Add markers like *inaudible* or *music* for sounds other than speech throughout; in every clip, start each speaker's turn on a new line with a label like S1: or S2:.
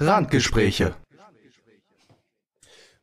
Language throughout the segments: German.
S1: Randgespräche.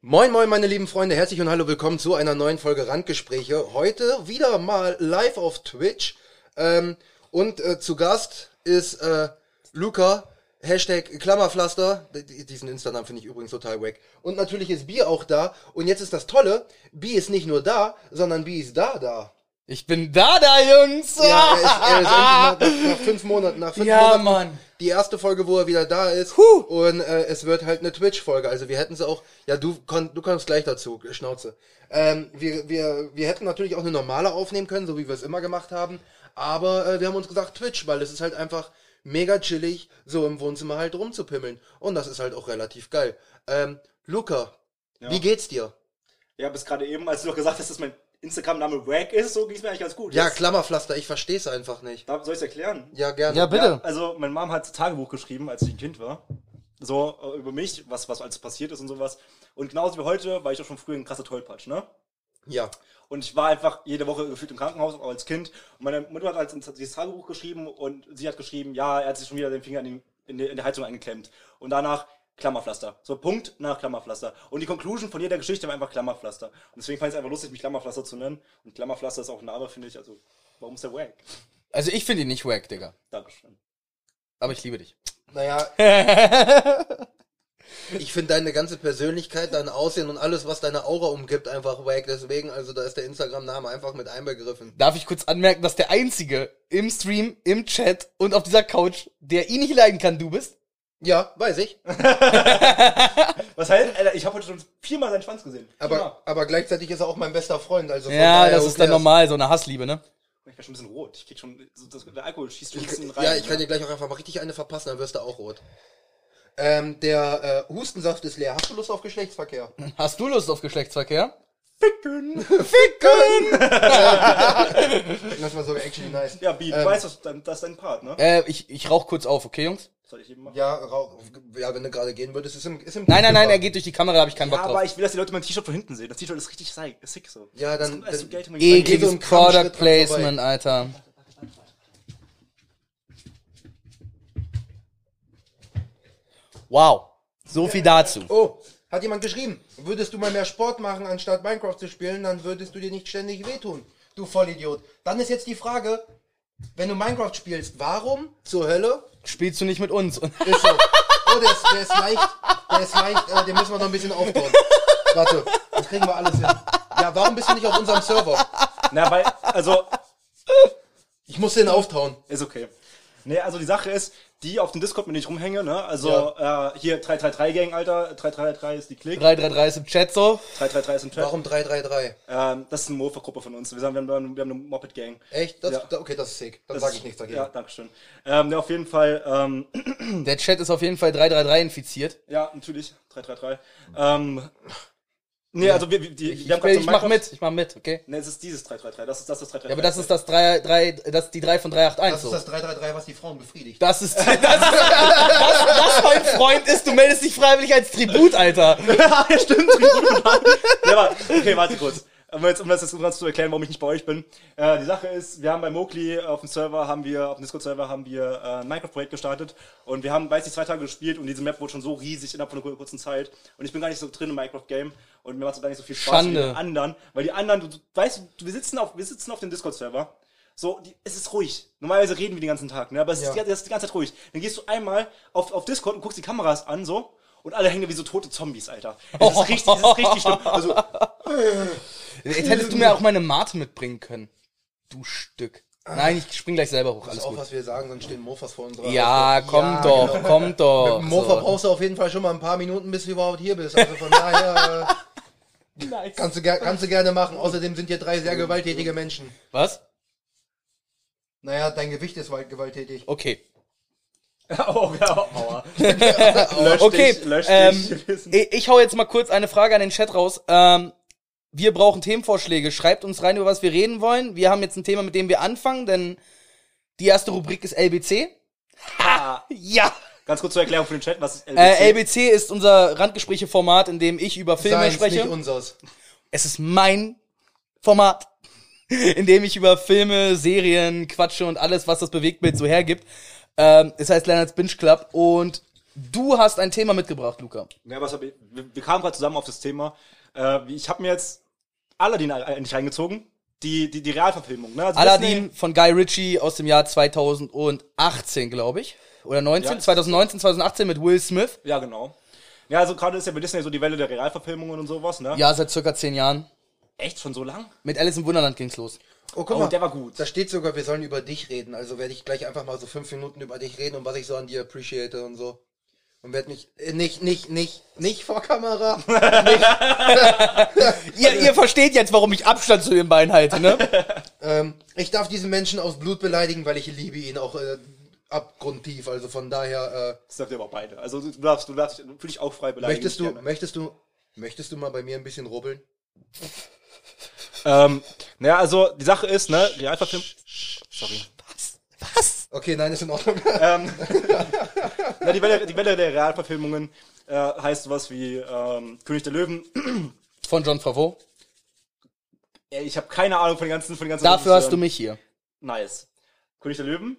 S2: Moin, moin, meine lieben Freunde, herzlich und hallo, willkommen zu einer neuen Folge Randgespräche. Heute wieder mal live auf Twitch. Ähm, und äh, zu Gast ist äh, Luca, Hashtag Klammerpflaster. D- d- Diesen Instagram finde ich übrigens total wack. Und natürlich ist Bi auch da. Und jetzt ist das Tolle, Bi ist nicht nur da, sondern Bi ist da, da.
S3: Ich bin da, da, Jungs!
S2: Ja, er ist, er ist
S3: *laughs*
S2: endlich nach, nach, nach fünf Monaten, nach fünf
S3: Ja,
S2: Monaten
S3: Mann.
S2: die erste Folge, wo er wieder da ist.
S3: Huh.
S2: Und äh, es wird halt eine Twitch-Folge. Also wir hätten sie auch, ja, du, kon, du kommst gleich dazu, Schnauze. Ähm, wir, wir, wir hätten natürlich auch eine normale aufnehmen können, so wie wir es immer gemacht haben. Aber äh, wir haben uns gesagt Twitch, weil es ist halt einfach mega chillig, so im Wohnzimmer halt rumzupimmeln. Und das ist halt auch relativ geil. Ähm, Luca,
S4: Ja.
S2: wie geht's dir?
S4: Ja, bis gerade eben, als du noch gesagt hast, dass mein Instagram-Name Wack ist, so ging es mir eigentlich ganz gut.
S2: Ja,
S4: Jetzt-
S2: Klammerpflaster, ich versteh's einfach nicht.
S4: Darf, soll ich es erklären?
S2: Ja, gerne.
S3: Ja, bitte.
S4: also, meine Mom hat Tagebuch geschrieben, als ich ein Kind war. So, äh, über mich, was, was alles passiert ist und sowas. Und genauso wie heute war ich auch schon früher ein krasser Tollpatsch, ne?
S2: ja.
S4: Und ich war einfach jede Woche gefühlt im Krankenhaus, auch als Kind. Und meine Mutter hat halt ins- dieses Tagebuch geschrieben und sie hat geschrieben, ja, er hat sich schon wieder den Finger in, die, in, die, in der Heizung eingeklemmt. Und danach Klammerpflaster. So Punkt nach Klammerpflaster. Und die Conclusion von jeder Geschichte war einfach Klammerpflaster. Und deswegen fand ich es einfach lustig, mich Klammerpflaster zu nennen. Und Klammerpflaster ist auch ein Name, finde ich. Also, warum ist der wack?
S3: Also ich finde ihn nicht wack, Digga.
S4: Dankeschön.
S3: Aber ich liebe dich.
S2: Naja, Ich finde deine ganze Persönlichkeit, dein Aussehen und alles, was deine Aura umgibt, einfach wack. Deswegen, also da ist der Instagram-Name einfach mit einbegriffen.
S3: Darf ich kurz anmerken, dass der Einzige im Stream, im Chat und auf dieser Couch, der ihn nicht leiden kann, du bist?
S2: Ja, weiß ich.
S4: Was heißt, Alter, ich habe heute schon viermal seinen Schwanz gesehen.
S2: Aber,
S4: Viermal.
S2: aber gleichzeitig ist er auch mein bester Freund. Also von
S3: Ja,
S2: daher,
S3: das
S2: who
S3: ist dann
S2: cares?
S3: normal, so eine Hassliebe, ne?
S4: Ich bin schon ein bisschen rot. Ich krieg schon, so, das, der Alkohol schießt schon ein bisschen
S2: Ich,
S4: rein.
S2: ja, ich kann
S4: ne?
S2: dir gleich auch einfach mal richtig eine verpassen, dann wirst du auch rot. Ähm, der äh, Hustensaft ist leer. Hast du Lust auf *laughs* Geschlechtsverkehr?
S3: Hast du Lust auf Geschlechtsverkehr?
S2: Das war sogar actually nice.
S4: ja, Bi, du
S2: Ähm.
S4: weißt, das, das ist dein Part, ne?
S3: Äh, ich, ich rauch kurz auf, okay, Jungs?
S4: Soll ich eben machen?
S2: Ja, rauch, ja, wenn du gerade gehen würdest, ist im, ist im
S3: Nein, nein, nein, er geht durch die Kamera, da hab ich keinen
S4: Ja,
S3: Bock
S4: aber
S3: drauf.
S4: ich will, dass die Leute mein T-Shirt von hinten sehen. Das T-Shirt ist richtig sei- sick so.
S2: Ja, dann-
S4: Das kommt
S2: dann-
S4: erst zum Geld,
S2: geht so
S3: Ekliges
S2: ein
S3: Product
S2: Kammschritt dran
S3: Placement, Alter. Wow. So viel dazu.
S2: Oh, hat jemand geschrieben, würdest du mal mehr Sport machen, anstatt Minecraft zu spielen, dann würdest du dir nicht ständig wehtun, du Vollidiot. Dann ist jetzt die Frage, wenn du Minecraft spielst, warum zur Hölle?
S3: Spielst du nicht mit uns?
S2: Ist so. Oh, der ist, der ist leicht, der ist leicht, äh, den müssen wir noch ein bisschen aufbauen. Warte, das kriegen wir alles hin. Ja, warum bist du nicht auf unserem Server?
S4: Na, weil, also,
S2: Ich muss den auftauen.
S4: ist okay. Nee, also die Sache ist, die auf dem Discord, mit denen ich rumhänge, ne? Also, äh, hier 333-Gang, Alter. 333 ist die Klick.
S3: 333 ist im Chat so.
S4: 333 ist im Chat.
S2: Warum 333?
S4: Ähm, das ist eine Mofa-Gruppe von uns. Wir, sagen, wir, haben, wir haben eine Moped-Gang.
S2: Echt? Das,
S4: Ja.
S2: da- Okay, das ist sick. Dann
S4: Das
S2: sage
S4: ist-
S2: ich nichts dagegen.
S4: Ja, danke schön. Ähm, ne, auf jeden Fall, ähm,
S3: Der Chat ist auf jeden Fall 333 infiziert.
S4: ja, natürlich. 333. Ähm, nee, also wir, wir, die,
S3: Ich,
S4: wir haben grad so
S3: ich mach
S4: Minecraft-
S3: mit, ich mach mit, okay?
S4: Nee, es ist dieses 333. Das ist das, ist das 333.
S3: Ja, aber das ist das 3, 3, das ist die 3 von 381
S2: Das
S3: so.
S2: ist das 333, was die Frauen befriedigt.
S3: Das ist, *laughs* das, das, das mein Freund ist, du meldest dich freiwillig als Tribut, Alter.
S4: *laughs* ja, stimmt. ja, aber, okay, warte kurz. Aber jetzt, um das jetzt ganz zu erklären, warum ich nicht bei euch bin. Äh, die Sache ist, wir haben bei Mokli auf dem Server, haben wir, auf dem Discord-Server haben wir äh, ein Minecraft-Projekt gestartet und wir haben, weiß nicht, zwei Tage gespielt und diese Map wurde schon so riesig innerhalb von einer kurzen Zeit und ich bin gar nicht so drin im Minecraft-Game und mir macht es gar nicht so viel Spaß
S3: Schande.
S4: wie den anderen, weil die anderen, du, du weißt, du, wir sitzen auf, wir sitzen auf dem Discord-Server. So, die, es ist ruhig. Normalerweise reden wir den ganzen Tag, ne? aber es ist,
S2: Ja.
S4: die, das ist die ganze Zeit ruhig. Dann gehst du einmal auf, auf Discord und guckst die Kameras an, so, und alle hängen da wie so tote Zombies,
S3: *laughs*
S4: Alter. Es ist richtig, es ist richtig schlimm. Also,
S3: Jetzt hättest du mir auch meine Mate mitbringen können. Du Stück. Nein, ich spring gleich selber hoch,
S2: Das
S3: alles
S2: ist Also auch,
S3: gut.
S2: was wir sagen, sonst stehen Mofas vor unserer
S3: Ja,
S2: Haustür.
S3: komm
S2: Ja,
S3: doch,
S2: genau.
S3: komm doch.
S2: Mit dem Mofa
S3: So.
S2: brauchst du auf jeden Fall schon mal ein paar Minuten, bis du überhaupt hier bist. Also von *laughs* daher äh, kannst, du, ger- kannst du gerne machen. Außerdem sind hier drei sehr gewalttätige Menschen.
S3: Was?
S2: Naja, dein Gewicht ist weit gewalttätig.
S3: Okay.
S4: *laughs* oh, ja,
S3: *laughs*
S4: aua. Lösch
S3: Okay,
S4: dich, lösch
S3: ähm,
S4: dich. Wir wissen-
S3: Ich, ich hau jetzt mal kurz eine Frage an den Chat raus. Ähm, wir brauchen Themenvorschläge. Schreibt uns rein, über was wir reden wollen. Wir haben jetzt ein Thema, mit dem wir anfangen, denn die erste Rubrik ist LBC.
S4: Ah,
S3: Ja!
S4: Ganz kurz zur Erklärung für den Chat, was ist LBC?
S3: Äh, LBC ist unser Randgespräche-Format, in dem ich über Filme
S2: Seins,
S3: spreche.
S2: nicht unseres.
S3: es ist mein Format, *laughs* in dem ich über Filme, Serien, Quatsche und alles, was das Bewegtbild so hergibt. Ähm, es heißt Leonards Binge Club und Du hast ein Thema mitgebracht, Luca.
S4: Ja, was hab ich, wir, wir kamen gerade zusammen auf das Thema. Äh, ich habe mir jetzt Aladdin eigentlich reingezogen. Die, die, die Realverfilmung, ne? Also
S3: Aladdin von Guy Ritchie aus dem Jahr 2018, glaube ich. Oder 19,
S4: Ja.
S3: 2019, 2018 mit Will Smith.
S4: Disney, ja, genau. Ja, also gerade ist ja bei Disney so die Welle der Realverfilmungen und sowas, ne?
S3: Ja, seit circa 10 Jahren.
S4: Echt schon so lang?
S3: Mit Alice im Wunderland ging's los.
S2: Oh, guck
S4: Oh,
S2: mal,
S4: der war gut.
S2: Da steht sogar, wir sollen über dich reden. Also werde ich gleich einfach mal so fünf Minuten über dich reden und was ich so an dir appreciate und so. Und werde mich äh, nicht, nicht, nicht, nicht vor *laughs* Kamera.
S3: Ihr, ihr versteht jetzt, warum ich Abstand zu den beiden halte, ne? *laughs*
S2: ähm, ich darf diesen Menschen aus Blut beleidigen, weil ich liebe ihn auch äh, abgrundtief. Also von daher,
S4: Das dürft ihr aber auch beide. Also du darfst, du darfst, fühl dich auch frei
S2: äh,
S4: beleidigen.
S2: möchtest du,
S4: Gerne.
S2: möchtest du, möchtest du mal bei mir ein bisschen rubbeln?
S4: Ähm, naja, also die Sache ist, ne, Realverfilmung. Sorry.
S2: Okay, nein, ist in Ordnung. *laughs*
S4: Ähm, *laughs* na, die, Welle, die Welle der Realverfilmungen äh, heißt sowas wie ähm, König der Löwen.
S3: Von John Favreau.
S4: Ey, Ich habe keine Ahnung von den ganzen, von den ganzen
S3: Dafür hast du
S4: Regisseuren.
S3: mich hier.
S4: Nice. König der Löwen,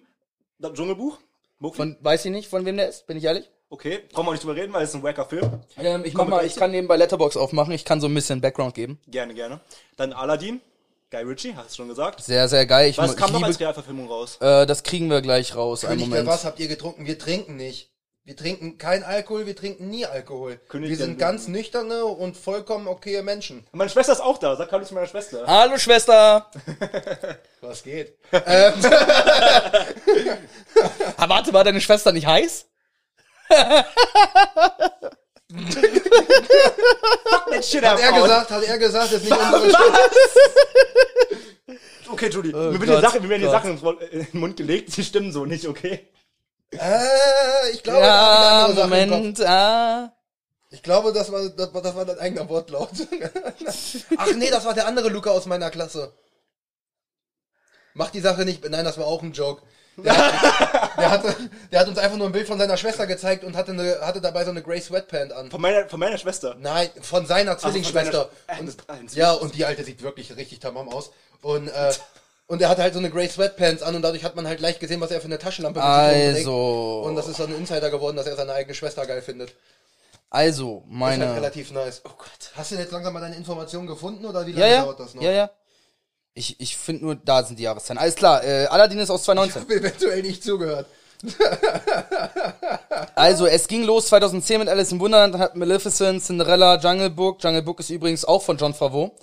S4: das Dschungelbuch. Mowgli.
S3: Von, weiß ich nicht, von wem der ist, bin ich ehrlich?
S4: Okay, brauchen wir nicht drüber reden, weil es ist ein wacker Film.
S3: Ähm, ich,
S4: mach mal- ich
S3: kann nebenbei Letterbox aufmachen, ich kann so ein bisschen Background geben.
S4: Gerne, gerne. Dann Aladdin, Guy Ritchie, hast du schon gesagt.
S3: Sehr, sehr geil. Ich,
S4: Was
S3: ich
S4: kam noch als
S3: liebe,
S4: Realverfilmung raus?
S3: äh, das kriegen wir gleich raus. Einen
S2: König der
S3: Moment.
S2: was habt ihr getrunken? Wir trinken nicht. Wir trinken kein Alkohol, wir trinken nie Alkohol.
S4: König
S2: wir
S4: der
S2: sind
S4: Löwen.
S2: ganz nüchterne und vollkommen okaye Menschen.
S4: Meine Schwester ist auch da, sag hallo zu meiner Schwester.
S3: Hallo Schwester.
S2: Was geht?
S3: Ah, warte, war deine Schwester nicht heiß?
S4: Mensch,
S2: Hat er gesagt, hat er gesagt, ist nicht unsere
S4: Okay, Judy,
S3: Oh
S4: mir, wird die
S3: Gott,
S4: Sache, mir werden die
S3: Gott.
S4: Sachen ins Wort- äh, in den Mund gelegt, die stimmen so nicht, okay?
S2: Äh, ich glaube, da
S3: Ja,
S2: hat er andere Sachen im Kopf.
S3: Moment. Ah.
S2: Ich glaube, das war, das, war, das war dein eigener Wortlaut. Ach nee, das war der andere Luca aus meiner Klasse. Mach die Sache nicht. Nein, das war auch ein Joke. Der hat, der, hatte, der hat uns einfach nur ein Bild von seiner Schwester gezeigt und hatte, eine, hatte dabei so eine Grey Sweatpant an.
S4: Von meiner, von meiner Schwester.
S2: Nein, Also von seiner
S4: von
S2: Zwillingsschwester.
S4: seiner-
S2: und,
S4: Äh, das- eins.
S2: ja, und die alte sieht wirklich richtig tamam aus. Und, äh, und er hatte halt so eine Grey Sweatpants an und dadurch hat man halt leicht gesehen, was er für eine Taschenlampe mit sich rumträgt.
S3: Also.
S2: Und das ist so ein Insider geworden, dass er seine eigene Schwester geil findet. Ist
S3: Also,
S2: halt
S3: meine.
S2: relativ nice. Oh Gott. Hast du denn jetzt langsam mal deine Informationen gefunden oder wie lange
S3: Ja, ja.
S2: dauert das noch?
S3: Ja, ja. Ich, ich finde nur, da sind die Jahreszeiten. Alles klar, äh, Aladdin ist aus
S2: Ich
S3: 2019.
S2: habe *laughs* eventuell nicht zugehört.
S3: Also, es ging los 2010 mit Alice im Wunderland, dann hat Maleficent, Cinderella, Jungle Book. Jungle Book ist übrigens auch von John Favreau.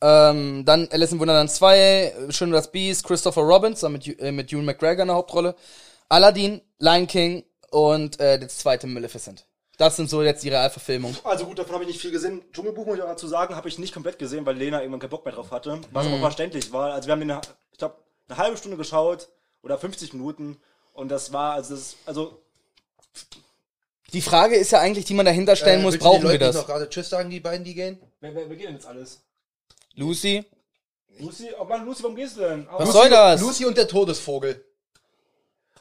S3: Ähm, dann Alice im Wunderland 2, äh, Schön und das Beast, Christopher Robbins, dann mit, Ju- äh, mit Ewan McGregor in der Hauptrolle. Aladdin, Lion King und äh, das zweite Maleficent. Das sind so jetzt die Realverfilmung.
S4: Also gut, davon habe ich nicht viel gesehen. Dschungelbuch, muss ich auch dazu sagen, habe ich nicht komplett gesehen, weil Lena irgendwann keinen Bock mehr drauf hatte. Was
S3: Mhm.
S4: aber verständlich war. Also wir haben den, ich glaube, eine halbe Stunde geschaut oder 50 Minuten. Und das war, also, das, also
S3: Die Frage ist ja eigentlich, die man dahinter stellen
S2: Äh,
S3: muss,
S2: willst du
S3: brauchen
S2: den
S3: wir
S2: Leuten nicht
S3: das?
S2: noch gerade Tschüss sagen, die beiden, die gehen?
S4: wer, wer, wer geht denn jetzt alles?
S3: Lucy?
S4: Lucy, oh Mann, Lucy, warum gehst du denn? Oh,
S3: Was soll das?
S2: Lucy und der Todesvogel.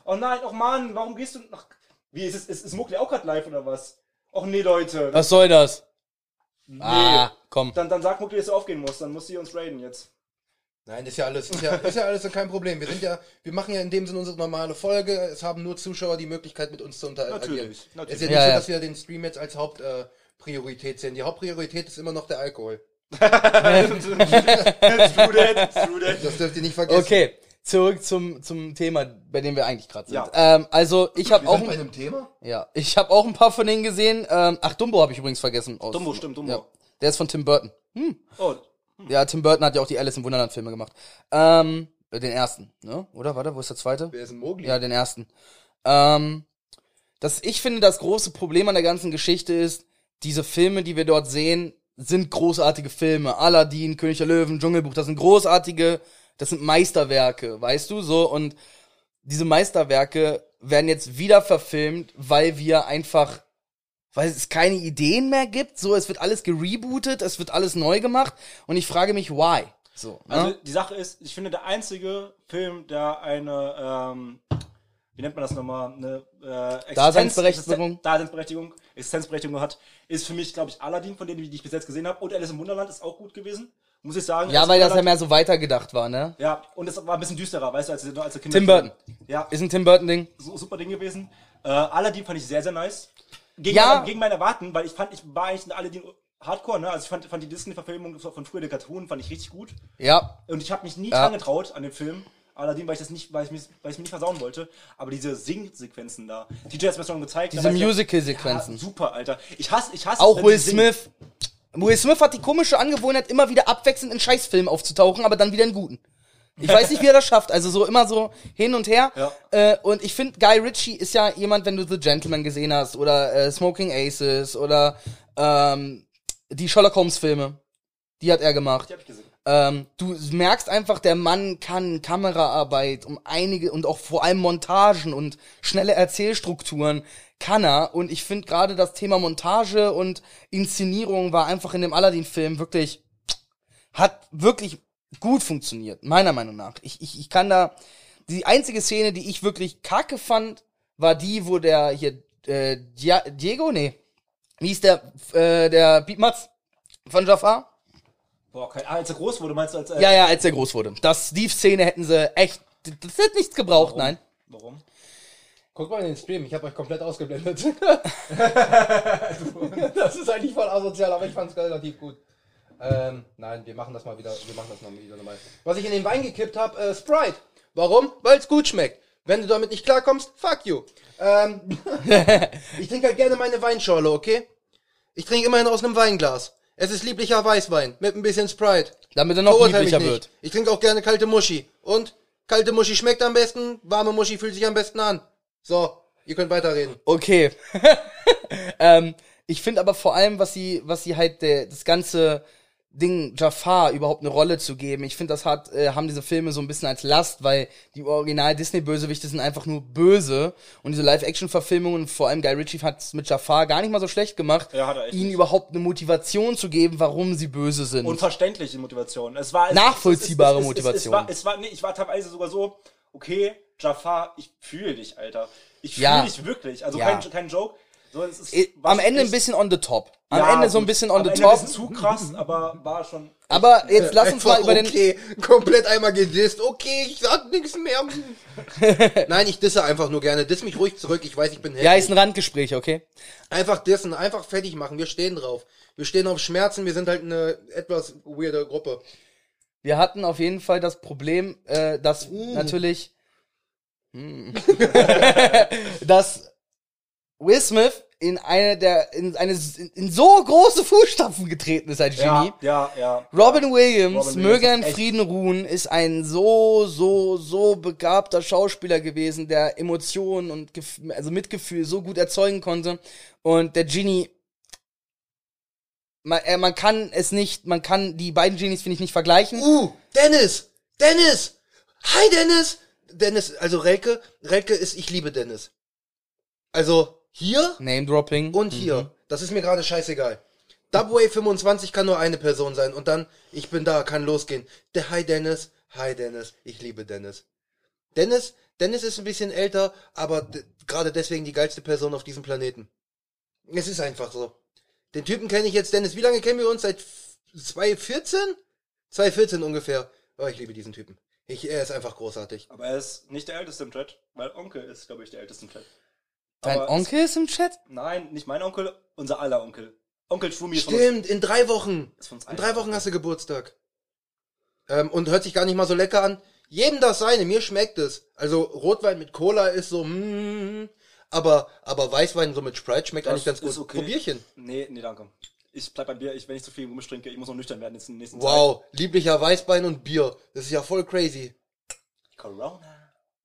S4: oh nein, oh Mann, warum gehst du nach... Wie, ist es, ist, ist Mowgli auch gerade live oder was? Och nee, Leute.
S3: Was soll das?
S4: nee.
S3: Ah, komm.
S4: Dann, dann sag Mowgli, dass du aufgehen musst, dann muss sie uns raiden jetzt.
S2: Nein, ist ja alles, ist ja, ist ja alles so kein Problem. Wir sind ja, wir machen ja in dem Sinne unsere normale Folge. Es haben nur Zuschauer die Möglichkeit, mit uns zu interagieren.
S4: Natürlich, natürlich.
S2: Es ist ja nicht
S3: Ja,
S2: so,
S3: ja.
S2: dass wir den Stream jetzt als Hauptpriorität äh, Priorität sehen. Die Hauptpriorität ist immer noch der Alkohol.
S4: true that, true that.
S2: Das dürft ihr nicht vergessen.
S3: Okay, zurück zum, zum Thema, bei dem wir eigentlich gerade sind.
S4: Ja.
S3: Ähm, also, ich habe
S2: Wir
S3: auch,
S2: sind bei
S3: ein-
S2: einem Thema?
S3: ja, ich hab auch ein paar von denen gesehen. Ähm, ach, Dumbo habe ich übrigens vergessen. Aus,
S4: Dumbo, stimmt, Dumbo.
S3: Ja, der ist von Tim Burton. Hm.
S4: Oh,
S3: Ja, Tim Burton hat ja auch die Alice im Wunderland Filme gemacht. Ähm, den ersten, ne? Oder? Warte, wo ist der zweite?
S2: Wer ist ein Mogli?
S3: Ja, den ersten. Ähm, das, ich finde, das große Problem an der ganzen Geschichte ist, diese Filme, die wir dort sehen, sind großartige Filme. Aladdin, König der Löwen, Dschungelbuch, das sind großartige, das sind Meisterwerke, weißt du, so. Und diese Meisterwerke werden jetzt wieder verfilmt, weil wir einfach, weil es keine Ideen mehr gibt, so, es wird alles gerebootet, es wird alles neu gemacht. Und ich frage mich, why? So, ne?
S4: Also die Sache ist, ich finde der einzige Film, der eine, ähm, wie nennt man das nochmal, eine äh,
S3: Daseinsberechtigung.
S4: Existenz- Daseinsberechtigung, Existenzberechtigung hat, ist für mich, glaube ich, Aladdin, von denen die ich bis jetzt gesehen habe. Und Alice im Wunderland ist auch gut gewesen. Muss ich sagen.
S3: Ja,
S4: als
S3: weil das ja
S4: Kinderland-
S3: mehr so weitergedacht war, ne?
S4: Ja, und es war ein bisschen düsterer, weißt du, als, als der Kinder.
S3: Tim Burton.
S4: Ja,
S3: Ist ein Tim Burton-Ding.
S4: su- super Ding gewesen. Äh, Aladdin fand ich sehr, sehr nice. Gegen,
S3: Ja.
S4: mein, gegen mein Erwarten, weil ich fand, ich war eigentlich in Aladdin hardcore, ne? Also ich fand, fand die Disney-Verfilmung von früher der Cartoon, fand ich richtig gut.
S3: Ja.
S4: Und ich habe mich nie
S3: Ja.
S4: dran getraut an den Film. Allerdings, weil ich das nicht, weil ich mich, weil ich mir nicht versauen wollte. Aber diese Singsequenzen da, DJ hat mir schon gezeigt.
S3: Diese
S4: da war ich ja-
S3: Musical-Sequenzen.
S4: Ja, super, Alter. Ich hasse, ich hasse. es,
S3: Auch
S4: wenn
S3: Will
S4: die singen.
S3: Smith. Will Smith hat die komische Angewohnheit, immer wieder abwechselnd in Scheißfilmen aufzutauchen, aber dann wieder in guten. Ich weiß nicht, wie er das schafft. Also so immer so hin und her.
S4: Ja.
S3: Äh, und ich finde, Guy Ritchie ist ja jemand, wenn du The Gentleman gesehen hast oder äh, Smoking Aces oder ähm, die Sherlock Holmes Filme. Die hat er gemacht.
S4: Die hab ich gesehen.
S3: Ähm, du merkst einfach, der Mann kann Kameraarbeit um einige und auch vor allem Montagen und schnelle Erzählstrukturen kann er. Und ich finde gerade das Thema Montage und Inszenierung war einfach in dem Aladdin-Film wirklich, hat wirklich gut funktioniert, meiner Meinung nach. Ich, ich, ich kann da, die einzige Szene, die ich wirklich kacke fand, war die, wo der hier, äh, Dia Diego, nee, wie hieß der, äh, der Piepmatz von Jafar?
S4: Boah, kein, ah, als er groß wurde, meinst du als. Äh,
S3: Ja, ja, als er groß wurde. Das Steve-Szene hätten sie echt. Das hätte nichts gebraucht, nein.
S4: Warum?
S2: Guck mal in den Stream, ich habe euch komplett ausgeblendet. das ist eigentlich voll asozial, aber ich fand es relativ gut. Ähm, nein, wir machen das mal wieder. Wir machen das mal wieder normal. Was ich in den Wein gekippt habe, äh, Sprite. Warum? Weil es gut schmeckt. Wenn du damit nicht klarkommst, fuck you. Ähm, *laughs* ich trinke halt gerne meine Weinschorle, okay? Ich trinke immerhin aus einem Weinglas. Es ist lieblicher Weißwein mit ein bisschen Sprite.
S3: Damit er noch
S2: Verurteil
S3: lieblicher
S2: mich
S3: wird.
S2: Ich trinke auch gerne kalte Muschi. Und kalte Muschi schmeckt am besten, warme Muschi fühlt sich am besten an. So, ihr könnt weiterreden.
S3: Okay. *laughs* ähm, ich finde aber vor allem, was sie, was sie halt der, das ganze Ding Jafar überhaupt eine Rolle zu geben. Ich finde, das hat, äh, haben diese Filme so ein bisschen als Last, weil die Original Disney-Bösewichte sind einfach nur böse und diese Live-Action-Verfilmungen, vor allem Guy Ritchie hat es mit Jafar gar nicht mal so schlecht gemacht,
S4: Ja, hat er echt
S3: ihnen
S4: nicht.
S3: überhaupt eine Motivation zu geben, warum sie böse sind.
S4: Unverständliche Motivation. Es war, es,
S3: Nachvollziehbare
S4: es, es, es,
S3: Motivation.
S4: Es, es, es war, es war, nee, ich war teilweise sogar so, okay, Jafar, ich fühle dich, Alter. Ich fühle
S3: Ja.
S4: dich wirklich. Also
S3: Ja.
S4: kein, kein Joke. So, es ist,
S3: Äh,
S4: was
S3: am Ende ein
S4: echt-
S3: bisschen on the top. Am
S4: Ja,
S3: Ende so ein
S4: gut.
S3: bisschen on
S4: Am
S3: the
S4: Ende
S3: top.
S4: Ein bisschen zu krass, aber war schon.
S3: Aber jetzt lass uns
S2: Äh, Einfach
S3: mal über den.
S2: okay, komplett einmal gedisst. Okay, ich sag nichts
S3: *laughs*
S2: mehr. Nein, ich disse einfach nur gerne. Diss mich ruhig zurück. Ich weiß, ich bin
S3: Ja,
S2: heftig.
S3: ist ein Randgespräch, okay?
S2: Einfach dissen, einfach fertig machen. Wir stehen drauf. Wir stehen auf Schmerzen. Wir sind halt eine etwas weirde Gruppe.
S3: Wir hatten auf jeden Fall das Problem, äh, dass
S2: Uh.
S3: natürlich. Mm. *laughs* dass Will Smith in eine der. in eine in so große Fußstapfen getreten ist als Genie.
S4: Ja, ja, ja.
S3: Robin Williams,
S4: Robin Williams
S3: möge er in
S4: ist echt-
S3: Frieden ruhen, ist ein so, so, so begabter Schauspieler gewesen, der Emotionen und Gef also Mitgefühl so gut erzeugen konnte. Und der Genie, man, äh, man kann es nicht, man kann die beiden Genies, finde ich, nicht vergleichen.
S2: Uh, Dennis! Dennis! Hi, Dennis! Dennis, also Relke, Relke ist, ich liebe Dennis. Also hier
S3: Name-Dropping.
S2: und hier. Das ist mir gerade scheißegal. Dubway 25 kann nur eine Person sein und dann, ich bin da, kann losgehen. Der Hi Dennis, Hi Dennis, ich liebe Dennis. Dennis, Dennis ist ein bisschen älter, aber d- gerade deswegen die geilste Person auf diesem Planeten. Es ist einfach so. Den Typen kenne ich jetzt, Dennis. Wie lange kennen wir uns? Seit f- 2014? 2014 ungefähr. Oh, ich liebe diesen Typen. Ich, er ist einfach großartig.
S4: Aber er ist nicht der Älteste im Chat, weil Onkel ist, glaube ich, der Älteste im Chat.
S3: Dein
S4: Aber
S3: Onkel ist im Chat?
S4: Es, nein, nicht mein Onkel, unser aller Onkel. Onkel Schwumi ist von uns-
S2: Stimmt, in drei Wochen.
S4: ist von uns
S2: In
S4: allen.
S2: drei Wochen hast du Geburtstag. Ähm, und hört sich gar nicht mal so lecker an. Jedem das seine, mir schmeckt es. Also Rotwein mit Cola ist so, mm, aber, aber Weißwein so mit Sprite schmeckt
S4: Das
S2: eigentlich ganz gut.
S4: ist okay.
S2: Probierchen.
S4: Nee, nee, danke. Ich bleib beim Bier, ich, wenn ich zu viel Gummisch trinke, ich muss noch nüchtern werden jetzt in den nächsten
S2: Wow, lieblicher Weißwein und Bier. Das ist ja voll crazy.
S4: Tag. Corona.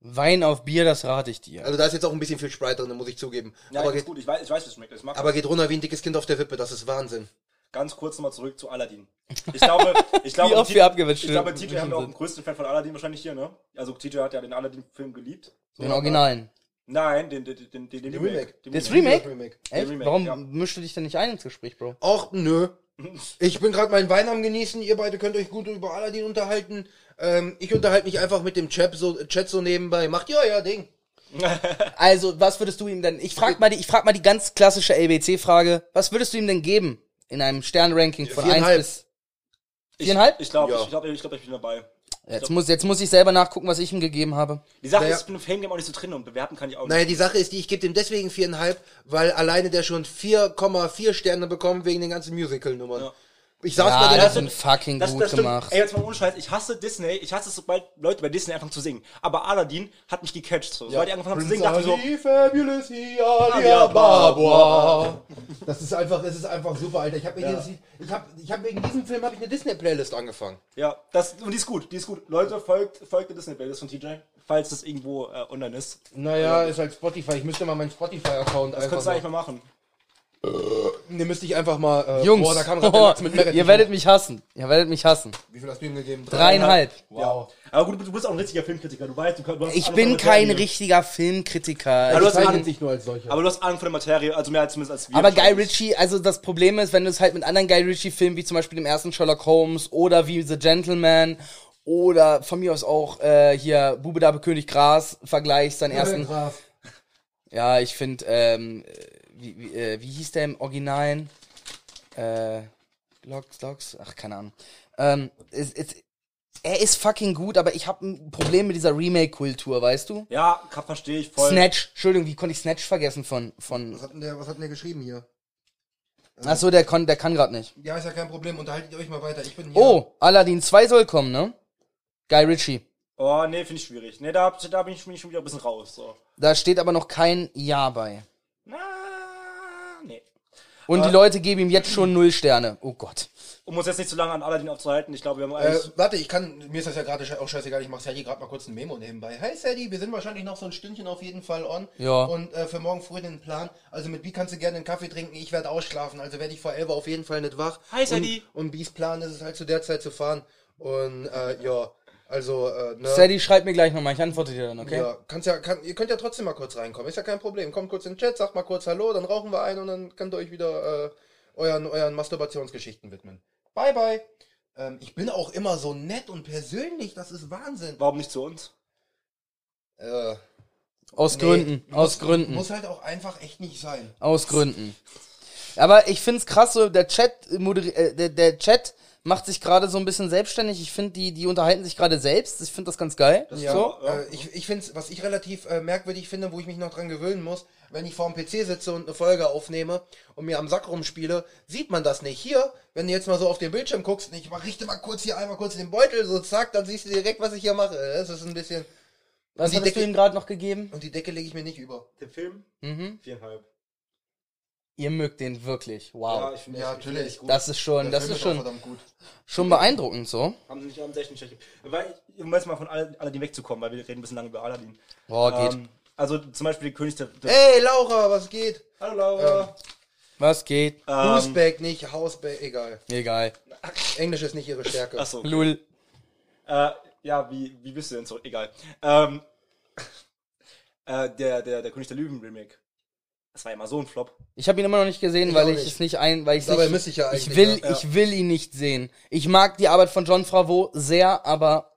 S3: Wein auf Bier, das rate ich dir.
S2: Also da ist jetzt auch ein bisschen viel Sprite drin, muss ich zugeben.
S4: Ja,
S2: aber,
S4: ganz
S2: geht,
S4: gut, ich weiß, ich weiß, wie es schmeckt. Ich mag
S2: aber geht runter wie ein dickes Kind auf der Wippe, das ist Wahnsinn.
S4: ganz kurz nochmal zurück
S3: *laughs*
S4: zu Aladdin. Ich glaube, ich glaube,
S3: oft
S4: TJ
S3: wir abgewischt
S4: ich glaube,
S3: sind.
S4: TJ haben ja auch den größten Fan von Aladdin wahrscheinlich hier, ne? Also TJ hat ja den Aladdin-Film geliebt. So,
S3: Den
S4: aber-
S3: Originalen.
S4: Nein, den, den, den, den, den
S2: Den
S4: Remake.
S2: Remake.
S4: Den
S3: Das
S4: Remake.
S3: Remake? Echt?
S4: Remake,
S3: Warum
S4: ja.
S3: mischst du dich denn nicht ein ins Gespräch, Bro?
S2: Och,
S4: *laughs*
S2: nö. Ich bin gerade meinen Wein am genießen. Ihr beide könnt euch gut über Aladdin unterhalten. Ähm, ich unterhalte mich einfach mit dem Chat so, Chat so nebenbei. Macht ja, ja, Ding.
S3: Also, was würdest du ihm denn? Ich frag mal die, ich frag mal die ganz klassische LBC-Frage. Was würdest du ihm denn geben in einem Sternranking von 1
S2: Viereinhalb.
S3: bis Viereinhalb?
S4: Ich glaube,
S2: Ja.
S4: ich, glaub, ich, glaub, ich bin dabei.
S3: Jetzt muss, jetzt muss ich selber nachgucken, was ich ihm gegeben habe.
S4: Die Sache
S2: Naja.
S4: ist, ich bin im Fame Game auch nicht so drin und bewerten kann ich auch nicht.
S2: Naja, die Sache ist die, ich gebe dem deswegen viereinhalb, weil alleine der schon 4,4 Sterne bekommt wegen den ganzen Musical-Nummern.
S4: Ja.
S2: Ich saß
S3: Ja,
S2: bei der
S3: das
S2: ganzen
S3: sind fucking
S4: Das,
S3: gut
S4: das stimmt.
S3: gemacht.
S4: Ey, jetzt mal ohne Scheiß. Ich hasse Disney. Ich hasse es, sobald Leute bei Disney anfangen zu singen. Aber Aladdin hat mich gecatcht. So. Sobald die angefangen haben zu singen, dachte ich so,
S2: Fabulous,
S4: Alia Babua.
S2: Das ist einfach, das ist einfach super, Alter. Ich habe
S4: Ja.
S2: ich hab, ich hab wegen diesem Film habe ich eine Disney Playlist angefangen.
S4: ja, das, und die ist gut, die ist gut. Leute, folgt, folgt der Disney-Playlist von TJ, falls das irgendwo äh, online ist.
S2: Naja, ist halt Spotify. Ich müsste mal meinen Spotify Account
S4: Das
S2: einfach
S4: könntest du eigentlich
S2: mal,
S4: mal machen.
S2: ne, müsste ich einfach mal äh,
S3: Jungs,
S2: boah, da kam grad
S3: *laughs*
S2: der Lachs mit Merit.
S3: ihr werdet mich hassen. Ihr werdet mich hassen.
S2: Wie viel hast du ihm gegeben?
S3: Dreieinhalb.
S2: Wow.
S4: Aber gut, du bist auch ein richtiger Filmkritiker. Du weißt, du, kann- du hast
S3: Ich
S4: Ahnung
S3: bin
S4: von der Materie.
S3: kein richtiger Filmkritiker.
S4: Ja, du
S2: Das
S4: hast
S2: zeichnet
S4: Ahnung,
S2: sich nur als solcher.
S4: aber du hast Ahnung von der Materie, also mehr als zumindest als wir.
S3: Aber Guy
S4: wahrscheinlich.
S3: Ritchie, also das Problem ist, wenn du es halt mit anderen Guy Ritchie-Filmen, wie zum Beispiel dem ersten Sherlock Holmes oder wie The Gentleman oder von mir aus auch äh, hier Bube Dabe König Gras vergleichst, seinen ersten. Ja, ich finde, ähm, äh, wie, wie, äh, wie hieß der im Originalen? Äh, Glocks, Glocks, ach, keine Ahnung. Ähm, es, es, er ist fucking gut, aber ich habe ein Problem mit dieser Remake-Kultur, weißt du?
S4: Ja, kann- verstehe ich voll.
S3: Snatch, Entschuldigung, wie konnte ich Snatch vergessen von, von,
S2: Was hat, denn der, was hat denn der geschrieben hier?
S3: ach so, der, kon, der kann gerade nicht.
S2: Ja, ist ja kein Problem. Unterhaltet ihr euch mal weiter. Ich bin hier.
S3: Oh, Aladdin 2 soll kommen, ne? Guy Ritchie.
S4: Oh, nee, finde ich schwierig. Nee, da, da bin ich bin ich schon wieder ein bisschen raus. So.
S3: Da steht aber noch kein Ja bei.
S4: Na, nee.
S3: Und die Leute geben ihm jetzt schon null Sterne. Oh Gott.
S4: Um uns jetzt nicht zu lange an Aladdin aufzuhalten, ich glaube, wir haben
S2: Äh,
S4: eigentlich.
S2: warte, ich kann, mir ist das ja gerade sche- auch scheißegal, ich mach Sadie gerade mal kurz ein Memo nebenbei. Hi Sadie, wir sind wahrscheinlich noch so ein Stündchen auf jeden Fall on.
S3: Ja.
S2: Und äh, für morgen früh den Plan. Also mit Bi kannst du gerne einen Kaffee trinken, ich werde ausschlafen, also werde ich vor 11 Uhr auf jeden Fall nicht wach.
S4: Hi, Sadie.
S2: Und, und Bis Plan ist es halt zu der Zeit zu fahren. Und äh, ja, also, äh, ne.
S3: Sadie, schreib mir gleich nochmal. Ich antworte dir dann, okay?
S2: Ja, kannst ja, kann, ihr könnt ja trotzdem mal kurz reinkommen, ist ja kein Problem. Kommt kurz in den Chat, sagt mal kurz Hallo, dann rauchen wir ein und dann könnt ihr euch wieder äh, euren, euren Masturbationsgeschichten widmen. Bye, bye. Ähm, ich bin auch immer so nett und persönlich, das ist Wahnsinn.
S4: Warum nicht zu uns?
S2: Äh,
S3: Aus
S2: nee,
S3: Gründen.
S2: muss-
S3: Aus Gründen.
S2: Muss halt auch einfach echt nicht sein.
S3: Aus Gründen. Aber ich find's krass, so der Chat, äh, moderi- äh, der, der Chat macht sich gerade so ein bisschen selbstständig. Ich find die, die unterhalten sich gerade selbst. Ich find das ganz geil.
S2: Ja,
S3: so.
S4: ja.
S2: Äh, ich, ich finde was ich relativ äh, merkwürdig finde, wo ich mich noch dran gewöhnen muss, wenn ich vor dem PC sitze und eine Folge aufnehme und mir am Sack rumspiele, sieht man das nicht. Hier, wenn du jetzt mal so auf den Bildschirm guckst und ich mach, richte mal kurz hier einmal kurz den Beutel, so zack, dann siehst du direkt, was ich hier mache. Das ist ein bisschen...
S3: Was
S2: die
S3: hattest du
S2: Decke-
S3: ihm gerade noch gegeben?
S2: Und die Decke lege ich mir nicht über.
S4: Den Film?
S3: Mhm.
S4: Viereinhalb.
S3: Ihr mögt den wirklich.
S4: Ja,
S3: Wow.
S4: ich finde
S2: Ja,
S4: ich finde
S2: natürlich.
S4: echt gut.
S3: das ist schon,
S2: Der
S3: das
S2: Film
S3: ist
S2: auch
S3: schon,
S2: verdammt gut.
S3: schon beeindruckend, so.
S4: Haben sie nicht am 16. Check. Weil, um jetzt mal von Al- Aladdin wegzukommen, weil wir reden ein bisschen lange über Aladdin.
S3: Boah, geht. Äh,
S4: Ähm, also zum Beispiel die König der. der
S2: Ey, Laura, was geht?
S4: Hallo Laura.
S3: Was geht?
S2: Ah.
S4: Ähm,
S2: Gooseback nicht, Houseback, egal.
S3: Egal.
S2: Englisch ist nicht ihre Stärke.
S4: Achso.
S3: Lul.
S4: Äh, ja, wie, wie bist du denn so? Egal. Ähm, *laughs* äh, der, der, der König der Lügen Remake. Das war ja mal so ein Flop.
S3: Ich habe ihn immer noch nicht gesehen,
S2: Ich
S3: weil
S2: auch
S3: ich
S2: nicht.
S3: es nicht ein, weil ich
S2: Dabei
S3: nicht,
S2: müsste ich ja eigentlich,
S3: will,
S2: ja.
S3: ich will ihn nicht sehen. Ich mag die Arbeit von John Favreau sehr, aber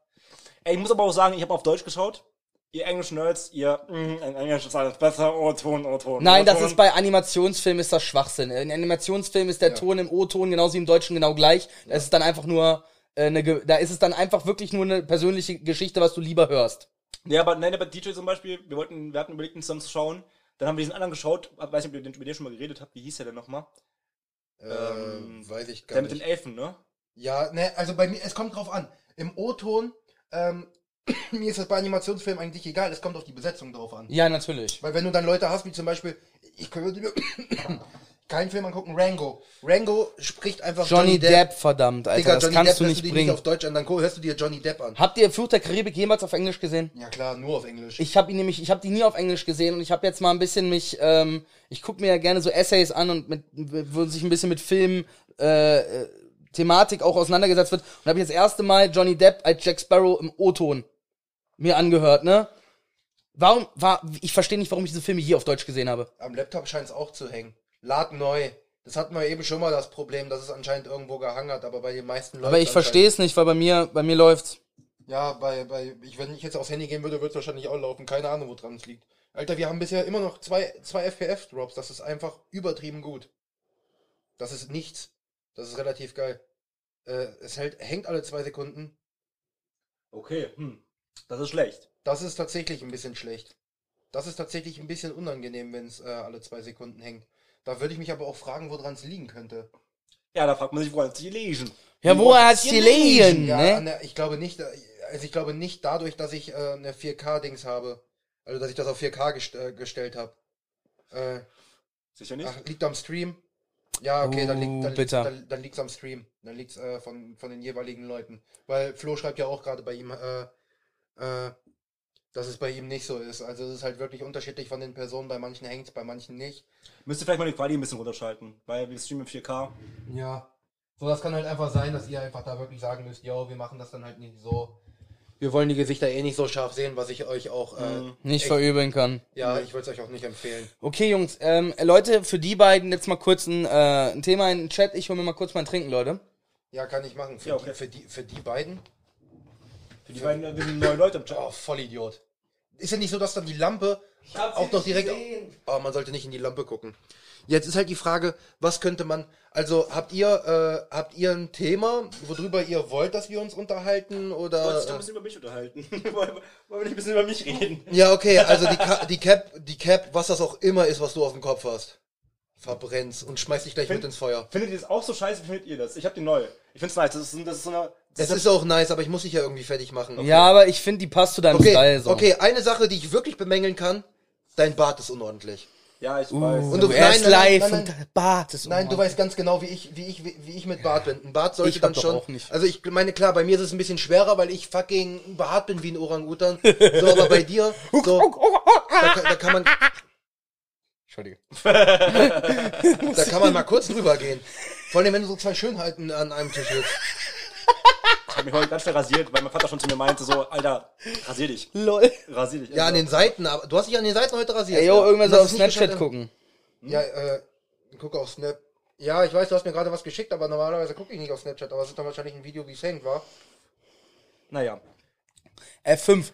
S4: Ey, ich muss aber auch sagen, ich habe auf Deutsch geschaut. Ihr englischen Nerds, ihr mm, in Englisch ist alles besser, Oh, O-Ton, O-Ton.
S3: Nein, das
S4: O-Ton.
S3: ist bei Animationsfilmen ist das Schwachsinn. In Animationsfilmen ist der Ton im O-Ton genauso wie im Deutschen genau gleich. Da ist es dann einfach nur äh, eine, Ge- da ist es dann einfach wirklich nur eine persönliche Geschichte, was du lieber hörst.
S4: Ja, aber nein, aber DJ zum Beispiel, wir wollten, wir hatten überlegt, ihn zusammen zu schauen. Dann haben wir diesen anderen geschaut, hab- weiß nicht, ob ihr den- über den schon mal geredet habt, wie hieß der denn nochmal?
S2: Ähm, weiß ich gar
S4: Der mit
S2: nicht.
S4: den Elfen, ne?
S2: Ja, ne, also bei mir, es kommt drauf an. Im O-Ton, ähm, *clears throat* mir ist das bei Animationsfilmen eigentlich egal, es kommt auf die Besetzung drauf an.
S3: Ja, natürlich.
S2: Weil wenn du dann Leute hast, wie zum Beispiel, ich würde mir *clears throat* keinen Film angucken, Rango. Rango spricht einfach
S3: Johnny Depp, verdammt, Alter,
S2: Digga,
S3: das
S2: Johnny
S3: kannst
S2: Depp
S3: du
S2: hörst
S3: nicht
S2: dir
S3: bringen.
S2: auf Deutsch an, dann gu- hörst du dir Johnny Depp an.
S3: Habt ihr Fluch der Karibik jemals auf Englisch gesehen?
S2: Ja klar, nur auf Englisch.
S3: Ich habe ihn nämlich, ich habe die nie auf Englisch gesehen und ich habe jetzt mal ein bisschen mich, ähm, ich gucke mir ja gerne so Essays an und mit, wo sich ein bisschen mit Filmen, äh, äh, Thematik auch auseinandergesetzt wird und habe jetzt das erste Mal Johnny Depp als Jack Sparrow im O-Ton mir angehört, ne? Warum war ich verstehe nicht, warum ich diese Filme hier auf Deutsch gesehen habe.
S2: Am Laptop scheint es auch zu hängen. Lad neu. Das hatten wir eben schon mal das Problem, dass es anscheinend irgendwo gehangert, aber bei den meisten Leuten.
S3: Aber ich verstehe es nicht, weil bei mir bei mir läuft's.
S2: Ja, bei, bei ich, wenn ich jetzt aufs Handy gehen würde, würde es wahrscheinlich auch laufen. Keine Ahnung, wo dran es liegt. Alter, wir haben bisher immer noch zwei, zwei FPF-Drops. Das ist einfach übertrieben gut. Das ist nichts. Das ist relativ geil. Äh, es hält, hängt alle zwei Sekunden.
S4: Okay, hm. Das ist schlecht.
S2: Das ist tatsächlich ein bisschen schlecht. Das ist tatsächlich ein bisschen unangenehm, wenn es äh, alle zwei Sekunden hängt. Da würde ich mich aber auch fragen, woran es liegen könnte.
S4: Ja, da fragt man sich, woran es die Lesen.
S3: Ja, wo er hat's gelegen,
S2: Ja, an
S3: ne?
S2: der, ich glaube nicht, äh, also ich glaube nicht dadurch, dass ich äh, eine 4K-Dings habe. Also dass ich das auf 4K gest äh, gestellt habe. Äh,
S4: Sicher nicht?
S2: ach, liegt am Stream? Ja, okay, dann
S3: Uh,
S2: liegt dann, liegt's-
S3: bitter.
S2: dann, dann liegt's am Stream. Dann liegt's äh, von, von den jeweiligen Leuten. Weil Flo schreibt ja auch gerade bei ihm, äh, äh, dass es bei ihm nicht so ist. Also es ist halt wirklich unterschiedlich von den Personen. Bei manchen hängt's, bei manchen nicht.
S4: Müsste vielleicht mal die Quali ein bisschen runterschalten, weil wir streamen in 4K.
S2: Ja. So, das kann halt einfach sein, dass ihr einfach da wirklich sagen müsst, ja, wir machen das dann halt nicht so. Wir wollen die Gesichter eh nicht so scharf sehen, was ich euch auch, äh,
S4: Mhm.
S3: Nicht
S2: echt-
S3: verübeln kann.
S2: ja, ich würde es euch auch nicht empfehlen.
S3: Okay, Jungs, ähm, Leute, für die beiden jetzt mal kurz ein, äh, ein Thema in den Chat. Ich hole mir mal kurz mein Trinken, Leute.
S2: Ja, kann ich machen. Für,
S4: Ja, okay.
S2: die, für, die, für die beiden?
S4: Für die beiden, äh, wir sind neue Leute im Chat.
S2: Oh, Vollidiot. Ist ja nicht so, dass dann die Lampe auch noch direkt... Oh, man sollte nicht in die Lampe gucken. Jetzt ist halt die Frage, was könnte man... Also, habt ihr, äh, habt ihr ein Thema, worüber ihr wollt, dass wir uns unterhalten? Oder...
S4: Wolltest du
S2: äh,
S4: ein bisschen über mich unterhalten? *laughs* Wollen wir- wollen wir nicht ein bisschen über mich reden?
S2: Ja, okay, also die, Ka die Cap, die Cap, was das auch immer ist, was du auf dem Kopf hast, verbrennst und schmeißt dich gleich mit ins Feuer.
S4: Findet ihr das auch so scheiße? Wie findet ihr das? Ich hab die neu. Ich find's nice. Das ist, das ist so eine.
S2: Es
S4: Das
S2: ist auch nice, aber ich muss dich ja irgendwie fertig machen.
S3: Ja, aber ich finde, die passt zu deinem
S2: Okay,
S3: Style so.
S2: okay, eine Sache, die ich wirklich bemängeln kann, dein Bart ist unordentlich.
S4: ja, ich weiß.
S2: Und
S3: Und
S2: du-
S3: du erst
S2: nein, nein,
S3: live
S2: nein,
S3: und Bart ist oh
S2: Nein, du
S3: unordentlich.
S2: weißt ganz genau, wie ich, wie ich, wie ich mit Bart bin. Ein Bart sollte
S3: Ich hab
S2: dann
S3: doch
S2: schon.
S3: auch nicht.
S2: Also ich meine, klar, bei mir ist es ein bisschen schwerer, weil ich fucking behaart bin wie ein Orang-Utan. So, aber bei dir, so, da, kann- da kann man,
S3: Entschuldige.
S2: da kann man mal kurz drüber gehen. Vor allem, wenn du so zwei Schönheiten an einem Tisch sitzt.
S4: Ich hab mich heute ganz schnell rasiert, weil mein Vater schon zu mir meinte, so, Alter, rasier dich.
S3: Lol.
S4: Rasier dich.
S2: Ja, an
S4: Also,
S2: den Seiten, aber du hast dich an den Seiten heute rasiert.
S3: Ey, yo,
S2: ja.
S3: irgendwann
S2: Und
S3: so
S2: das
S3: auf
S2: ist nicht
S3: Snapchat
S2: geschafft,
S3: gucken.
S2: ähm, Ja, äh, guck auf Snap. Ja, ich weiß, du hast mir gerade was geschickt, aber normalerweise gucke ich nicht auf Snapchat, aber es ist dann wahrscheinlich ein Video, wie es hängt, war.
S4: Naja.
S3: F5.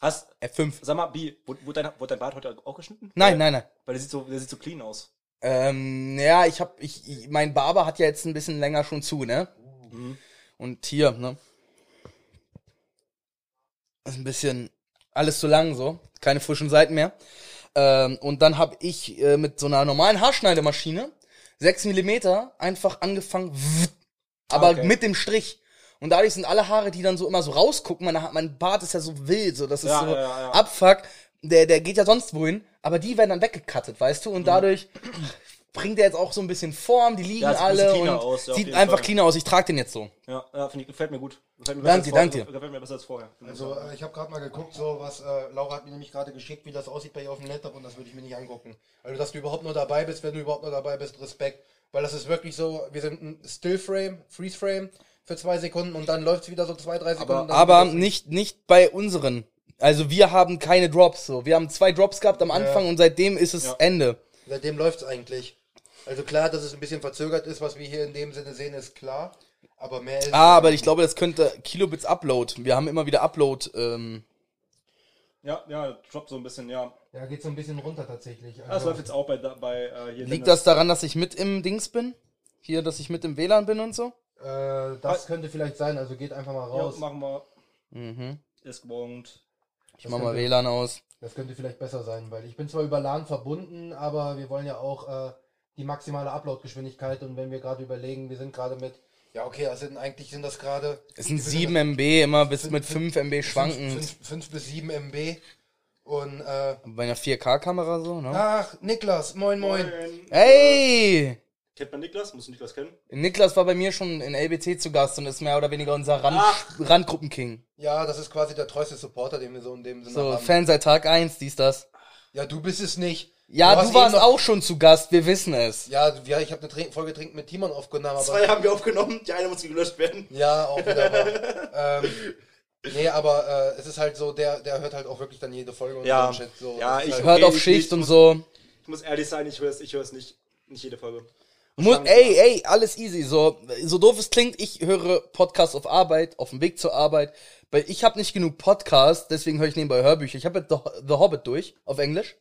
S4: Hast,
S3: F5.
S4: sag mal, Bi, wurde wurde dein, wurde dein Bart heute auch geschnitten?
S3: Nein, nein, nein.
S4: Weil der sieht so, der sieht so clean aus.
S3: Ähm, ja, ich hab, ich, ich, mein Barber hat ja jetzt ein bisschen länger schon zu, ne?
S4: Mhm.
S3: Und hier, ne? Ist ein bisschen alles zu lang so, keine frischen Seiten mehr. Ähm, und dann hab ich äh, mit so einer normalen Haarschneidemaschine 6 Millimeter einfach angefangen, aber
S4: Okay.
S3: mit dem Strich. Und dadurch sind alle Haare, die dann so immer so rausgucken, meine, Ha- mein Bart ist ja so wild, so das ist
S4: Ja,
S3: so
S4: ja, ja, ja.
S3: Abfuck, der, der geht ja sonst wohin, aber die werden dann weggekattet, weißt du?
S4: Mhm.
S3: Und dadurch bringt der jetzt auch so ein bisschen Form, die liegen
S4: Ja, sieht ein bisschen
S3: alle und
S4: cleaner aus, ja, auf
S3: sieht
S4: jeden
S3: einfach
S4: Fall.
S3: cleaner aus. Ich trage den jetzt so.
S4: Ja, ja finde ich, gefällt mir gut. Gefällt
S3: Danke,
S4: mir besser als
S3: danke.
S4: vorher. Gefällt mir besser als vorher.
S2: Also, äh, ich habe gerade mal geguckt, so was, äh, Laura hat mir nämlich gerade geschickt, wie das aussieht bei ihr auf dem Laptop und das würde ich mir nicht angucken. Also, dass du überhaupt nur dabei bist, wenn du überhaupt nur dabei bist, Respekt. Weil das ist wirklich so, wir sind ein Stillframe, Freezeframe für zwei Sekunden und dann läuft's wieder so zwei, drei Sekunden. dann
S3: Aber
S2: wieder-
S3: nicht, nicht bei unseren. Also wir haben keine Drops so. Wir haben zwei Drops gehabt am Anfang und seitdem ist es
S4: Ja.
S3: Ende.
S2: Seitdem läuft's eigentlich. Also klar, dass es ein bisschen verzögert ist, was wir hier in dem Sinne sehen, ist klar. Aber mehr ist.
S3: Ah, aber ich glaube, das könnte Kilobits Upload. Wir haben immer wieder Upload. Ähm,
S4: ja, ja, droppt so ein bisschen, ja.
S2: Ja, geht so ein bisschen runter tatsächlich. Also,
S4: Das Ah, läuft jetzt auch bei, bei äh, hier.
S3: liegt
S4: Dennis.
S3: das daran, dass ich mit im Dings bin? Hier, dass ich mit im WLAN bin und so?
S2: äh, das könnte vielleicht sein, also geht einfach mal raus.
S4: Ja, machen wir. Ist gewohnt.
S3: Mhm. Ich mach mal WLAN aus.
S2: Das könnte vielleicht besser sein, weil ich bin zwar über LAN verbunden, aber wir wollen ja auch äh, die maximale Upload-Geschwindigkeit und wenn wir gerade überlegen, wir sind gerade mit. Ja, okay, das sind eigentlich sind das gerade.
S3: Es sind 7 MB, immer bis mit 5 MB
S2: 5,
S3: schwanken.
S2: bis 7 MB. Und äh,
S3: Bei einer 4K-Kamera so, ne?
S2: ach, Niklas, moin moin.
S3: Ey!
S4: Kennt man Niklas? Muss Niklas kennen?
S3: Niklas war bei mir schon in LBT zu Gast und ist mehr oder weniger unser Rand Randgruppenking.
S2: Ja, das ist quasi der treueste Supporter, den wir so in dem Sinne
S3: So,
S2: haben.
S3: Fan seit Tag 1, dies, das.
S2: Ja, du bist es nicht.
S3: Ja,
S2: hast
S3: du warst
S2: eben noch-
S3: auch schon zu Gast, wir wissen es.
S2: Ja, du- ja, ich habe eine Trink Folge Trinken mit Timon aufgenommen, aber
S4: Zwei haben wir aufgenommen, die eine muss gelöscht werden.
S2: ja, auch wieder wahr. ähm, Nee, aber äh, es ist halt so, der, der hört halt auch wirklich dann jede Folge und
S4: Ja.
S2: so ein Shit, so.
S4: Ja,
S2: Das ist
S4: ich-
S2: halt,
S3: Hört
S4: Okay,
S3: auf
S4: ich-
S3: Schicht
S4: ich
S3: und
S4: muss-
S3: so.
S4: Ich muss ehrlich sein, ich höre es ich hör's nicht, nicht jede Folge.
S3: Muss, ey, ey, alles easy. So, so doof es klingt, ich höre Podcasts auf Arbeit, auf dem Weg zur Arbeit. Weil ich habe nicht genug Podcasts, deswegen höre ich nebenbei Hörbücher. Ich habe jetzt The The Hobbit durch, auf Englisch.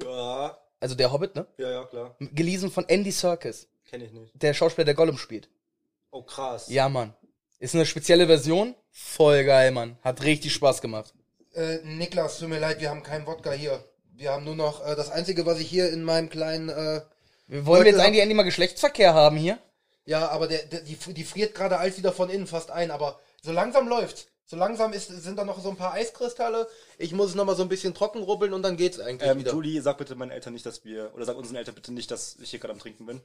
S4: Ja,
S3: Also der Hobbit, ne?
S4: ja, ja, klar.
S3: Gelesen von Andy Serkis,
S4: Kenne ich nicht.
S3: der Schauspieler, der Gollum spielt.
S4: Oh, krass.
S3: Ja, Mann. Ist eine spezielle Version. Voll geil, Mann. Hat richtig Spaß gemacht.
S2: Äh, Niklas, tut mir leid, wir haben keinen Wodka hier. Wir haben nur noch äh, das Einzige, was ich hier in meinem kleinen. Äh,
S3: Wir wollen
S2: Leute,
S3: jetzt eigentlich endlich mal Geschlechtsverkehr haben hier.
S2: ja, aber der, der, die, die friert gerade alles wieder von innen fast ein, aber so langsam läuft's. So langsam ist, sind da noch so ein paar Eiskristalle. Ich muss es nochmal so ein bisschen trocken rubbeln und dann geht's eigentlich
S4: Ähm,
S2: wieder.
S4: Julie, sag bitte meinen Eltern nicht, dass wir, oder sag unseren Eltern bitte nicht, dass ich hier gerade am Trinken bin.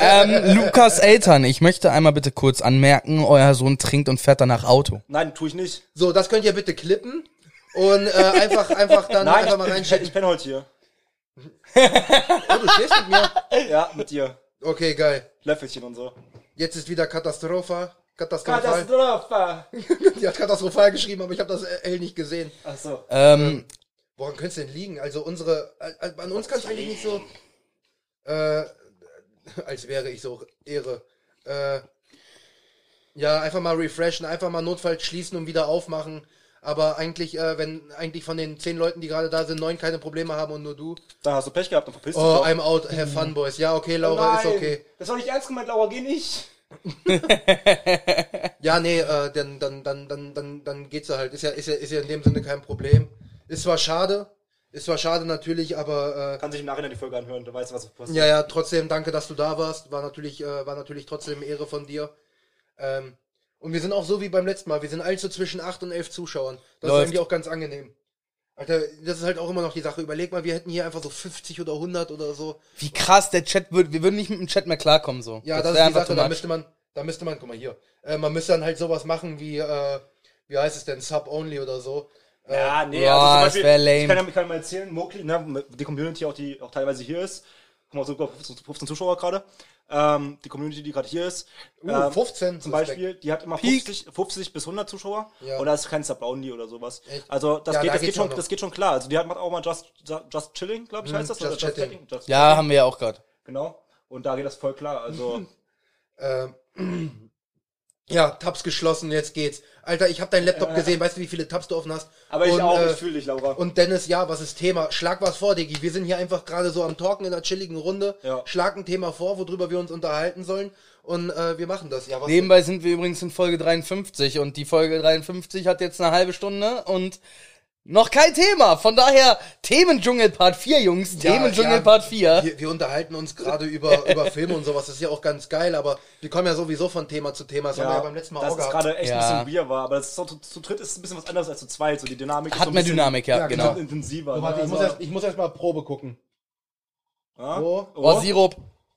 S3: Ähm, Lukas Eltern, ich möchte einmal bitte kurz anmerken, euer Sohn trinkt und fährt danach Auto.
S4: Nein, tue ich nicht.
S2: So, das könnt ihr bitte klippen und äh, einfach, einfach dann
S4: *laughs* Nein,
S2: einfach mal
S4: ich, ich,
S2: reinschicken.
S4: ich penne heute hier.
S2: Oh, du stehst mit mir.
S4: Ja, mit dir.
S2: Okay, geil.
S4: Löffelchen und so.
S2: Jetzt ist wieder Katastrophe. Katastrophal. *laughs*
S4: Katastrophe!
S2: Die hat katastrophal geschrieben, aber ich habe das äh, L nicht gesehen.
S4: Ach so.
S3: Ähm,
S2: Woran könnte es denn liegen? Also unsere, äh, an uns kann es eigentlich nicht so, äh, *laughs* als wäre ich so Ehre. Äh, ja, einfach mal refreshen, einfach mal notfalls schließen und wieder aufmachen. Aber eigentlich, äh, wenn eigentlich von den zehn Leuten, die gerade da sind, neun keine Probleme haben und nur du.
S4: Da hast du Pech gehabt, dann verpisst
S2: Oh,
S4: dich.
S2: I'm out, have fun, boys. Ja, okay,
S4: doch.
S2: Laura,
S4: Nein,
S2: ist okay.
S4: Das war nicht ernst gemeint, Laura, geh nicht.
S2: Ja, nee, äh, dann, dann, dann, dann, dann, dann geht's ja halt. Ist ja, ist ja, ist ja in dem Sinne kein Problem. Ist zwar schade, ist zwar schade natürlich, aber
S4: Kann sich im Nachhinein die Folge anhören, da weißt du, was
S2: äh,
S4: passiert.
S2: ja, ja, trotzdem danke, dass du da warst. War natürlich, äh, war natürlich trotzdem Ehre von dir. Ähm, und wir sind auch so wie beim letzten Mal. Wir sind also zwischen 8 und 11 Zuschauern. Das
S3: Läuft.
S2: ist eigentlich auch ganz angenehm. Alter, das ist halt auch immer noch die Sache. Überleg mal, wir hätten hier einfach so 50 oder 100 oder so.
S3: wie krass, der Chat wird, wir würden nicht mit dem Chat mehr klarkommen so.
S2: Ja, das,
S3: wär
S2: ist die Sache,
S3: too
S2: da
S3: much.
S2: müsste man, da müsste man, guck mal hier, äh, man müsste dann halt sowas machen wie, äh, wie heißt es denn, Sub-Only oder so.
S4: Ja, nee,
S3: Boah,
S4: also zum
S3: das
S4: Beispiel,
S3: wär lame.
S4: ich kann ja ich kann ja mal erzählen, Mokli, ne, die Community auch, die auch teilweise hier ist, guck mal, sogar 15, 15 Zuschauer gerade, ähm, die Community, die gerade hier ist,
S2: Uh,
S4: ähm,
S2: 15 Respekt.
S4: zum Beispiel, die hat immer
S3: Peak.
S4: 50, 50 bis 100 Zuschauer
S2: Ja.
S4: und da ist kein Subroundy oder sowas.
S2: Echt?
S4: Also das,
S2: Ja,
S4: geht,
S2: da
S4: das, geht
S2: geht's auch
S4: schon,
S2: noch. Mhm,
S4: das geht schon klar. Also die hat macht auch mal Just, just Chilling, glaube ich, heißt das.
S2: Just
S4: oder
S2: Chatting.
S4: Just
S3: Ja, haben wir ja auch gerade.
S4: Genau. Und da geht das voll klar. Also
S2: *laughs* Ähm, *clears throat* ja, Tabs geschlossen, jetzt geht's. Alter, ich hab deinen Laptop gesehen, weißt du, wie viele Tabs du offen hast?
S4: Äh, Aber ich
S2: und,
S4: auch,
S2: äh,
S4: ich fühle dich, Laura.
S2: Und Dennis, ja, was ist Thema? Schlag was vor, Diggi. Wir sind hier einfach gerade so am Talken in einer chilligen Runde.
S4: Ja.
S2: Schlag ein Thema vor, worüber wir uns unterhalten sollen. Und äh, wir machen das. Ja, was
S3: Nebenbei sind wir übrigens in Folge 53 und die Folge 53 hat jetzt eine halbe Stunde und noch kein Thema. Von daher Themendschungel Part 4, Jungs.
S2: Ja,
S3: Themendschungel
S2: ja.
S3: Part 4.
S2: Wir, wir unterhalten uns gerade *laughs* über, über Filme und sowas. Das ist ja auch ganz geil, aber wir kommen ja sowieso von Thema zu Thema. Das haben wir ja beim letzten Mal
S4: das
S2: auch
S4: ist
S2: gehabt.
S4: gerade echt
S3: Ja.
S4: ein bisschen weird war, aber das ist so, zu, zu dritt ist ein bisschen was anderes als zu zweit. So die Dynamik ist so
S3: Hat
S4: ein
S3: mehr
S4: bisschen
S3: Dynamik, ja,
S2: Ja,
S3: genau.
S2: klar.
S4: intensiver.
S2: So,
S4: ne?
S2: warte, ich, muss
S4: Also-
S2: erst, ich muss erst mal Probe gucken.
S4: Ja?
S2: So.
S3: Oh, Sirup.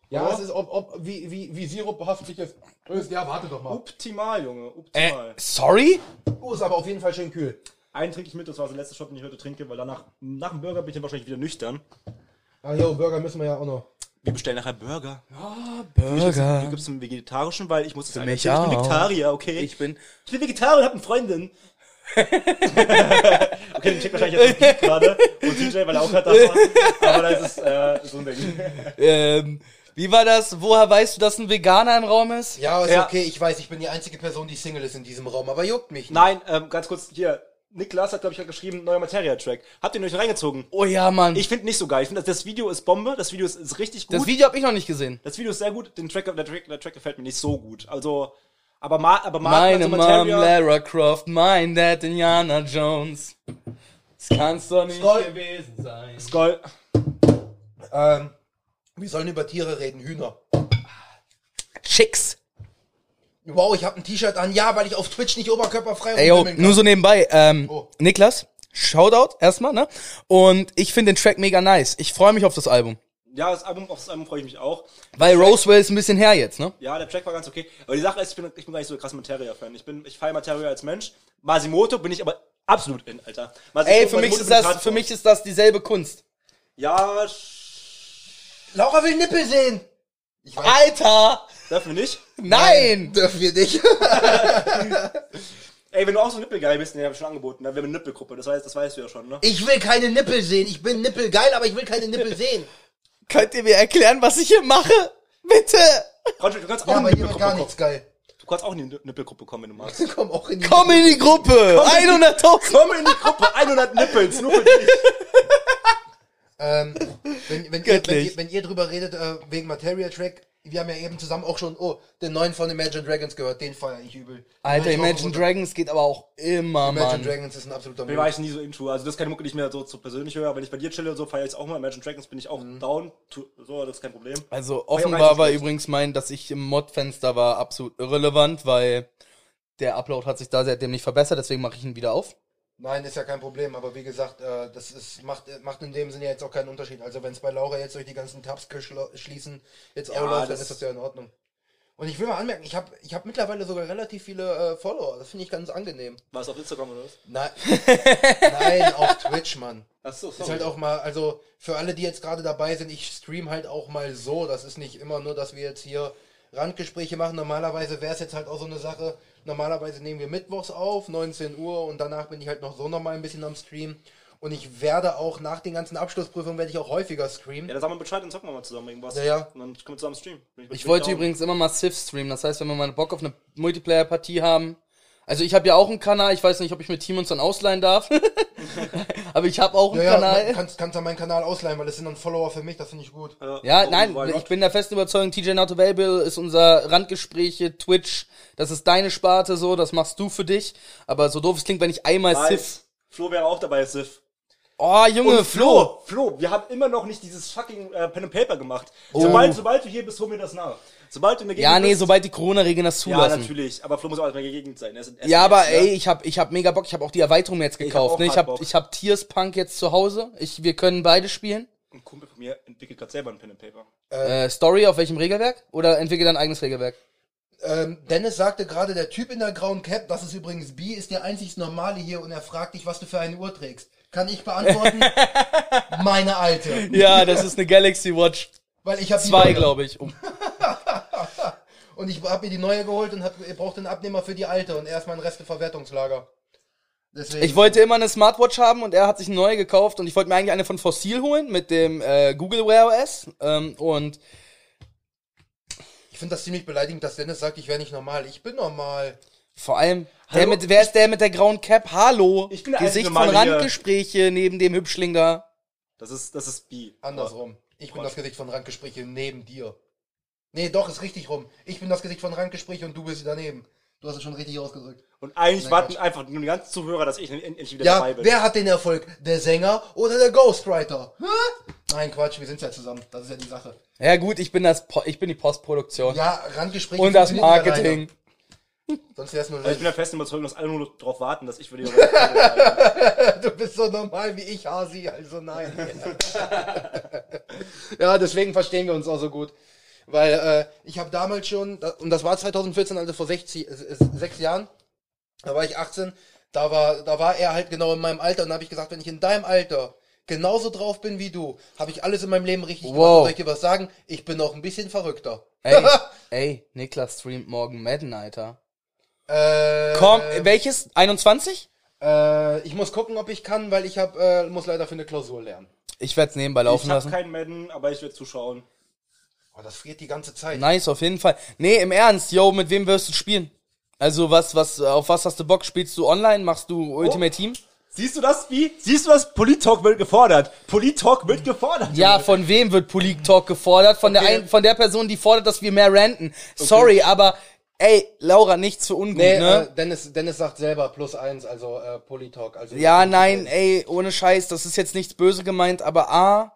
S2: Ja,
S4: Ja.
S2: es ist ob, ob wie, wie, wie siruphaft sich es. ist. Ja, warte doch mal.
S4: Optimal, Junge,
S3: Äh,
S4: optimal.
S3: sorry?
S2: Oh, ist aber auf jeden Fall schön kühl.
S4: Einen trinke ich mit, das war der letzte Shot, den ich heute trinke, weil danach, nach dem Burger bin ich dann wahrscheinlich wieder nüchtern.
S2: Ah, jo, Burger müssen wir ja auch noch.
S4: Wir bestellen nachher Burger. Hier
S3: Burger.
S4: gibt es einen vegetarischen, weil ich muss das Für
S3: mich
S4: Ich bin
S3: auch.
S4: Vegetarier, okay?
S3: Ich bin.
S4: ich bin Vegetarier und hab eine *laughs* Freundin. okay, den checkt wahrscheinlich jetzt den Beat gerade. Und DJ, weil er auch gerade da war. Aber das ist äh, so ein Ding.
S3: Ähm, wie war das? Woher weißt du, dass ein Veganer im Raum ist?
S2: Ja, ist
S4: Ja.
S2: okay. Ich weiß, ich bin die einzige Person, die Single ist in diesem Raum, aber juckt mich. nicht.
S4: Nein, ähm, ganz kurz hier. Niklas hat, glaube ich, gerade geschrieben, neuer Materia-Track. Habt ihr ihn euch reingezogen?
S3: Oh ja, Mann.
S4: Ich finde nicht so geil. Ich finde, das- das Video ist Bombe. Das Video ist, ist richtig gut.
S3: das Video habe ich noch nicht gesehen.
S4: Das Video ist sehr gut, den Track, der, Track, der Track gefällt mir nicht so gut. Also, aber, Ma, aber Martin,
S3: Meine
S4: also
S3: Mom,
S4: Materia,
S3: Lara Croft, mein Dad, Indiana Jones. Das kann's doch nicht
S2: Scroll.
S3: gewesen sein.
S4: Skoll,
S2: Ähm, wir sollen über Tiere reden, Hühner.
S3: Chicks.
S2: Wow, ich habe ein T-Shirt an. Ja, weil ich auf Twitch nicht oberkörperfrei
S3: Ey, yo,
S2: rumwimmeln kann.
S3: nur so nebenbei. Ähm,
S2: Oh.
S3: Niklas, Shoutout erstmal, ne? Und ich finde den Track mega nice. Ich freue mich auf das Album.
S4: ja, das Album, auf das Album freue ich mich auch.
S3: Weil Roswell ist ein bisschen her jetzt, ne?
S4: Ja, der Track war ganz okay. Aber die Sache ist, ich bin, ich bin gar nicht so krass Materia-Fan. Ich bin, ich feiere Materia als Mensch. Masimoto bin ich aber absolut in, Alter. Masimoto,
S3: Ey, für mich,
S4: Masimoto
S3: ist
S4: bin ich
S3: das,
S4: hart
S3: für
S4: drauf.
S3: mich ist das dieselbe Kunst.
S4: Ja, sch-
S2: Laura will Nippel sehen. Ich weiß,
S3: Alter!
S4: dürfen wir nicht.
S3: Nein!
S2: dürfen wir nicht.
S4: Ey, wenn du auch so nippelgeil bist, den hab ich schon angeboten. Ne? Wir haben eine Nippelgruppe, das, weißt, das weißt du ja schon, ne?
S2: Ich will keine Nippel sehen. Ich bin nippelgeil, aber ich will keine Nippel sehen.
S3: *laughs* Könnt ihr mir erklären, was ich hier mache? Bitte!
S4: Roger, du kannst auch
S2: Ja,
S4: in
S2: aber
S4: die
S2: hier wird
S4: Nippelgruppe
S2: gar
S4: kommen.
S2: nichts geil.
S4: Du kannst auch in die Nippelgruppe kommen, wenn du magst. *laughs*
S2: Komm *laughs* auch in die
S3: Komm in die Gruppe! 100.000!
S4: Komm in die Gruppe, 100 Nippels, nur für dich.
S2: Ähm, wenn, wenn, ihr, wenn,
S3: Göttlich.
S2: ihr, wenn ihr drüber redet, äh, wegen Material Track, wir haben ja eben zusammen auch schon, oh, den neuen von Imagine Dragons gehört, den feiere ich übel. Den
S3: Alter,
S2: hör ich auch
S3: Imagine
S2: runter.
S3: Dragons geht aber auch immer,
S2: Imagine
S3: Mann.
S2: Dragons ist ein absoluter
S4: Mir war ich nie so into. Also das ist keine Mucke, die ich mir so, so persönlich höre. Wenn ich bei dir chille, so feiere ich es auch mal. Imagine Dragons bin ich auch down. Tu- So, das ist kein Problem.
S3: Also
S4: ich auch
S3: offenbar
S4: gar
S3: war
S4: nicht
S3: übrigens mein, dass ich im Mod-Fenster war, absolut irrelevant, weil der Upload hat sich da seitdem nicht verbessert, deswegen mache ich ihn wieder auf.
S2: Nein, ist ja kein Problem, aber wie gesagt, äh, das ist, macht, macht in dem Sinne jetzt auch keinen Unterschied. Also wenn es bei Laura jetzt durch die ganzen Tabs geschlo- schließen jetzt auch
S4: Ja,
S2: läuft, dann
S4: das-
S2: ist das ja in Ordnung. Und ich will mal anmerken, ich habe ich hab mittlerweile sogar relativ viele äh, Follower. Das finde ich ganz angenehm.
S4: War es auf Instagram oder was?
S2: Nein, *laughs* nein, auf
S4: *laughs*
S2: Twitch, Mann.
S4: Achso,
S2: Ist halt auch mal, also für alle, die jetzt gerade dabei sind, ich stream halt auch mal so. Das ist nicht immer nur, dass wir jetzt hier Randgespräche machen. Normalerweise wäre es jetzt halt auch so eine Sache. Normalerweise nehmen wir mittwochs auf, 19 Uhr und danach bin ich halt noch so nochmal ein bisschen am Stream. Und ich werde auch nach den ganzen Abschlussprüfungen werde ich auch häufiger streamen.
S4: Ja, dann sagen wir Bescheid, dann zocken wir mal zusammen irgendwas.
S2: Ja, ja.
S4: Und dann können wir zusammen streamen. Bin bin
S3: Ich wollte
S4: down.
S3: übrigens immer massiv streamen, das heißt, wenn wir mal Bock auf eine Multiplayer-Partie haben. Also ich habe ja auch einen Kanal, ich weiß nicht, ob ich mit Team uns dann ausleihen darf. *laughs* Aber ich habe auch einen
S2: Ja, ja,
S3: Kanal.
S2: man- kannst, kannst an meinen Kanal ausleihen, weil das sind dann Follower für mich, das finde ich gut.
S3: Ja,
S4: oh,
S3: nein,
S4: why
S3: ich
S4: not?
S3: bin der festen Überzeugung, TJ Not Available ist unser Randgespräche, Twitch, das ist deine Sparte so, das machst du für dich. Aber so doof es klingt, wenn ich einmal Sif.
S4: Nice. Flo wäre auch dabei, Sif.
S3: Oh, Junge, Flo!
S4: Flo, wir haben immer noch nicht dieses fucking äh, Pen and Paper gemacht. Sobald, sobald du hier bist, hol mir das nach. Sobald du in der Gegend
S3: Oh. Ja, nee,
S4: bist,
S3: sobald die Corona-Regeln das
S4: Ja,
S3: zulassen. Ja,
S4: natürlich. Aber Flo muss auch erstmal in der Gegend sein. Er ist in Essen
S3: aber
S4: jetzt, ne?
S3: ey, ich hab, ich hab mega Bock, ich hab auch die Erweiterung mir jetzt gekauft.
S4: auch
S3: ne? ich
S4: hart
S3: hab,
S4: Bock.
S3: ich hab Tears Punk jetzt zu Hause. Ich, wir können beide spielen.
S4: Ein Kumpel von mir entwickelt gerade selber ein Pen and Paper.
S3: Äh, Story auf welchem Regelwerk? Oder entwickel dein eigenes Regelwerk?
S2: Ähm, Dennis sagte gerade, der Typ in der grauen Cap, das ist übrigens B, ist der einzig Normale hier und er fragt dich, was du für eine Uhr trägst. Kann ich beantworten? Meine alte.
S3: Ja, das ist eine Galaxy *laughs* Watch
S2: Weil ich habe
S3: 2, glaube ich. Um-
S2: Und ich habe mir die neue geholt und hab, ich brauchte einen Abnehmer für die alte und erstmal ein Resteverwertungslager. Deswegen.
S3: Ich wollte immer eine Smartwatch haben und er hat sich eine neue gekauft und ich wollte mir eigentlich eine von Fossil holen mit dem äh, Google Wear OS. Ähm, und
S2: ich finde das ziemlich beleidigend, dass Dennis sagt, ich wäre nicht normal. Ich bin normal.
S3: vor allem, der
S4: Hallo?
S3: mit, wer ist der mit der grauen Cap? Hallo!
S4: Ich bin der
S3: Gesicht
S4: einzige
S3: von
S4: Mann hier.
S3: Randgespräche neben dem Hübschling da.
S4: Das ist, das ist B.
S2: Andersrum. Ich bin das Gesicht von Randgespräche neben dir. Nee, doch, ist richtig rum. Ich bin das Gesicht von Randgespräche und du bist daneben. Du hast es schon richtig ausgedrückt.
S4: Und eigentlich
S2: Nein,
S4: warten
S2: Quatsch.
S4: einfach nur die ganzen Zuhörer, dass ich endlich wieder
S2: Ja,
S4: dabei bin. Also
S2: wer hat den Erfolg? Der Sänger oder der Ghostwriter? Hä? Nein, Quatsch, wir sind ja zusammen. Das ist ja die Sache.
S3: Ja gut, ich bin das Po- ich bin die Postproduktion
S2: Ja, Randgespräche.
S3: und das
S2: funktionieren nicht alleine.
S3: Marketing.
S2: Sonst wär's nur
S4: Also ich bin
S2: Live.
S4: der festen Überzeugung, dass alle nur darauf warten, dass ich wieder
S3: *laughs*
S2: Du bist so normal wie ich, Hasi, also nein. *laughs* ja, deswegen verstehen wir uns auch so gut. Weil äh, ich habe damals schon, da- und das war 2014, also vor 60, äh, äh, sechs Jahren, da war ich 18, da war, da war er halt genau in meinem Alter und da habe ich gesagt, wenn ich in deinem Alter genauso drauf bin wie du, habe ich alles in meinem Leben richtig gemacht.
S3: Wow.
S2: Und soll ich dir was sagen? Ich bin noch ein bisschen verrückter.
S4: *laughs*
S3: Ey, ey, Niklas streamt morgen Madden, Alter.
S2: *laughs* Äh,
S3: Komm,
S4: Ähm.
S3: welches 21?
S2: Äh, ich muss gucken, ob ich kann, weil ich hab, äh, muss leider für eine Klausur lernen.
S3: Ich werde es nebenbei
S4: Ich
S3: laufen
S4: habe
S3: lassen.
S4: keinen Madden, aber ich werde zuschauen.
S2: Oh, das friert die ganze Zeit.
S3: Nice auf jeden Fall. Nee, im Ernst, yo, mit wem wirst du spielen? Also, was was auf was hast du Bock? Spielst du online? Machst du Ultimate Team?
S4: Siehst du das, wie? Siehst du das? Polit-Talk wird gefordert. Polit-Talk wird gefordert.
S3: Ja, von wem wird Polit Talk gefordert? Von der
S2: Okay.
S3: ein, von der Person, die fordert, dass wir mehr ranten. Sorry, aber ey, Laura, nichts für ungut,
S2: Nee,
S3: ne?
S2: äh, Dennis, Dennis sagt selber plus eins, also äh, Polytalk. Also
S3: Ja, nein, ey, ohne Scheiß, das ist jetzt nichts böse gemeint, aber A,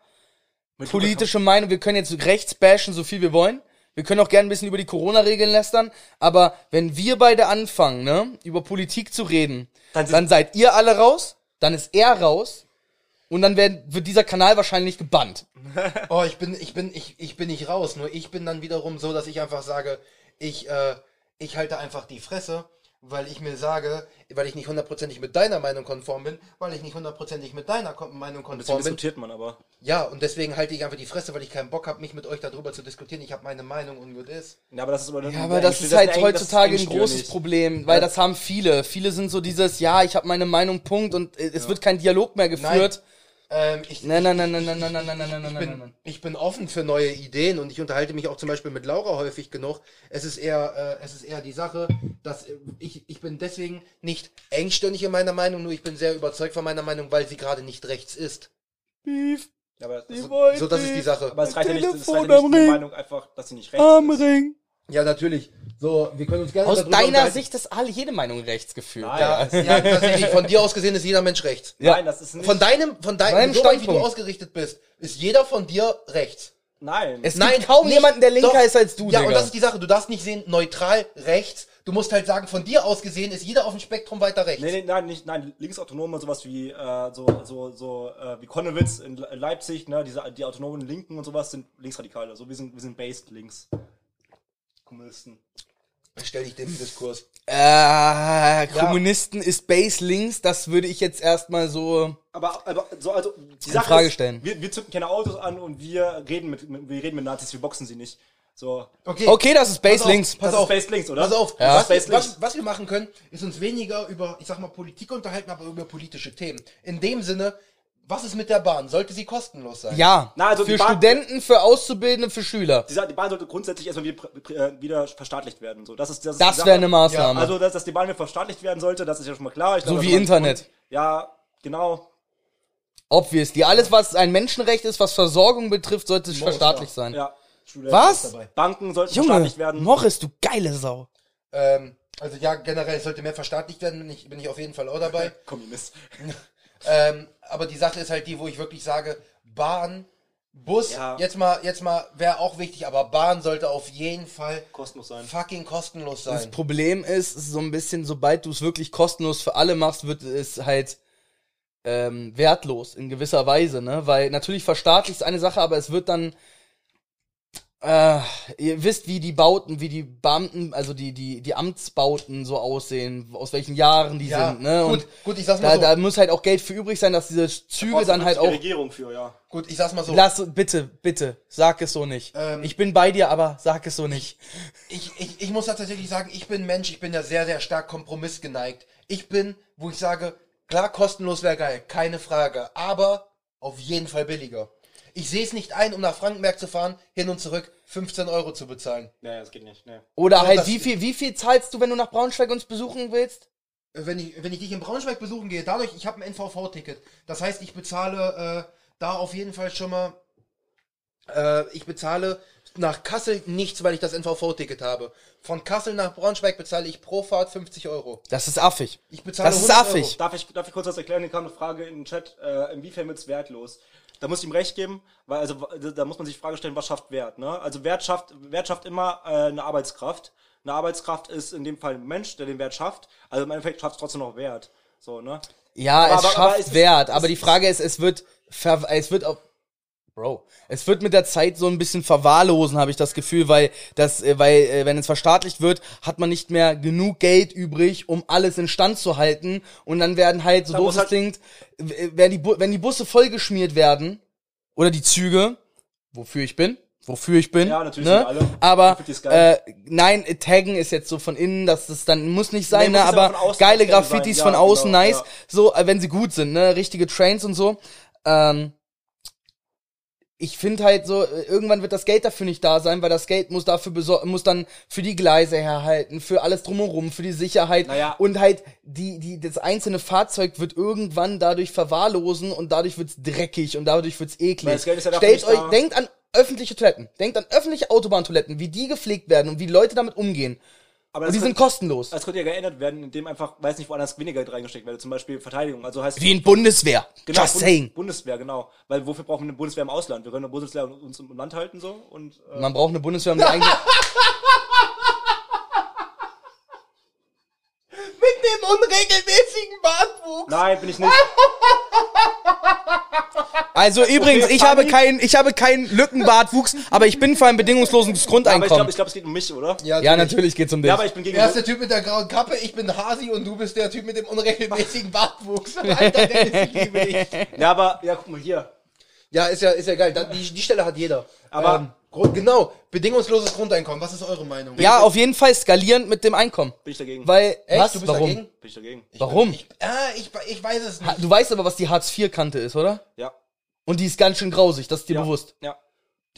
S3: politische Meinung, wir können jetzt rechts bashen, so viel wir wollen. Wir können auch gerne ein bisschen über die Corona-Regeln lästern, aber wenn wir beide anfangen, ne, über Politik zu reden,
S4: Dann
S3: dann,
S4: sind-
S3: seid ihr alle raus, dann ist er raus und dann werden, wird dieser Kanal wahrscheinlich gebannt.
S2: Oh, ich bin, ich bin, ich, ich bin nicht raus. Nur ich bin dann wiederum so, dass ich einfach sage, ich, äh, ich halte einfach die Fresse, weil ich mir sage, weil ich nicht hundertprozentig mit deiner Meinung konform bin, weil ich nicht hundertprozentig mit deiner Ko Meinung
S4: Deswegen
S2: konform bin.
S4: diskutiert man aber.
S2: Ja, und deswegen halte ich einfach die Fresse, weil ich keinen Bock habe, mich mit euch darüber zu diskutieren. Ich habe meine Meinung und gut ist.
S4: Ja, aber das ist, aber
S3: Ja, aber das ist halt heutzutage ein großes Problem, weil das haben viele. Viele sind so dieses, ja, ich habe meine Meinung, Punkt, und äh, es wird kein Dialog mehr geführt.
S2: Ähm, ich,
S3: Nein, nein, nein, nein, nein, nein, nein, nein, nein, nein, nein,
S2: ich,
S3: nein, nein.
S2: bin, ich bin offen für neue Ideen und ich unterhalte mich auch zum Beispiel mit Laura häufig genug. Es ist eher, äh, es ist eher die Sache, dass äh, ich, ich bin deswegen nicht engstirnig in meiner Meinung, nur ich bin sehr überzeugt von meiner Meinung, weil sie gerade nicht rechts ist.
S4: Ja, aber das,
S3: wollte
S2: So, das ist die Sache.
S4: aber es reicht ja nicht, es reicht
S3: Telefon
S4: ja
S3: am
S4: nicht die
S3: Ring.
S4: Meinung einfach, dass sie nicht recht
S3: Am
S4: ist.
S3: Ring.
S2: Ja, natürlich. So, wir können uns gerne
S3: Aus
S2: darüber
S3: deiner
S2: unterhalten.
S3: Sicht ist alle jede Meinung rechts gefühlt.
S4: Nein.
S2: Ja, ja, tatsächlich. Von dir aus gesehen ist jeder Mensch rechts.
S3: Ja.
S4: Nein, das ist nicht.
S2: Von deinem, von deinem,
S3: Deinem
S2: so weit, wie du
S3: Standpunkt.
S2: ausgerichtet bist, ist jeder von dir rechts.
S4: nein.
S3: Es
S2: Nein,
S3: gibt kaum
S2: nicht-
S3: jemanden, der linker
S2: doch.
S3: ist als du,
S2: ja,
S3: Digga.
S2: und das ist die Sache. Du darfst nicht sehen, neutral rechts. Du musst halt sagen, von dir aus gesehen ist jeder auf dem Spektrum weiter rechts.
S4: Nee, nee, nein, nicht, nein, linksautonome, sowas wie, äh, so, so, so, äh, wie Konnewitz in Le- Leipzig, ne, diese, die autonomen Linken und sowas sind Linksradikale, so, wir sind, wir sind based links. Kommunisten.
S2: Stell dich dem Diskurs.
S3: äh, Kommunisten ist Base links, das würde ich jetzt erstmal so.
S4: Aber, aber, so, also, die
S3: In Frage stellen.
S4: wir, wir zünden keine Autos an und wir reden mit, mit, wir reden mit Nazis, wir boxen sie nicht. So.
S3: Okay, das ist Base
S2: auf,
S3: links.
S2: pass
S4: das
S2: auf.
S4: ist based links, oder?
S2: Pass auf,
S3: Ja.
S4: Das ist
S2: was,
S4: based links.
S2: was, was wir machen können, ist uns weniger über, ich sag mal, Politik unterhalten, aber über politische Themen. In dem Sinne, was ist mit der Bahn? Sollte sie kostenlos sein?
S3: Ja.
S4: Na, also
S3: für
S4: die Bahn-
S3: Studenten, für Auszubildende, für Schüler.
S4: Die, Sa- die Bahn sollte grundsätzlich erstmal wieder, pr- pr- äh, wieder verstaatlicht werden, so. Das ist, das ist die
S3: Das
S4: Sache.
S3: wäre eine Maßnahme.
S4: Also, dass, dass die Bahn wieder verstaatlicht werden sollte, das ist ja schon mal klar. Ich
S3: so
S4: das
S3: wie
S4: war-
S3: Internet.
S4: Ja, genau.
S3: Obviously. Alles, was ein Menschenrecht ist, was Versorgung betrifft, sollte
S2: Morris,
S3: verstaatlicht
S2: ja.
S3: sein.
S4: Ja. Studenten.
S3: Was?
S2: Dabei.
S4: Banken sollten
S3: Junge,
S4: verstaatlicht werden.
S3: Morris, du geile Sau.
S2: Ähm, also ja, generell es sollte mehr verstaatlicht werden, bin ich, bin ich auf jeden Fall auch dabei.
S4: Kommunist.
S2: ähm, aber die Sache ist halt die, wo ich wirklich sage, Bahn, Bus,
S4: Ja.
S2: jetzt mal, jetzt mal wäre auch wichtig, aber Bahn sollte auf jeden Fall
S4: Kostenlos sein.
S2: fucking kostenlos
S3: Das
S2: sein.
S3: Problem ist, ist so ein bisschen, sobald du es wirklich kostenlos für alle machst, wird es halt ähm, wertlos in gewisser Weise, ne? Weil natürlich verstaatlicht ist eine Sache, aber es wird dann äh, ihr wisst, wie die Bauten, wie die Beamten, also die die die Amtsbauten so aussehen, aus welchen Jahren die sind, ne?
S2: gut,
S3: Und
S2: gut, ich sag's mal
S3: da,
S2: so.
S3: da muss halt auch Geld für übrig sein, dass diese Züge dann halt
S4: Die
S3: auch
S4: Regierung für, ja.
S2: gut, ich sag's mal so.
S3: Lass, bitte, bitte, sag es so nicht.
S2: Ähm,
S3: ich bin bei dir, aber sag es so nicht.
S2: ich, ich, ich muss tatsächlich sagen, ich bin Mensch, ich bin da sehr, sehr stark kompromissgeneigt. Ich bin, wo ich sage, klar, kostenlos wäre geil, keine Frage, aber auf jeden Fall billiger. Ich sehe es nicht ein, um nach Frankenberg zu fahren, hin und zurück 15 Euro zu bezahlen.
S4: Nee, das geht nicht. Nee.
S3: Oder
S2: Ja,
S3: halt,
S2: das-
S3: wie viel, wie viel zahlst du, wenn du nach Braunschweig uns besuchen willst?
S2: Äh, Wenn ich, wenn ich dich in Braunschweig besuchen gehe, dadurch, ich habe ein NVV-Ticket. Das heißt, ich bezahle äh, da auf jeden Fall schon mal, äh, ich bezahle nach Kassel nichts, weil ich das NVV-Ticket habe. Von Kassel nach Braunschweig bezahle ich pro Fahrt 50 Euro.
S3: Das ist affig.
S2: Ich bezahle
S3: Das ist
S2: 100 Euro.
S3: affig.
S4: Oh, Darf ich, darf ich kurz was erklären? Hier kam eine Frage in den Chat, äh, inwiefern wird's wertlos? Da muss ich ihm recht geben, weil also w- da muss man sich die Frage stellen, was schafft Wert? Ne? Also Wert schafft, Wert schafft immer äh, eine Arbeitskraft. Eine Arbeitskraft ist in dem Fall ein Mensch, der den Wert schafft. Also im Endeffekt schafft es trotzdem noch Wert. So, ne?
S3: Ja,
S4: Aber-
S3: es
S4: aber-
S3: schafft
S4: aber es ist-
S3: Wert, aber
S4: es
S3: die
S4: ist-
S3: Frage ist, es wird, ver es wird auch, Bro, es wird mit der Zeit so ein bisschen verwahrlosen, habe ich das Gefühl, weil das, äh, weil äh, wenn es verstaatlicht wird, hat man nicht mehr genug Geld übrig, um alles in Stand zu halten und dann werden halt so
S4: Da
S3: doof
S4: muss
S3: es
S4: halt-
S3: klingt, w- äh, werden die Bu wenn die Busse vollgeschmiert werden oder die Züge, wofür ich bin, wofür ich bin,
S4: Ja, natürlich sind
S3: ne?
S4: wir alle.
S3: aber
S4: Ich find
S3: äh,
S4: das geil.
S3: nein, äh, taggen ist jetzt so von innen, dass das dann muss nicht sein, ne,
S4: Nee, muss es aber
S3: aber
S4: von außen
S3: geile
S4: erkennen sein.
S3: Graffitis
S4: Ja,
S3: von außen,
S4: genau,
S3: nice
S4: ja.
S3: so, äh, wenn sie gut sind, ne, richtige Trains und so. Ähm, ich finde halt so, äh, irgendwann wird das Geld dafür nicht da sein, weil das Geld muss dafür besor- muss dann für die Gleise herhalten, für alles drumherum, für die Sicherheit
S4: Naja.
S3: und halt die die das einzelne Fahrzeug wird irgendwann dadurch verwahrlosen und dadurch wird's dreckig und dadurch wird's eklig.
S4: Weil das Geld ist ja dafür
S3: Stellt
S4: nicht
S3: euch,
S4: da.
S3: denkt an öffentliche Toiletten, denkt an öffentliche Autobahntoiletten, wie die gepflegt werden und wie Leute damit umgehen.
S4: Aber
S3: Und
S4: das
S3: die sind
S4: könnte,
S3: kostenlos.
S4: das könnte ja geändert werden, indem einfach, weiß nicht, woanders weniger Geld reingesteckt wird. Zum Beispiel Verteidigung. Also heißt
S3: Wie in Bundeswehr.
S4: Genau,
S3: Just
S4: Bundes-
S3: saying.
S4: Bundeswehr, genau. Weil wofür brauchen wir eine Bundeswehr im Ausland? Wir können eine Bundeswehr uns im Land halten so und äh,
S3: Man braucht eine Bundeswehr um
S4: *laughs*
S3: mit eigenen
S2: Mit dem unregelmäßigen Bartwuchs.
S4: Nein, bin ich nicht.
S3: Also übrigens, ich
S4: Fanny?
S3: habe keinen, ich habe keinen Lückenbartwuchs, aber ich bin für ein bedingungsloses
S4: Aber ich glaube,
S3: Grundeinkommen.
S4: ich glaub, es geht um mich, oder?
S3: Ja, natürlich geht's um dich.
S4: Ja, aber ich bin gegen
S2: Er ist der Typ mit der grauen Kappe, ich bin Hasi und du bist der Typ mit dem unregelmäßigen *laughs* Bartwuchs. Alter, Dennis, ich liebe dich.
S4: Ja, aber ja, guck mal hier.
S2: Ja, ist ja, ist ja geil. Da- Die, die Stelle hat jeder.
S4: Aber-
S2: Grund, genau, bedingungsloses Grundeinkommen. Was ist eure Meinung?
S3: Ja, auf jeden Fall skalierend mit dem Einkommen.
S4: Bin ich dagegen.
S3: Weil,
S2: Echt?
S3: was?
S2: Du bist
S3: Warum?
S2: dagegen?
S4: Bin ich dagegen.
S3: Warum?
S2: Ich, ah, ich, ich weiß es
S3: Ha-
S2: nicht.
S3: Du weißt aber, was die Hartz-IV-Kante ist, oder?
S4: Ja.
S3: Und die ist ganz schön grausig, das ist dir
S4: ja.
S3: bewusst.
S4: Ja.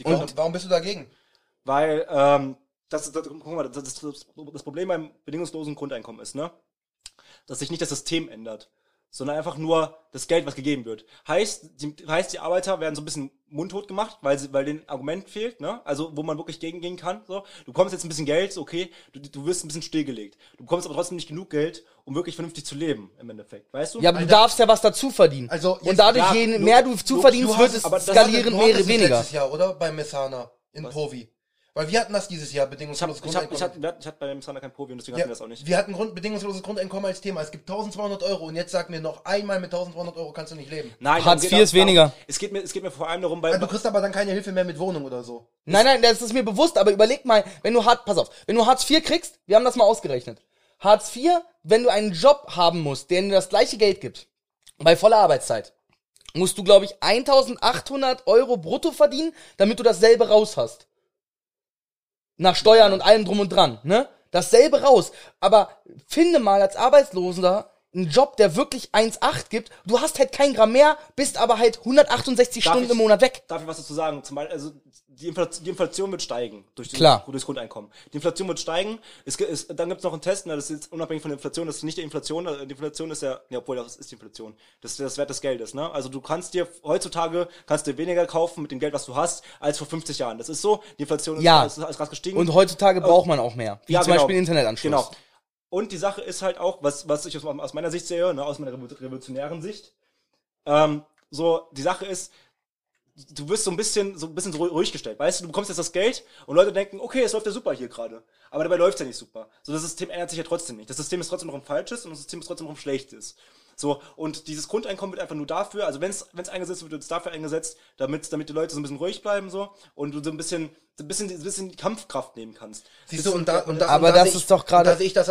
S4: Die
S2: Warum,
S4: und
S2: warum bist du dagegen?
S4: weil ähm, das, das guck mal, das, das, das Problem beim bedingungslosen Grundeinkommen ist, ne? Dass sich nicht das System ändert. sondern einfach nur das Geld, was gegeben wird. Heißt, die, heißt, die Arbeiter werden so ein bisschen mundtot gemacht, weil, sie, weil denen Argument fehlt, ne? Also, wo man wirklich gegengehen kann, so. Du bekommst jetzt ein bisschen Geld, ist okay, du, du wirst ein bisschen stillgelegt. Du bekommst aber trotzdem nicht genug Geld, um wirklich vernünftig zu leben, im Endeffekt. Weißt du?
S3: Ja, aber du darfst ja was dazu verdienen.
S2: Also, jetzt-
S3: und dadurch,
S4: ja,
S3: je
S4: du-
S3: mehr du zuverdienst,
S4: hast-
S3: wird es
S4: aber das hat-
S2: Du
S3: skalieren
S2: hattest
S3: mehr
S2: nicht
S3: weniger.
S2: letztes Jahr, oder? Bei Messana in Povi. Weil wir hatten das dieses Jahr,
S4: ich hab,
S2: bedingungsloses
S4: ich hab, ich hab,
S2: Grundeinkommen.
S4: wir hatten- ich hab bei dem Sander kein Profi und deswegen hatten wir das auch nicht.
S2: wir hatten Grund, bedingungsloses Grundeinkommen als Thema. Es gibt 1200 Euro und jetzt sag mir noch einmal mit 1200 Euro kannst du nicht leben.
S4: Nein,
S3: Hartz
S4: darum
S3: IV
S4: geht-
S3: ist weniger.
S4: Es geht mir, es geht mir vor allem darum, bei,
S2: Ja, Du kriegst aber dann keine Hilfe mehr mit Wohnung oder so.
S3: Nein, nein, das ist mir bewusst, aber überleg mal, wenn du Hartz, pass auf, wenn du Hartz IV kriegst, wir haben das mal ausgerechnet. Hartz IV, wenn du einen Job haben musst, der dir das gleiche Geld gibt, bei voller Arbeitszeit, musst du, glaube ich, 1800 Euro brutto verdienen, damit du dasselbe raus hast. Nach Steuern und allem drum und dran, ne? Dasselbe raus. Aber finde mal als Arbeitsloser einen Job, der wirklich 1,8 gibt. Du hast halt kein Gramm mehr, bist aber halt 168
S4: Darf
S3: Stunden
S4: ich-
S3: im Monat weg.
S4: Darf ich was dazu sagen? Zum Beispiel, also die Inflation, die Inflation wird steigen durch die-
S3: Klar.
S4: durch das Grundeinkommen. Die Inflation wird steigen. Es, gibt- es, dann gibt es noch einen Test, ne, das ist jetzt unabhängig von der Inflation, das ist nicht die Inflation, also die Inflation ist ja, ne, obwohl das ist die Inflation, das ist das Wert des Geldes. Ne? Also du kannst dir heutzutage kannst du weniger kaufen mit dem Geld, was du hast, als vor 50 Jahren. Das ist so. Die Inflation
S3: Ja.
S4: ist, ist, ist krass gestiegen.
S3: Und heutzutage braucht man auch mehr. Wie zum
S4: genau.
S3: Beispiel Internetanschluss.
S4: Genau. Und die Sache ist halt auch, was, was ich aus, aus meiner Sicht sehe, ne, aus meiner revo- revolutionären Sicht, ähm, so, die Sache ist, du wirst so ein bisschen, so ein bisschen so ruhig- ruhig gestellt. Weißt du, du bekommst jetzt das Geld und Leute denken, okay, es läuft ja super hier gerade. Aber dabei läuft ja nicht super. So, das System ändert sich ja trotzdem nicht. Das System ist trotzdem noch ein falsches und das System ist trotzdem noch ein schlechtes. So, und dieses Grundeinkommen wird einfach nur dafür, also wenn es eingesetzt wird, wird es dafür eingesetzt, damit, damit die Leute so ein bisschen ruhig bleiben, so, und du so ein bisschen, so ein bisschen, so ein bisschen Kampfkraft nehmen kannst.
S2: Siehst du, und da, und da,
S3: Aber
S2: und da
S3: das
S2: sehe
S3: ist
S2: ich-
S3: doch gerade-
S2: und Da sehe ich das,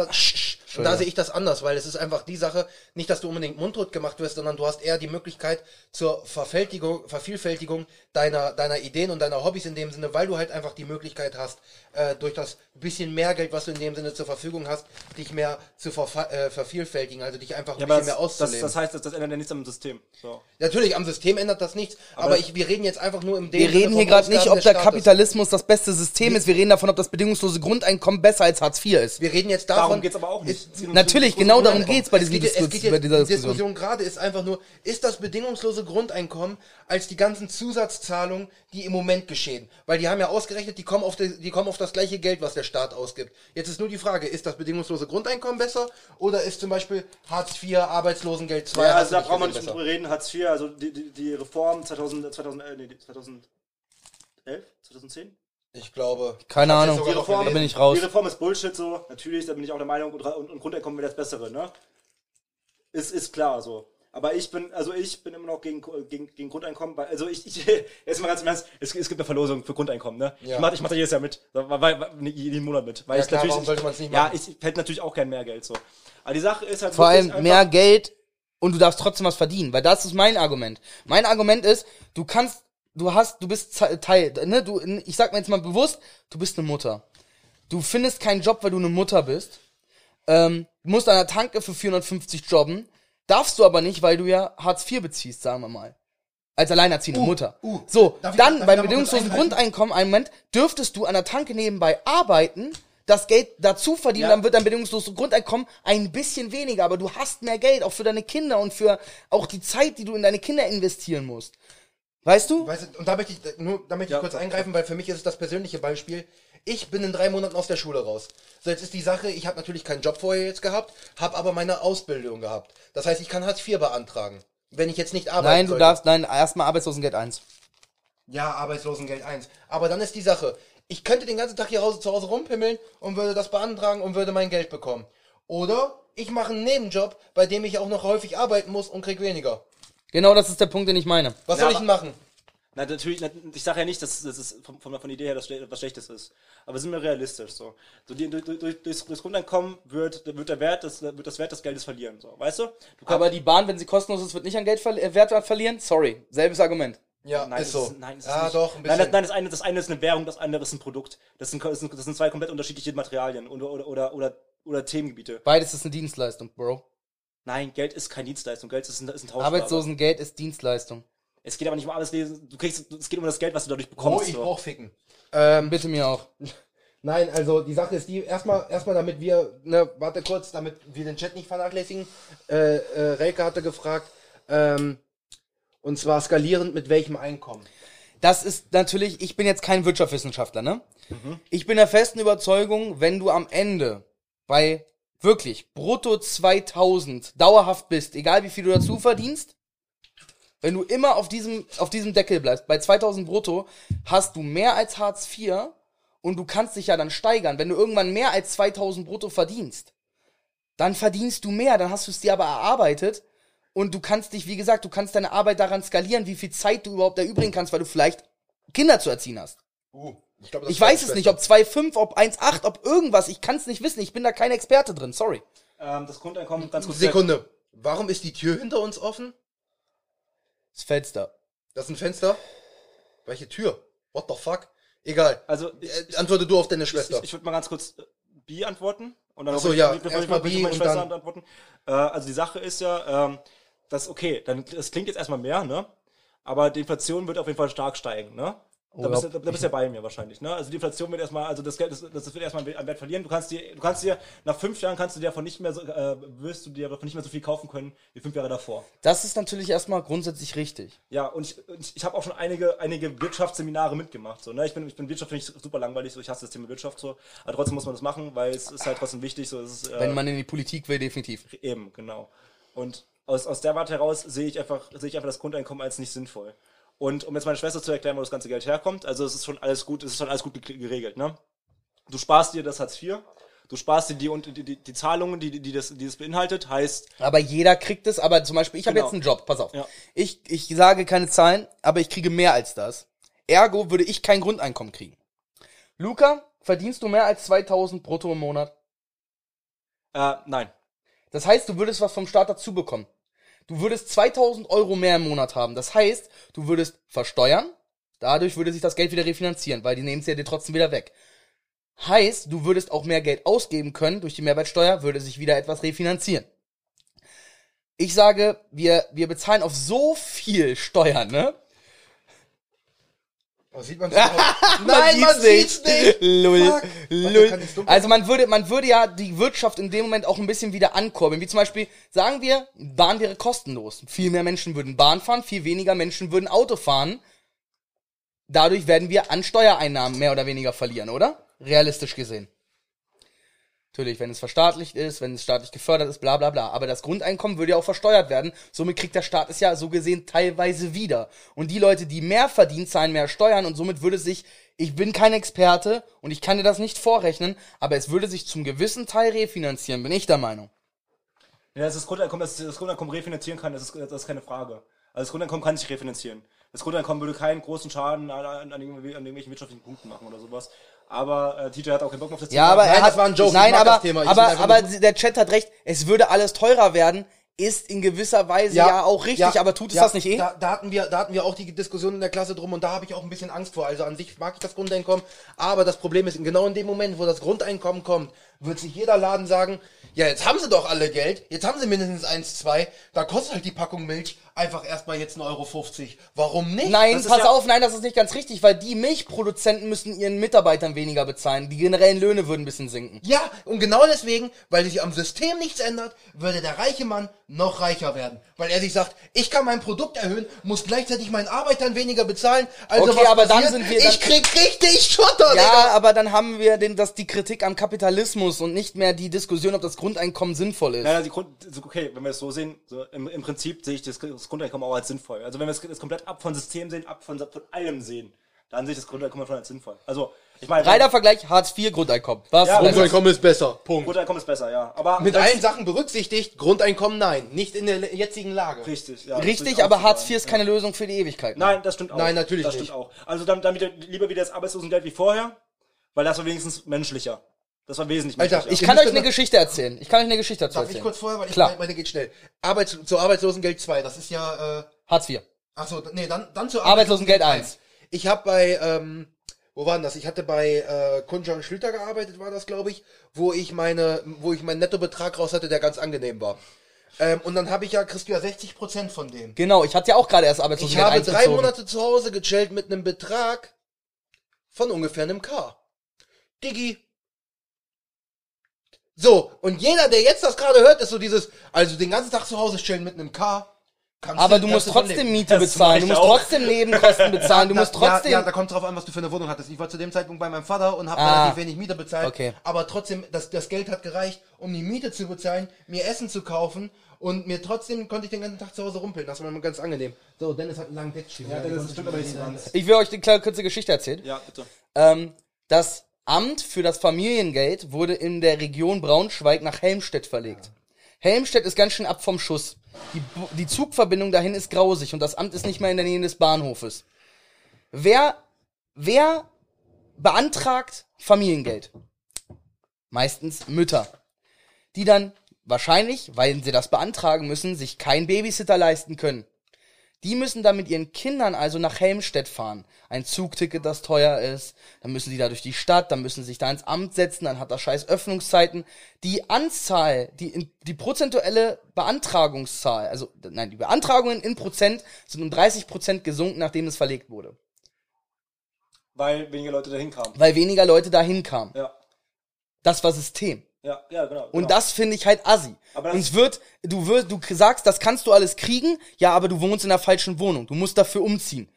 S2: und da sehe ich das anders, weil es ist einfach die Sache, nicht, dass du unbedingt mundtot gemacht wirst, sondern du hast eher die Möglichkeit zur Verfältigung, Vervielfältigung deiner, deiner Ideen und deiner Hobbys in dem Sinne, weil du halt einfach die Möglichkeit hast, äh, durch das bisschen mehr Geld, was du in dem Sinne zur Verfügung hast, dich mehr zu verfa- äh, vervielfältigen, also dich einfach ein
S4: Ja, aber
S2: bisschen
S4: das,
S2: mehr
S4: das,
S2: auszuleben.
S4: das heißt, das, das ändert ja nichts am System. So.
S2: Natürlich, am System ändert das nichts, aber,
S4: Aber-
S2: ich, wir reden jetzt einfach nur im
S3: Wir
S2: Sinne
S3: reden hier
S2: vom
S3: gerade nicht,
S2: Ausgaben
S3: ob der
S2: des Staates.
S3: Kapitalismus das beste System ist. Wir reden davon, ob das bedingungslose Grundeinkommen besser als Hartz IV ist.
S2: Wir reden jetzt davon.
S4: Darum geht's aber auch nicht.
S2: ist-
S4: Es geht um-
S3: Natürlich,
S4: um- um-
S3: genau
S4: um-
S3: darum geht's bei,
S2: es
S3: diesem
S2: geht, jetzt- es
S3: Diskus
S2: geht
S3: bei
S2: jetzt,
S3: dieser
S2: die
S3: Diskussion.
S2: Diskussion gerade ist einfach nur, ist das bedingungslose Grundeinkommen als die ganzen Zusatzzahlungen, die im Moment geschehen? Weil die haben ja ausgerechnet, die kommen auf, die, die kommen auf das gleiche Geld, was der Staat ausgibt. Jetzt ist nur die Frage, ist das bedingungslose Grundeinkommen besser oder ist zum Beispiel Hartz IV, Arbeitslosengeld II?
S4: Ja,
S2: hast
S4: also
S2: du
S4: da
S2: nicht
S4: braucht man
S2: gesehen
S4: nicht
S2: besser?
S4: drüber reden. Hartz IV, also die, die, die Reform 2000, 2011, nee, 2011, 2010?
S2: Ich glaube.
S3: Keine
S2: ich hab's jetzt
S3: Ahnung.
S2: sogar noch
S3: Da bin
S2: gelesen.
S3: ich raus.
S4: Die Reform ist Bullshit, so. Natürlich, da bin ich auch der Meinung, und, und, und Grundeinkommen wäre das Bessere, ne? Ist, ist klar, so. Aber ich bin, also ich bin immer noch gegen, gegen, gegen Grundeinkommen, weil, also ich, *laughs* ich jetzt mal ganz im Ernst, es, es gibt eine Verlosung für Grundeinkommen, ne?
S2: Ja.
S4: Ich mache ich mach da jedes Jahr mit, weil, weil, weil, ne, jeden Monat mit. Weil
S2: Ja,
S4: ich
S2: klar,
S4: natürlich,
S2: warum sollte man's nicht
S4: Ja,
S2: machen?
S4: ich fällt natürlich auch kein Mehrgeld, so. Aber die Sache ist halt
S3: Vor
S4: wirklich
S3: allem mehr Geld und du darfst trotzdem was verdienen, weil das ist mein Argument. Mein Argument ist, du kannst, du hast, du bist Ze- Teil, ne, du, ich sag mir jetzt mal bewusst, du bist eine Mutter. Du findest keinen Job, weil du eine Mutter bist. Ähm, musst an der Tanke für 450 jobben, darfst du aber nicht, weil du ja Hartz IV beziehst, sagen wir mal. Als alleinerziehende Mutter.
S2: uh,
S3: so,
S2: darf ich- darf
S3: dann
S2: ich da mal
S3: beim
S2: kurz
S3: bedingungslosen
S2: einhalten?
S3: Grundeinkommen, einen Moment, dürftest du an der Tanke nebenbei arbeiten, das Geld dazu verdienen,
S4: Ja.
S3: dann wird dein bedingungsloses Grundeinkommen ein bisschen weniger, aber du hast mehr Geld, auch für deine Kinder und für auch die Zeit, die du in deine Kinder investieren musst. Weißt du?
S2: Weißt du, und da möchte ich, nur, da möchte ich
S4: Ja.
S2: kurz eingreifen, weil für mich ist es das persönliche Beispiel. Ich bin in drei Monaten aus der Schule raus. So, jetzt ist die Sache, ich habe natürlich keinen Job vorher jetzt gehabt, habe aber meine Ausbildung gehabt. Das heißt, ich kann Hartz IV beantragen, wenn ich jetzt nicht arbeite.
S3: Nein, du darfst, nein, erstmal Arbeitslosengeld 1.
S2: Ja, Arbeitslosengeld 1. Aber dann ist die Sache, ich könnte den ganzen Tag hier Hause, zu Hause rumpimmeln und würde das beantragen und würde mein Geld bekommen. Oder ich mache einen Nebenjob, bei dem ich auch noch häufig arbeiten muss und krieg weniger.
S3: Genau das ist der Punkt, den ich meine.
S2: Was
S4: Na,
S2: soll ich
S4: aber-
S2: denn machen?
S4: Na, natürlich, na, ich sage ja nicht, dass dass es von, von, von der Idee her das, Schle- was Schlechtes ist. Aber sind wir realistisch so. so die, durch, durch, durch, durchs- durchs Grundeinkommen wird, wird, der Wert des, wird das Wert des Geldes verlieren. So. Weißt du? du
S3: Aber die Bahn, wenn sie kostenlos ist, wird nicht an Geld verli- äh, Wert verlieren? Sorry, selbes Argument.
S2: Ja,
S4: nein,
S2: ist so.
S4: nein, ist
S2: ja,
S4: nicht.
S2: doch, ein bisschen.
S4: nein, das, nein das, eine, das eine ist eine Währung, das andere ist ein Produkt. Das sind, das sind, das sind zwei komplett unterschiedliche Materialien oder, oder, oder, oder, oder Themengebiete.
S3: Beides ist eine Dienstleistung, Bro.
S4: Nein, Geld ist keine Dienstleistung, Geld ist ein, ist ein Tausch.
S3: Arbeitslosengeld ist Dienstleistung.
S4: Es geht aber nicht um alles lesen. Du kriegst, es geht um das Geld, was du dadurch bekommst.
S2: oh, ich
S4: so.
S2: brauch ficken. Ähm,
S3: Bitte mir auch.
S2: Nein, also die Sache ist die, erstmal, erstmal damit wir, ne, warte kurz, damit wir den Chat nicht vernachlässigen. Äh, äh, Relke hatte gefragt, ähm, und zwar skalierend mit welchem Einkommen.
S3: Das ist natürlich, ich bin jetzt kein Wirtschaftswissenschaftler, ne? Ich bin der festen Überzeugung, wenn du am Ende bei wirklich brutto 2000 dauerhaft bist, egal wie viel du dazu verdienst, wenn du immer auf diesem, auf diesem Deckel bleibst, bei 2000 brutto, hast du mehr als Hartz IV und du kannst dich ja dann steigern. Wenn du irgendwann mehr als 2000 brutto verdienst, dann verdienst du mehr, dann hast du es dir aber erarbeitet und du kannst dich, wie gesagt, du kannst deine Arbeit daran skalieren, wie viel Zeit du überhaupt erübrigen kannst, weil du vielleicht Kinder zu erziehen hast.
S2: Uh, ich glaub, das
S3: Ich
S2: war
S3: weiß
S2: das
S3: es
S2: Beste.
S3: nicht, ob 2,5, ob 1,8, ob irgendwas. Ich kann es nicht wissen. Ich bin da kein Experte drin. Sorry.
S4: Ähm, das Grundeinkommen, ganz kurz.
S2: Sekunde. Warum ist die Tür hinter uns offen?
S3: Das Fenster.
S2: Das ist ein Fenster? Welche Tür? What the fuck? Egal.
S4: Also, ich,
S2: Äh, antworte du auf deine
S4: ich,
S2: Schwester.
S4: ich würde mal ganz kurz äh, B antworten. Und dann
S2: Ach so,
S4: bevor ich-
S2: ja,
S4: bevor ich
S2: erstmal
S4: mal
S2: B
S4: meine
S2: und
S4: Schwester
S2: dann-
S4: antworten. Äh, also, die Sache ist ja, ähm, das okay, dann, das klingt jetzt erstmal mehr, ne? Aber die Inflation wird auf jeden Fall stark steigen, ne? Da
S3: Oh,
S4: bist,
S3: ja.
S4: du, da bist du ja bei mir wahrscheinlich, ne? Also die Inflation wird erstmal, also das Geld, das, das wird erstmal an Wert verlieren. Du kannst dir, du kannst dir, nach fünf Jahren kannst du dir davon nicht mehr so, äh, wirst du dir davon nicht mehr so viel kaufen können wie fünf Jahre davor.
S3: Das ist natürlich erstmal grundsätzlich richtig.
S4: Ja, und ich, und ich, ich habe auch schon einige, einige Wirtschaftsseminare mitgemacht. So, ne? Ich bin, ich bin Wirtschaft finde ich super langweilig, so ich hasse das Thema Wirtschaft so. Aber trotzdem muss man das machen, weil es ist halt trotzdem wichtig. So, es ist, äh,
S3: Wenn man in die Politik will, definitiv.
S4: eben, genau. Und aus, aus der Warte heraus sehe ich einfach, sehe ich einfach das Grundeinkommen als nicht sinnvoll. Und um jetzt meine Schwester zu erklären, wo das ganze Geld herkommt, also es ist schon alles gut, es ist schon alles gut ge- geregelt, ne? Du sparst dir das Hartz IV, du sparst dir die und die, die, die Zahlungen, die, die, die, das, die das beinhaltet, heißt,
S3: Aber jeder kriegt es. Aber zum Beispiel, ich habe
S4: Genau.
S3: jetzt einen Job. Pass auf.
S4: Ja.
S3: Ich, ich sage keine Zahlen, aber ich kriege mehr als das. Ergo würde ich kein Grundeinkommen kriegen. Luca, verdienst du mehr als 2000 brutto im Monat?
S4: äh, nein.
S3: Das heißt, du würdest was vom Staat dazu bekommen. Du würdest 2000 Euro mehr im Monat haben. Das heißt, du würdest versteuern. Dadurch würde sich das Geld wieder refinanzieren, weil die nehmen es ja dir trotzdem wieder weg. Heißt, du würdest auch mehr Geld ausgeben können. Durch die Mehrwertsteuer würde sich wieder etwas refinanzieren. Ich sage, wir, wir bezahlen auf so viel Steuern, ne?
S2: oh, sieht
S3: *laughs*
S2: man's überhaupt? Nein, man
S3: Man
S2: sieht's, nicht.
S3: Lul.
S2: Fuck. Warte,
S3: Lul.
S2: kann ich's dunkel-
S3: Also man würde, man würde ja die Wirtschaft in dem Moment auch ein bisschen wieder ankurbeln. Wie zum Beispiel, sagen wir, Bahn wäre kostenlos. Viel mehr Menschen würden Bahn fahren, viel weniger Menschen würden Auto fahren. Dadurch werden wir an Steuereinnahmen mehr oder weniger verlieren, oder? Realistisch gesehen. Natürlich, wenn es verstaatlicht ist, wenn es staatlich gefördert ist, bla bla bla. Aber das Grundeinkommen würde ja auch versteuert werden. Somit kriegt der Staat es ja so gesehen teilweise wieder. Und die Leute, die mehr verdienen, zahlen mehr Steuern und somit würde sich, ich bin kein Experte und ich kann dir das nicht vorrechnen, aber es würde sich zum gewissen Teil refinanzieren, bin ich der Meinung.
S4: Ja, das ist das Grundeinkommen, dass das Grundeinkommen refinanzieren kann, das ist, das ist keine Frage. Also das Grundeinkommen kann sich refinanzieren. Das Grundeinkommen würde keinen großen Schaden an, an, an, irgendwie- an irgendwelchen wirtschaftlichen Punkten machen oder sowas. Aber äh, TJ hat auch keinen Bock mehr auf das
S3: Ja, aber
S2: Nein,
S3: er hat,
S2: das war ein Joke. Ich
S3: Nein,
S2: mag
S3: aber,
S2: das Thema. Ich bin
S3: aber,
S2: einfach
S3: aber
S2: nur-
S3: der Chat hat recht, es würde alles teurer werden, ist in gewisser Weise ja, auch richtig,
S2: ja,
S3: aber tut es
S2: ja,
S3: das nicht eh?
S2: Da, da, hatten wir, da hatten wir auch die Diskussion in der Klasse drum und da habe ich auch ein bisschen Angst vor. Also an sich mag ich das Grundeinkommen, aber das Problem ist, genau in dem Moment, wo das Grundeinkommen kommt, wird sich jeder Laden sagen, ja, jetzt haben sie doch alle Geld, jetzt haben sie mindestens eins, zwei, da kostet halt die Packung Milch einfach erstmal jetzt 1,50 Euro. Warum nicht?
S3: Nein,
S4: Das ist
S3: pass
S4: ja-
S3: auf, nein, das ist nicht ganz richtig, weil die Milchproduzenten müssen ihren Mitarbeitern weniger bezahlen. Die generellen Löhne würden ein bisschen sinken.
S2: Ja, und genau deswegen, weil sich am System nichts ändert, würde der reiche Mann noch reicher werden. Weil er sich sagt, ich kann mein Produkt erhöhen, muss gleichzeitig meinen Arbeitern weniger bezahlen. Also
S3: Okay,
S2: was
S3: aber dann
S2: passiert?
S3: sind wir-
S2: Ich krieg richtig Schotter,
S3: Ja,
S2: Digga.
S3: aber dann haben wir den, das, die Kritik am Kapitalismus und nicht mehr die Diskussion, ob das Grundeinkommen sinnvoll ist.
S4: Naja, die Grund, so, okay, wenn wir es so sehen, so im, im Prinzip sehe ich das, das Grundeinkommen auch als sinnvoll. Also wenn wir es jetzt komplett ab von System sehen, ab von, von allem sehen, dann sehe ich das Grundeinkommen schon als sinnvoll. Also, ich meine,
S3: Reiner Vergleich, Hartz IV, Grundeinkommen. Was?
S4: Ja,
S3: Grundeinkommen.
S2: Grundeinkommen ist besser. Punkt.
S4: Grundeinkommen ist besser, ja. Aber
S2: Mit
S4: das-
S2: allen Sachen berücksichtigt, Grundeinkommen nein. Nicht in der le- jetzigen Lage.
S4: richtig, ja. das will ich
S3: Richtig,
S4: auch
S3: aber
S4: so
S3: Hartz
S4: sagen.
S3: IV ist keine Lösung für die Ewigkeit.
S4: Nein, das stimmt auch.
S2: Nein, natürlich
S4: das
S2: nicht.
S4: stimmt auch. Also dann, dann wieder, lieber wieder das Arbeitslosengeld wie vorher, weil das war wenigstens menschlicher. Das war wesentlich
S2: Alter,
S4: menschlicher.
S3: Ich
S2: Ihr
S3: kann euch
S2: müsst
S3: eine
S2: immer-
S3: Geschichte erzählen. Ich kann euch eine Geschichte dazu
S2: Darf ich
S3: erzählen.
S2: kurz vorher, weil ich
S3: Klar.
S2: meine, meine geht schnell. Arbeits zu Arbeitslosengeld 2, das ist ja, äh,
S3: Hartz IV.
S2: achso, nee, dann, dann zu
S3: Arbeitslosengeld 1.
S2: Ich habe bei, ähm, wo war denn das? Ich hatte bei äh, Kunjan Schlüter gearbeitet, war das, glaube ich, wo ich meine, wo ich meinen Nettobetrag raus hatte, der ganz angenehm war. Ähm, und dann habe ich ja, kriegst du ja 60% von dem.
S3: Genau, ich hatte ja auch gerade erst
S2: Ich
S3: Arbeitslosengeld
S2: habe
S3: 1
S2: drei
S3: bezogen.
S2: Monate zu Hause gechillt mit einem Betrag von ungefähr einem K. Diggi. So, und jeder, der jetzt das gerade hört, ist so dieses, also den ganzen Tag zu Hause chillen mit einem K. kannst
S3: Aber du
S2: kannst
S3: musst
S2: davon
S3: trotzdem
S2: leben.
S3: Miete
S4: Das mach
S3: bezahlen,
S4: ich
S3: du musst
S4: auch.
S3: trotzdem Nebenkosten bezahlen, du musst
S2: Na,
S3: trotzdem.
S2: Ja, ja, da kommt drauf an, was du für eine Wohnung hattest. Ich war zu dem Zeitpunkt bei meinem Vater und habe
S3: Ah.
S2: relativ wenig Miete bezahlt.
S3: Okay.
S2: Aber trotzdem, das, das Geld hat gereicht, um die Miete zu bezahlen, mir Essen zu kaufen und mir trotzdem konnte ich den ganzen Tag zu Hause rumpeln. Das war immer ganz angenehm. So, Dennis hat einen langen Text geschrieben.
S4: Ja,
S2: die
S4: das ist
S2: konnte
S4: bestimmt
S2: ich
S4: aber
S2: nicht
S4: nicht so
S2: sagen.
S4: ganz.
S3: Ich will euch eine kleine kurze Geschichte erzählen.
S4: Ja, bitte.
S3: Ähm, das Amt für das Familiengeld wurde in der Region Braunschweig nach Helmstedt verlegt. Helmstedt ist ganz schön ab vom Schuss. Die, Bu- die Zugverbindung dahin ist grausig und das Amt ist nicht mehr in der Nähe des Bahnhofes. Wer, wer beantragt Familiengeld? Meistens Mütter. Die dann wahrscheinlich, weil sie das beantragen müssen, sich keinen Babysitter leisten können. Die müssen dann mit ihren Kindern also nach Helmstedt fahren. Ein Zugticket, das teuer ist. Dann müssen die da durch die Stadt, dann müssen sie sich da ins Amt setzen, dann hat das scheiß Öffnungszeiten. Die Anzahl, die, in, die prozentuelle Beantragungszahl, also nein, die Beantragungen in Prozent sind um 30 Prozent gesunken, nachdem es verlegt wurde.
S4: Weil weniger Leute dahin kamen.
S3: Weil weniger Leute dahin kamen.
S4: Ja,
S3: Das war System.
S4: ja, ja, genau.
S3: Und
S4: genau.
S3: das finde ich halt assi.
S4: Aber das-
S3: Und es wird, du wirst, du sagst, das kannst du alles kriegen, ja, aber du wohnst in der falschen Wohnung. Du musst dafür umziehen.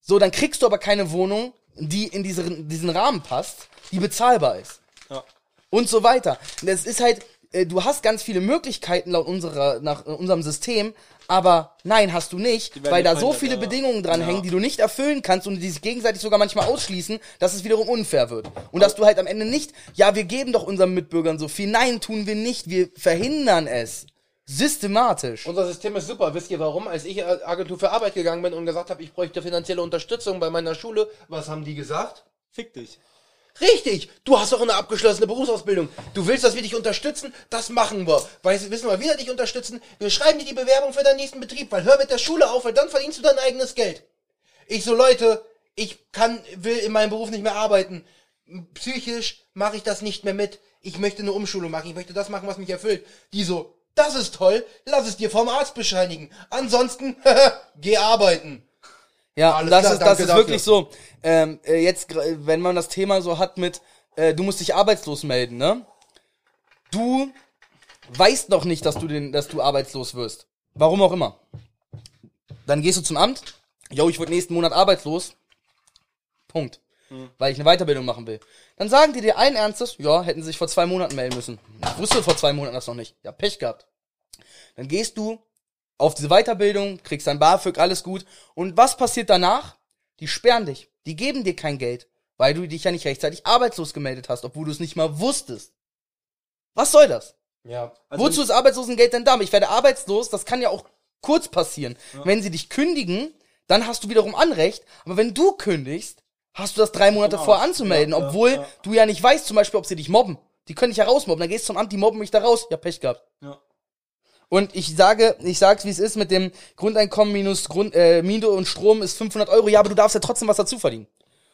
S3: So, dann kriegst du aber keine Wohnung, die in diesen, diesen Rahmen passt, die bezahlbar ist.
S4: Ja.
S3: Und so weiter. Und es ist halt, äh, du hast ganz viele Möglichkeiten laut unserer, nach äh, unserem System, aber nein, hast du nicht,
S4: Die werden
S3: weil da
S4: nicht
S3: so
S4: verhindert,
S3: viele
S4: ja.
S3: Bedingungen dran
S4: Ja.
S3: hängen, die du nicht erfüllen kannst und die sich gegenseitig sogar manchmal ausschließen, dass es wiederum unfair wird. Und dass du halt am Ende nicht, ja, wir geben doch unseren Mitbürgern so viel. Nein, tun wir nicht. Wir verhindern es. Systematisch.
S2: Unser System ist super. Wisst ihr warum? Als ich äh, Agentur für Arbeit gegangen bin und gesagt habe, ich bräuchte finanzielle Unterstützung bei meiner Schule, was haben die gesagt?
S4: Fick dich.
S2: Richtig, du hast doch eine abgeschlossene Berufsausbildung. Du willst, dass wir dich unterstützen? Das machen wir. Weißt, wissen wir, wie wir dich unterstützen? Wir schreiben dir die Bewerbung für deinen nächsten Betrieb, weil hör mit der Schule auf, weil dann verdienst du dein eigenes Geld. Ich so, Leute, ich kann, will in meinem Beruf nicht mehr arbeiten. Psychisch mache ich das nicht mehr mit. Ich möchte eine Umschulung machen. Ich möchte das machen, was mich erfüllt. Die so, das ist toll, lass es dir vom Arzt bescheinigen. Ansonsten, *laughs* geh arbeiten.
S3: Ja,
S2: Alles
S3: das
S2: klar,
S3: ist, das
S2: danke
S3: ist
S2: dafür.
S3: wirklich so. Ähm, äh, jetzt, gr- äh, wenn man das Thema so hat mit, äh, du musst dich arbeitslos melden, ne? Du weißt noch nicht, dass du den, dass du arbeitslos wirst. Warum auch immer. Dann gehst du zum Amt. Jo, ich wurde nächsten Monat arbeitslos. Punkt.
S2: Mhm.
S3: Weil ich eine Weiterbildung machen will. Dann sagen die dir allen Ernstes, ja, hätten sie sich vor zwei Monaten melden müssen. Ich wusste vor zwei Monaten das noch nicht. Ja, Pech gehabt. Dann gehst du auf diese Weiterbildung, kriegst dein BAföG, alles gut. Und was passiert danach? Die sperren dich. Die geben dir kein Geld, weil du dich ja nicht rechtzeitig arbeitslos gemeldet hast, obwohl du es nicht mal wusstest. Was soll das?
S2: Ja.
S4: Also-
S3: Wozu ist Arbeitslosengeld denn da? Ich werde arbeitslos, das kann ja auch kurz passieren. Wenn sie dich kündigen, dann hast du wiederum Anrecht, aber wenn du kündigst, hast du das drei Monate
S4: Genau.
S3: vorher anzumelden,
S4: Ja, ja,
S3: obwohl
S4: ja.
S3: du ja nicht weißt, zum Beispiel, ob sie dich mobben. Die können dich ja rausmobben, dann gehst du zum Amt, die mobben mich da raus. Ja, Pech gehabt.
S4: Ja.
S3: Und ich sage, ich sag's, wie es ist mit dem Grundeinkommen minus Grund, äh, Miete und Strom ist 500 Euro. Ja, aber du darfst ja trotzdem was dazu verdienen.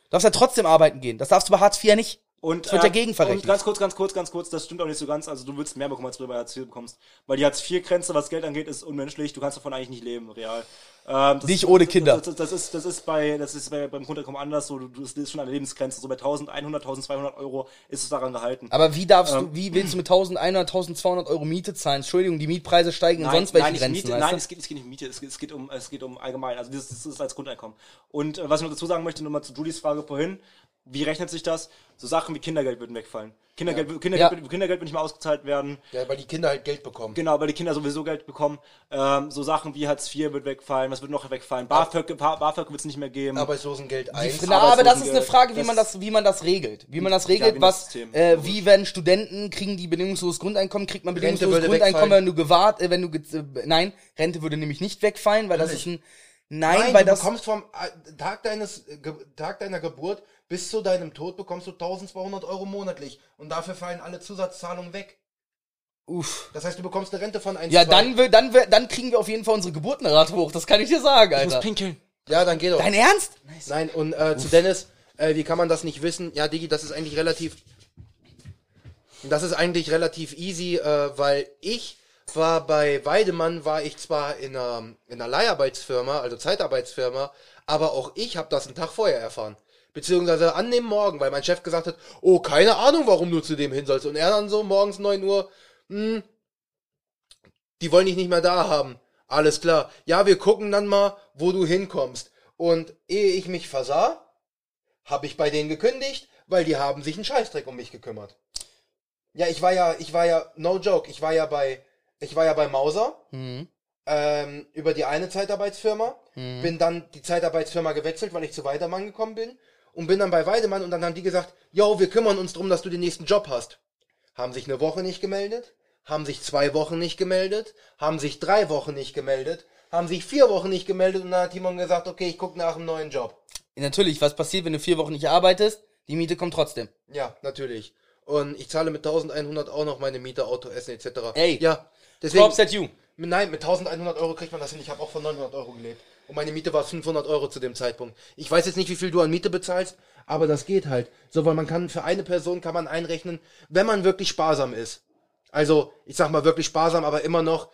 S3: Du darfst ja trotzdem arbeiten gehen. Das darfst du bei Hartz IV ja nicht.
S4: Und, äh,
S3: Es wird dagegen verrechnet.
S4: Und ganz kurz, ganz kurz, ganz kurz, das stimmt auch nicht so ganz. Also du willst mehr bekommen, als du bei Hartz IV bekommst. Weil die Hartz IV-Grenze, was Geld angeht, ist unmenschlich. Du kannst davon eigentlich nicht leben, real. Ähm, das,
S3: Nicht ohne Kinder.
S4: Das, das, das ist, das ist bei, das ist bei, beim Grundeinkommen anders. So, du, du das ist schon eine Lebensgrenze. So bei 1100, 1200 Euro ist es daran gehalten.
S3: Aber wie darfst du, wie willst du mit 1100, 1200 Euro Miete zahlen? Entschuldigung, die Mietpreise steigen in sonst welchen
S4: nicht
S3: Grenzen.
S4: Miete,
S3: weißt
S4: nein,
S3: du?
S4: es geht, es geht nicht um Miete, es geht, es geht um, es geht um allgemein. Also das, das ist als Grundeinkommen. Und äh, was ich noch dazu sagen möchte, nochmal zu Julis Frage vorhin: Wie rechnet sich das? So Sachen wie Kindergeld würden wegfallen. Kindergeld, Kindergeld,
S3: Ja.
S4: Kindergeld, Kindergeld wird nicht mehr ausgezahlt werden.
S2: Ja, weil die Kinder halt Geld bekommen.
S4: Genau, weil die Kinder sowieso Geld bekommen. Ähm, so Sachen wie Hartz IV wird wegfallen, was wird noch wegfallen? BAföG, Ba- BAföG wird es nicht mehr geben.
S2: Arbeitslosengeld eins.
S3: Na, aber das ist eine
S4: Arbeitslosengeld,
S3: Frage, wie
S4: das-
S3: man das, wie man das regelt. Wie man das
S4: Ja,
S3: regelt,
S4: wie das
S3: was,
S4: System.
S3: äh, wie werden Studenten, kriegen die bedingungsloses Grundeinkommen, kriegt man
S2: Rente
S3: bedingungsloses
S2: würde
S3: Grundeinkommen,
S2: wegfallen.
S3: wenn du gewahrt, äh, wenn du, ge- äh, nein, Rente würde nämlich nicht wegfallen, weil das ist ein, nein,
S2: Nein,
S3: weil
S2: du
S3: das,
S2: bekommst vom äh, Tag, deines, äh, Ge Tag deiner Geburt bis zu deinem Tod bekommst du 1200 Euro monatlich. Und dafür fallen alle Zusatzzahlungen weg.
S3: uff.
S2: Das heißt, du bekommst eine Rente von 1,
S3: Ja, dann, will- dann, will- dann kriegen wir auf jeden Fall unsere Geburtenrate hoch, das kann ich dir sagen, Alter.
S4: pinkeln.
S2: Ja, dann geht doch.
S3: Dein Ernst?
S2: Nein, und äh, zu Dennis, äh, wie kann man das nicht wissen? Ja, Digi, das ist eigentlich relativ. Das ist eigentlich relativ easy, äh, weil ich war bei Weidemann, war ich zwar in einer, in einer Leiharbeitsfirma, also Zeitarbeitsfirma, aber auch ich habe das einen Tag vorher erfahren. Beziehungsweise an dem Morgen, weil mein Chef gesagt hat, oh, keine Ahnung, warum du zu dem hin sollst. Und er dann so morgens 9 Uhr, hm, die wollen dich nicht mehr da haben. Alles klar. Ja, wir gucken dann mal, wo du hinkommst. Und ehe ich mich versah, habe ich bei denen gekündigt, weil die haben sich einen Scheißdreck um mich gekümmert. Ja, ich war ja, ich war ja, no joke, ich war ja bei, ich war ja bei Mauser
S3: Mhm.
S2: ähm, über die eine Zeitarbeitsfirma, bin dann die Zeitarbeitsfirma gewechselt, weil ich zu Weidemann gekommen bin und bin dann bei Weidemann und dann haben die gesagt, yo, wir kümmern uns drum, dass du den nächsten Job hast. Haben sich eine Woche nicht gemeldet, haben sich zwei Wochen nicht gemeldet, haben sich drei Wochen nicht gemeldet, haben sich vier Wochen nicht gemeldet und dann hat Timon gesagt, okay, ich guck nach einem neuen Job.
S3: Natürlich, was passiert, wenn du vier Wochen nicht arbeitest? Die Miete kommt trotzdem.
S2: Ja, natürlich. Und ich zahle mit 1100 auch noch meine Miete, Auto, Essen etc.
S3: Ey.
S2: ja, deswegen.
S3: Props at you.
S2: Mit- Nein, mit 1100 Euro kriegt man das hin. Ich habe auch von 900 Euro gelebt. Und meine Miete war 500 Euro zu dem Zeitpunkt. Ich weiß jetzt nicht, wie viel du an Miete bezahlst, aber das geht halt. So, weil man kann, für eine Person kann man einrechnen, wenn man wirklich sparsam ist. Also, ich sag mal wirklich sparsam, aber immer noch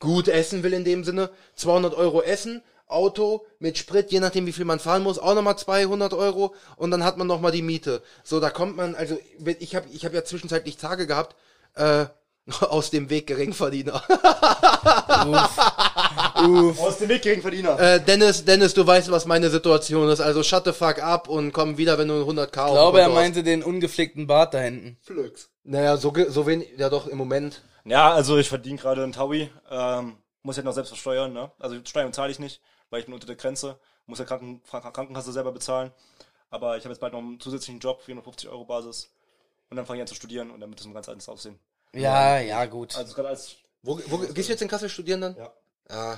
S2: gut essen will in dem Sinne. 200 Euro essen, Auto mit Sprit, je nachdem wie viel man fahren muss, auch nochmal 200 Euro und dann hat man nochmal die Miete. So, da kommt man, also ich habe ich hab ja zwischenzeitlich Tage gehabt, äh, *laughs* aus dem Weg Geringverdiener.
S4: Aus dem Weg, Geringverdiener.
S2: Äh, Dennis, Dennis, du weißt, was meine Situation ist. Also shut the fuck up und komm wieder, wenn du 100k
S3: Ich glaube, er meinte den ungepflegten Bart da hinten.
S2: Flöx. Naja, so, ge- so wenig, ja doch, im Moment.
S4: Ja, also ich verdiene gerade einen Taui. Ähm, muss ja noch selbst versteuern, ne? Also Steuern zahle ich nicht, weil ich bin unter der Grenze. Muss ja Kranken, Kranken- Krankenkasse selber bezahlen. Aber ich habe jetzt bald noch einen zusätzlichen Job, 450 Euro Basis. Und dann fange ich an zu studieren und dann wird das ein ganz anderes Aussehen.
S3: Ja, ja, gut.
S4: Also gerade als
S2: Wo, wo, gehst du jetzt in Kassel studieren dann?
S4: Ja.
S2: Ah.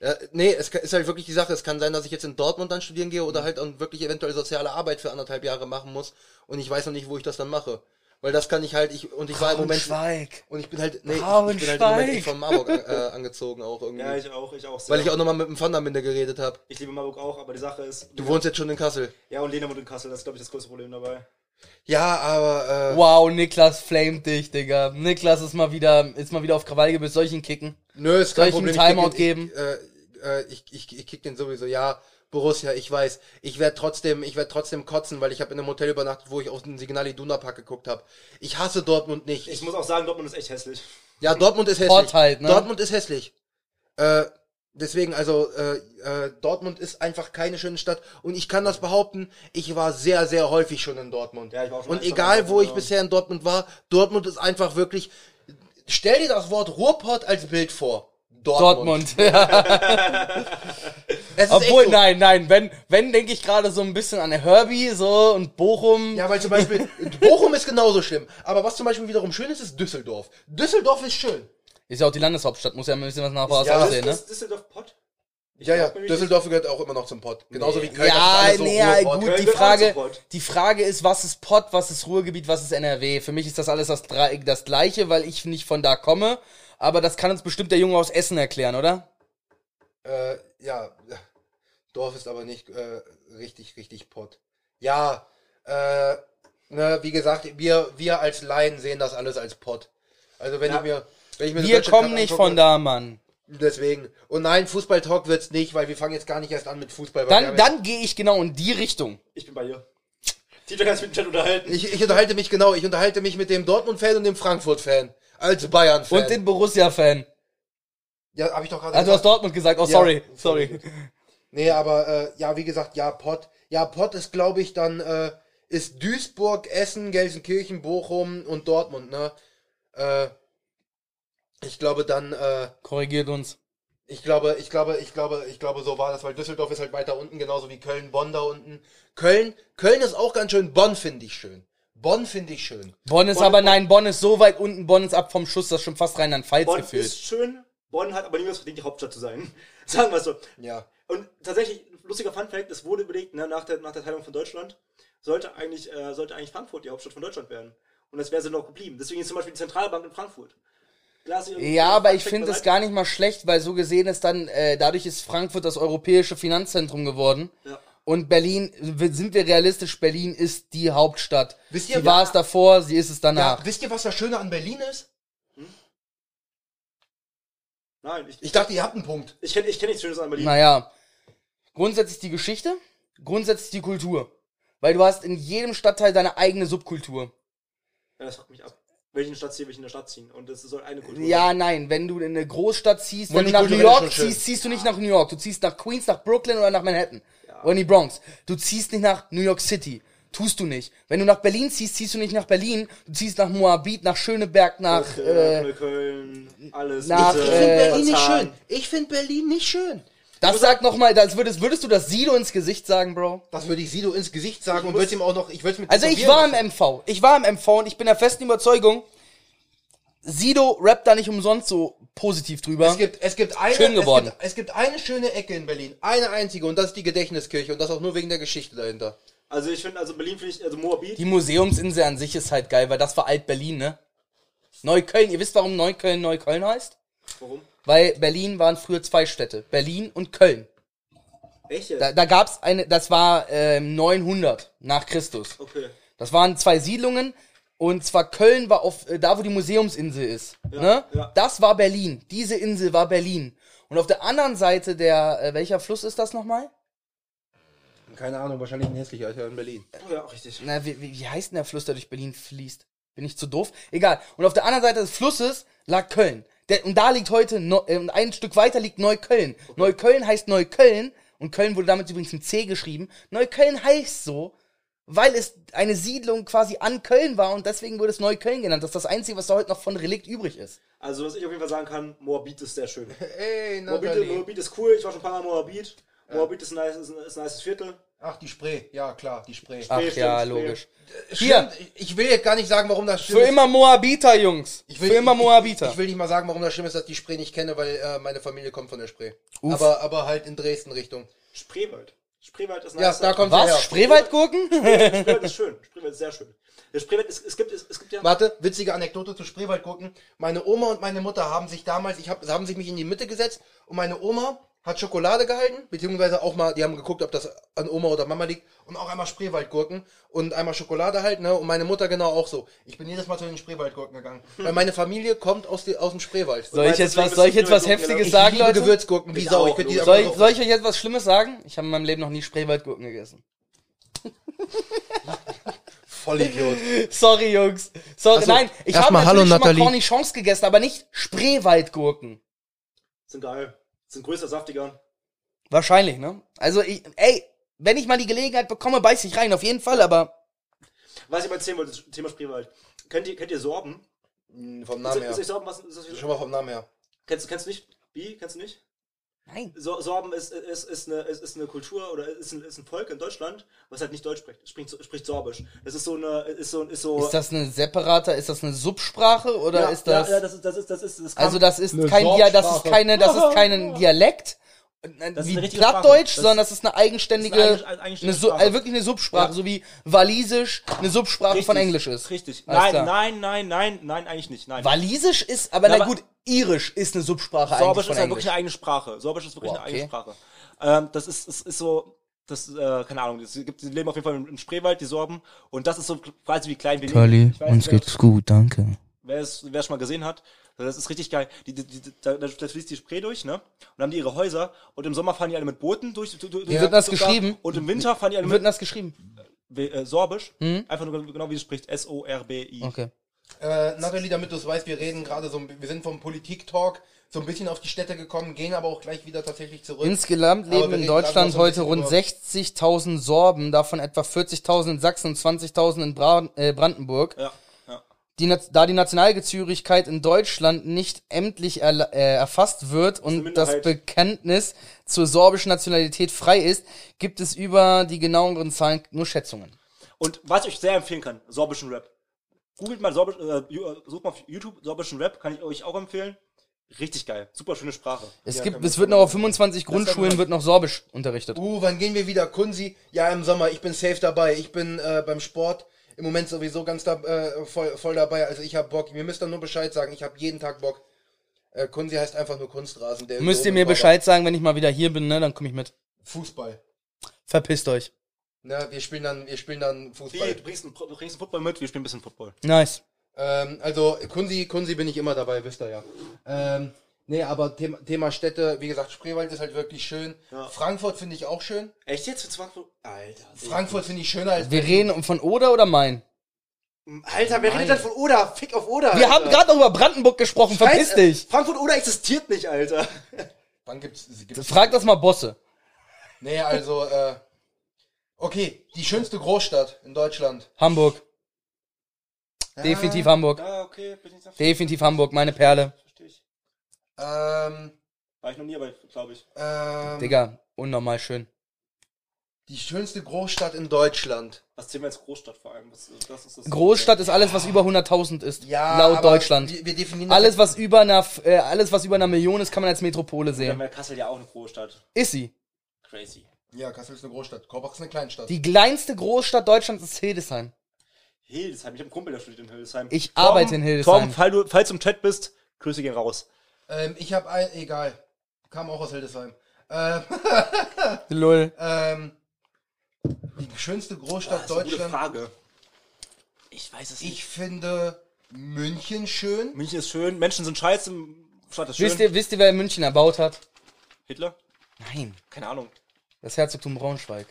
S2: Ja, nee, es ka- ist halt wirklich die Sache. Es kann sein, dass ich jetzt in Dortmund dann studieren gehe oder halt dann wirklich eventuell soziale Arbeit für anderthalb Jahre machen muss und ich weiß noch nicht, wo ich das dann mache. Weil das kann ich halt, ich, und ich war im Moment,
S3: Schweig.
S2: und ich bin halt, nee, ich, ich bin halt im
S3: Braunschweig.
S2: Moment echt von Marburg äh, angezogen auch irgendwie.
S4: Ja, ich auch, ich auch sehr.
S2: Mhm. weil ich auch nochmal mit dem Vanderminder geredet habe.
S4: ich liebe Marburg auch, aber die Sache ist,
S2: Du wohnst jetzt schon in Kassel.
S4: ja und Lena wohnt in Kassel, das ist glaube ich das größte Problem dabei.
S2: Ja, aber äh,
S3: Wow, Niklas flamet dich, Digga. Niklas ist mal wieder, ist mal wieder auf Krawall gebissen. Soll ich ihn kicken?
S2: nö, ist
S3: Soll
S2: kein
S3: ich
S2: Problem.
S3: einen
S2: kick
S3: Timeout
S2: den-
S3: geben?
S2: Ich, äh, äh, ich, ich, ich kick den sowieso. Ja, Borussia, ich weiß. Ich werde trotzdem, ich werde trotzdem kotzen, weil ich habe in einem Hotel übernachtet, wo ich auf den Signal Iduna Park geguckt habe. Ich hasse Dortmund nicht.
S4: Ich muss auch sagen, Dortmund ist echt hässlich.
S2: ja, Dortmund ist hässlich.
S3: Ort halt, ne?
S2: Dortmund ist hässlich. Äh, deswegen, also äh, äh, Dortmund ist einfach keine schöne Stadt und ich kann das behaupten. Ich war sehr, sehr häufig schon in Dortmund.
S4: Ja, ich war auch schon
S2: und
S4: ein, zwei
S2: egal,
S4: Mal,
S2: wo ich
S4: ja.
S2: bisher in Dortmund war, Dortmund ist einfach wirklich. Stell dir das Wort Ruhrpott als Bild vor.
S3: Dortmund.
S2: Es ist
S3: Obwohl,
S2: echt so.
S3: nein, nein. Wenn, wenn denke ich gerade so ein bisschen an Herbie so und Bochum.
S2: Ja, weil zum Beispiel Bochum ist genauso schlimm. Aber was zum Beispiel wiederum schön ist, ist Düsseldorf. Düsseldorf ist schön.
S3: Ist ja auch die Landeshauptstadt, muss ja ein bisschen was nach was
S2: Ja,
S3: aussehen, ne?
S4: Ist Düsseldorf Pott?
S2: Ja, ja,
S4: glaub nämlich
S2: Düsseldorf gehört auch immer noch zum Pott. Genauso wie Köln.
S3: Äh, Ja,
S2: das ist alles so
S3: nee, ja,
S2: Ruhrpott.
S3: gut,
S4: Köln
S3: die
S4: gehört auch
S3: Frage,
S4: zu Pott.
S3: die Frage ist, was ist Pott, was ist Ruhrgebiet, was ist NRW? Für mich ist das alles das, Dreieck das gleiche, weil ich nicht von da komme. Aber das kann uns bestimmt der Junge aus Essen erklären, oder?
S2: Äh, ja, *laughs* Dorf ist aber nicht äh, richtig, richtig Pott. Ja, äh, ne, wie gesagt, wir, wir als Laien sehen das alles als Pott. Also wenn
S4: Ja.
S2: ich mir... Wenn ich mir
S3: Wir kommen nicht von da, Mann.
S2: Deswegen. Und nein, Fußball-Talk wird's nicht, weil wir fangen jetzt gar nicht erst an mit Fußball. weil wir
S3: Dann,
S2: haben
S3: dann gehe ich genau in die Richtung.
S4: Ich bin bei *laughs* dir. TJ kann sich mit dem Chat unterhalten.
S2: Ich, ich unterhalte mich genau, ich unterhalte mich mit dem Dortmund-Fan und dem Frankfurt-Fan. Als Bayern-Fan.
S3: Und den Borussia-Fan.
S2: Ja, habe ich doch gerade
S3: Also du hast
S2: gesagt.
S3: Dortmund gesagt. Oh, sorry, sorry.
S2: Nee, aber äh, ja, wie gesagt, ja, Pott. Ja, Pott ist, glaube ich, dann äh, ist Duisburg, Essen, Gelsenkirchen, Bochum und Dortmund, ne? Äh, ich glaube dann, äh,
S3: Korrigiert uns.
S2: ich glaube, ich glaube, ich glaube, ich glaube, so war das, weil Düsseldorf ist halt weiter unten, genauso wie Köln, Bonn da unten. Köln, Köln ist auch ganz schön, Bonn finde ich schön. Bonn finde ich schön.
S3: Bonn ist
S4: Bonn-
S3: aber, nein, Bonn ist so weit unten, Bonn ist ab vom Schuss, das ist schon fast Rheinland-Pfalz
S4: Bonn
S3: gefühlt.
S4: ist schön, Bonn hat aber niemals verdient, die Hauptstadt zu sein. *laughs* Sagen wir es so.
S2: Ja.
S4: Und tatsächlich, lustiger Funfact, es wurde überlegt, ne, nach, der, nach der Teilung von Deutschland sollte eigentlich, äh, sollte eigentlich Frankfurt die Hauptstadt von Deutschland werden. Und das wäre sie noch geblieben. Deswegen ist zum Beispiel die Zentralbank in Frankfurt. Lass ihr-
S3: Ja, aber ich
S4: Funfact
S3: finde es
S4: bereit.
S3: gar nicht mal schlecht, weil so gesehen ist dann, äh, dadurch ist Frankfurt das europäische Finanzzentrum geworden.
S4: Ja.
S3: Und Berlin, w- sind wir realistisch, Berlin ist die Hauptstadt.
S2: Wisst
S3: Wisst
S2: ihr,
S3: ihr, sie war
S2: ja.
S3: es davor, sie ist es danach.
S2: ja. Wisst ihr, was das Schöne an Berlin ist?
S4: Nein, ich,
S2: Ich dachte, ihr habt einen Punkt.
S4: ich kenne ich kenn nichts Schönes an Berlin.
S3: naja. Grundsätzlich die Geschichte. grundsätzlich die Kultur. Weil du hast in jedem Stadtteil deine eigene Subkultur.
S4: Ja, das fuckt mich ab. Welchen Stadt ziehen, welchen in der Stadt ziehen. Und das soll eine Kultur
S3: Ja, nein, wenn du in eine Großstadt ziehst, wenn du nach New
S2: Multikulturell
S3: York
S2: ist schon schön.
S3: ziehst, ziehst du nicht nach New York. Du ziehst nach Queens, nach Brooklyn oder nach Manhattan.
S4: Ja.
S3: Oder in die Bronx. Du ziehst nicht nach New York City. Tust du nicht. Wenn du nach Berlin ziehst, ziehst du nicht nach Berlin. Du ziehst nach Moabit, nach Schöneberg, nach... Äh,
S4: Köln, alles.
S3: nach,
S2: Ich
S4: Mitte,
S2: finde
S3: äh,
S2: Berlin nicht
S4: Marzahn.
S2: schön. Ich finde Berlin nicht schön.
S3: das sag nochmal, würdest, würdest du das Sido ins Gesicht sagen, Bro?
S2: Das würde ich Sido ins Gesicht sagen und
S4: muss-
S2: würde ihm auch noch. Ich würde mit
S3: Also ich war
S2: probieren.
S3: im MV. Ich war im MV und ich bin der festen Überzeugung, Sido rappt da nicht umsonst so positiv drüber.
S2: Es gibt, es gibt eine,
S3: Schön geworden.
S2: Es gibt, es gibt eine schöne Ecke in Berlin. Eine einzige und das ist die Gedächtniskirche und das auch nur wegen der Geschichte dahinter.
S4: Also ich finde, also Berlin finde ich, also Moabit.
S3: Die Museumsinsel an sich ist halt geil, weil das war Alt-Berlin, ne? Neukölln, ihr wisst, warum Neukölln Neukölln heißt?
S4: Warum?
S3: Weil Berlin waren früher zwei Städte. Berlin und Köln.
S4: Echt jetzt?
S3: Da, da gab's eine, das war ähm, 900 nach Christus.
S4: okay.
S3: Das waren zwei Siedlungen und zwar Köln war auf äh, da, wo die Museumsinsel ist.
S4: Ja,
S3: ne?
S4: ja.
S3: Das war Berlin. Diese Insel war Berlin. Und auf der anderen Seite der, äh, welcher Fluss ist das nochmal?
S2: Keine Ahnung, wahrscheinlich ein hässlicher Alter in Berlin.
S4: Oh Ja, auch richtig.
S3: Na, wie, wie, wie heißt denn der Fluss, der durch Berlin fließt? Bin ich zu doof? Egal. Und auf der anderen Seite des Flusses lag Köln. Der, und da liegt heute, Neu, äh, und ein Stück weiter liegt Neukölln. Neukölln heißt Neukölln und Köln wurde damit übrigens mit C geschrieben. Neukölln heißt so, weil es eine Siedlung quasi an Köln war und deswegen wurde es Neukölln genannt. Das ist das Einzige, was da heute noch von Relikt übrig ist.
S4: Also was ich auf jeden Fall sagen kann, Moabit ist sehr
S2: *laughs*
S4: schön.
S2: Ey,
S4: Moabit, äh,
S2: Nathalie.
S4: Moabit ist cool, ich war schon ein paar Mal in Moabit. Moabit ist ein nice, ist ein, ist ein nices Viertel.
S2: Ach, die Spree. Ja, klar, die Spree.
S3: Ach
S4: stimmt,
S3: ja,
S4: stimmt.
S3: logisch.
S2: Hier. Ich will jetzt gar nicht sagen, warum das schlimm
S3: Für
S2: ist.
S3: immer Moabiter, Jungs.
S2: Ich will,
S3: Für immer
S2: ich-
S3: Moabiter.
S2: Ich, ich will nicht mal sagen, warum das schlimm ist, dass ich die Spree nicht kenne, weil äh, meine Familie kommt von der Spree.
S3: Uff.
S2: Aber, aber halt in Dresden Richtung.
S4: Spreewald. Spreewald ist
S2: Ja,
S4: nice.
S2: da kommt er
S3: was?
S2: her.
S3: Spreewaldgurken?
S4: Spreewald ist schön. Spreewald ist sehr schön. Der Spreewald, es, es gibt, es, es gibt ja...
S2: Warte, witzige Anekdote zu Spreewald gucken. Meine Oma und meine Mutter haben sich damals, ich hab, haben sich mich in die Mitte gesetzt und meine Oma hat Schokolade gehalten, beziehungsweise auch mal, die haben geguckt, ob das an Oma oder Mama liegt und auch einmal Spreewaldgurken und einmal Schokolade halt, ne? Und meine Mutter genau auch so. Ich bin jedes Mal zu den Spreewaldgurken gegangen, weil meine Familie kommt aus, die, aus dem Spreewald.
S3: Soll ich jetzt was, soll ich jetzt was Heftiges sagen,
S2: ich liebe
S3: Leute?
S2: Gewürzgurken, wie
S4: Ich
S2: Sau.
S4: auch,
S2: Ich könnte die
S4: logisch.
S3: Soll
S2: einfach
S3: ich,
S2: so-
S3: soll ich euch jetzt was Schlimmes sagen? Ich habe in meinem Leben noch nie Spreewaldgurken gegessen.
S2: Vollidiot.
S3: *laughs* Sorry, Jungs. Sorry,
S2: Ach so,
S3: nein, ich
S2: erst
S3: habe
S2: mal hallo,
S3: natürlich schon Also, mal
S2: Nathalie.
S3: Cornichons gegessen, aber nicht Spreewaldgurken.
S4: Sind geil. Sind größer, saftiger.
S3: Wahrscheinlich, ne? Also, ich, ey, wenn ich mal die Gelegenheit bekomme, beiß ich rein, auf jeden Fall, aber
S4: Was ich mal erzählen wollte, Thema Spreewald. Kennt ihr, kennt ihr Sorben?
S2: Mm, Vom
S4: Ist,
S2: Namen
S4: ist euch
S2: her.
S4: Sorben was? Ist das
S2: Schon mal vom Namen her.
S4: kennst, du- kennst du nicht? Wie? Kennst du nicht?
S3: nein.
S4: So, Sorben ist, ist, ist, eine, ist, ist eine Kultur oder ist ein, ist ein Volk in Deutschland, was halt nicht Deutsch spricht, spricht, spricht Sorbisch. Das ist so eine, ist so, ist so.
S3: Ist das eine separater, ist das eine Subsprache oder
S4: ja,
S3: ist das,
S4: Ja, ja, das ist, das ist, das ist, das
S3: also das ist
S2: Eine
S3: kein, ja, das ist
S2: Sorgsprache.
S3: keine, das
S2: *laughs*
S3: ist kein Dialekt,
S4: ist
S3: wie
S4: eine richtige
S3: Plattdeutsch,
S4: Sprache. Das
S3: sondern das ist eine eigenständige,
S4: das ist eine eigen- eigenständige
S3: eine Su-
S4: Sprache.
S3: äh, wirklich eine Subsprache,
S4: Ja.
S3: so wie Walisisch eine Subsprache von Englisch ist.
S4: Richtig.
S3: Alles
S4: Nein,
S3: klar.
S4: nein, nein, nein, nein, eigentlich nicht. Nein.
S3: Walisisch ist, aber na
S4: aber-
S3: gut, Irisch ist eine Subsprache eigentlich
S4: Sorbisch
S3: von
S4: ist ja wirklich
S3: Englisch.
S4: eine eigene Sprache. Sorbisch ist wirklich
S3: Boah,
S4: eine eigene
S3: okay.
S4: Sprache. Ähm, das ist, ist, ist so, das, äh, keine Ahnung, es gibt, die leben auf jeden Fall im, im Spreewald, die Sorben. Und das ist so quasi wie klein wie Ich weiß, wer-
S3: gut, danke.
S4: wer es, wer es schon mal gesehen hat, das ist richtig geil. Die, die, die, da, da fließt die Spree durch, ne? Und dann haben die ihre Häuser und im Sommer fahren die alle mit Booten durch. durch, durch
S3: Wie wird das geschrieben?
S4: Und im Winter fahren die alle
S3: Wie wird denn
S4: mit
S3: das geschrieben?
S4: We- äh, Sorbisch. Einfach nur genau wie es spricht. S-O-R-B-I.
S3: Okay.
S2: Äh, Nathalie, damit du es weißt, wir reden gerade so, ein bi- wir sind vom Politik-Talk so ein bisschen auf die Städte gekommen, gehen aber auch gleich wieder tatsächlich zurück.
S3: Insgesamt
S2: Aber
S3: leben
S2: wir
S3: in
S2: reden gerade noch
S3: Deutschland
S2: so ein
S3: heute
S2: bisschen
S3: rund
S2: über-
S3: 60.000 Sorben, davon etwa 40.000 in Sachsen und 20.000 in Bra äh, Brandenburg.
S4: Ja, ja.
S3: Die, Na- da die Nationalgezürigkeit in Deutschland nicht ämtlich erla- äh, erfasst wird und das
S4: Minderheit.
S3: Bekenntnis zur sorbischen Nationalität frei ist, gibt es über die genaueren Zahlen nur Schätzungen.
S4: Und was ich euch sehr empfehlen kann, sorbischen Rap. Googelt mal sorbisch, äh, Ju- äh, sucht mal auf YouTube sorbischen Rap, kann ich euch auch empfehlen. Richtig geil. Super schöne Sprache.
S3: Es
S4: Ja,
S3: gibt,
S4: kann
S3: es
S4: man-
S3: wird noch auf 25
S4: man-
S3: Grundschulen wird noch Sorbisch unterrichtet.
S2: Uh, wann gehen wir wieder? Kunsi? Ja, im Sommer. Ich bin safe dabei. Ich bin äh, beim Sport im Moment sowieso ganz da, äh, voll, voll dabei. Also ich hab Bock. Ihr müsst dann nur Bescheid sagen. Ich hab jeden Tag Bock. Äh, Kunsi heißt einfach nur Kunstrasen. Der
S3: Müsst
S2: oben
S3: ihr mir
S2: im Bauer-
S3: Bescheid sagen, wenn ich mal wieder hier bin, ne? Dann komme ich mit.
S2: Fußball.
S3: Verpisst euch.
S2: Ne, wir spielen dann, wir spielen dann
S4: Wie,
S2: Fußball.
S4: du bringst, einen, Pro- du bringst einen Football mit, wir spielen ein bisschen Football.
S3: Nice.
S2: Ähm, also Kunsi, Kunsi bin ich immer dabei, wisst ihr ja. Ähm, nee, aber Thema, Thema Städte, wie gesagt, Spreewald ist halt wirklich schön.
S4: Ja.
S2: Frankfurt finde ich auch schön.
S4: Echt jetzt? Für 20,
S1: Alter.
S2: Frankfurt finde ich schöner als
S3: Wir reden um von Oder oder Main?
S1: Alter, wer redet denn von Oder? Fick auf Oder. Alter.
S3: Wir haben gerade noch über Brandenburg gesprochen, verpiss
S1: Scheiß-
S3: dich.
S1: Frankfurt Oder existiert nicht, Alter.
S2: Wann gibt's, gibt's
S3: Frag das mal Bosse.
S2: Nee, also äh, okay, die schönste Großstadt in Deutschland. Ähm,
S3: Hamburg. Definitiv Hamburg.
S4: Ah, okay, bin ich dafür.
S3: Definitiv Hamburg, meine Perle.
S4: Verstehe ich.
S2: Ähm,
S4: War ich noch nie, aber glaube ich.
S2: ähm,
S3: Digga, unnormal schön.
S2: Die schönste Großstadt in Deutschland.
S4: Was zählen wir als Großstadt vor allem? Das, das ist das
S3: Großstadt ist alles, was über 100.000 ist. laut
S2: aber
S3: Deutschland.
S2: Wir, wir definieren das
S3: Alles, was über einer, F- äh, alles, was über einer Million ist, kann man als Metropole
S4: Wir
S3: sehen.
S4: haben ja Kassel ja auch eine Großstadt.
S3: Ist sie.
S4: Crazy.
S2: Ja, Kassel ist eine Großstadt. Korbach ist eine Kleinstadt.
S3: Die kleinste Großstadt Deutschlands ist Hildesheim.
S4: Hildesheim, ich habe einen Kumpel, der studiert in Hildesheim.
S3: Ich arbeite in Hildesheim.
S4: Tom, falls du, falls du im Chat bist, Grüße gehen raus.
S2: Ähm, ich habe ein, egal, kam auch aus Hildesheim. Ähm,
S3: Lull.
S2: ähm, die schönste
S4: Boah,
S2: Großstadt
S4: das Ah, ist eine gute
S2: Deutschlands.
S4: Frage. Ich weiß es nicht.
S2: Ich finde München schön.
S4: München ist schön, Menschen sind scheiße, Stadt ist schön.
S3: Wisst ihr, wisst ihr, wer München erbaut hat?
S4: Hitler?
S3: Nein.
S4: Keine Ahnung.
S3: Das Herzogtum Braunschweig.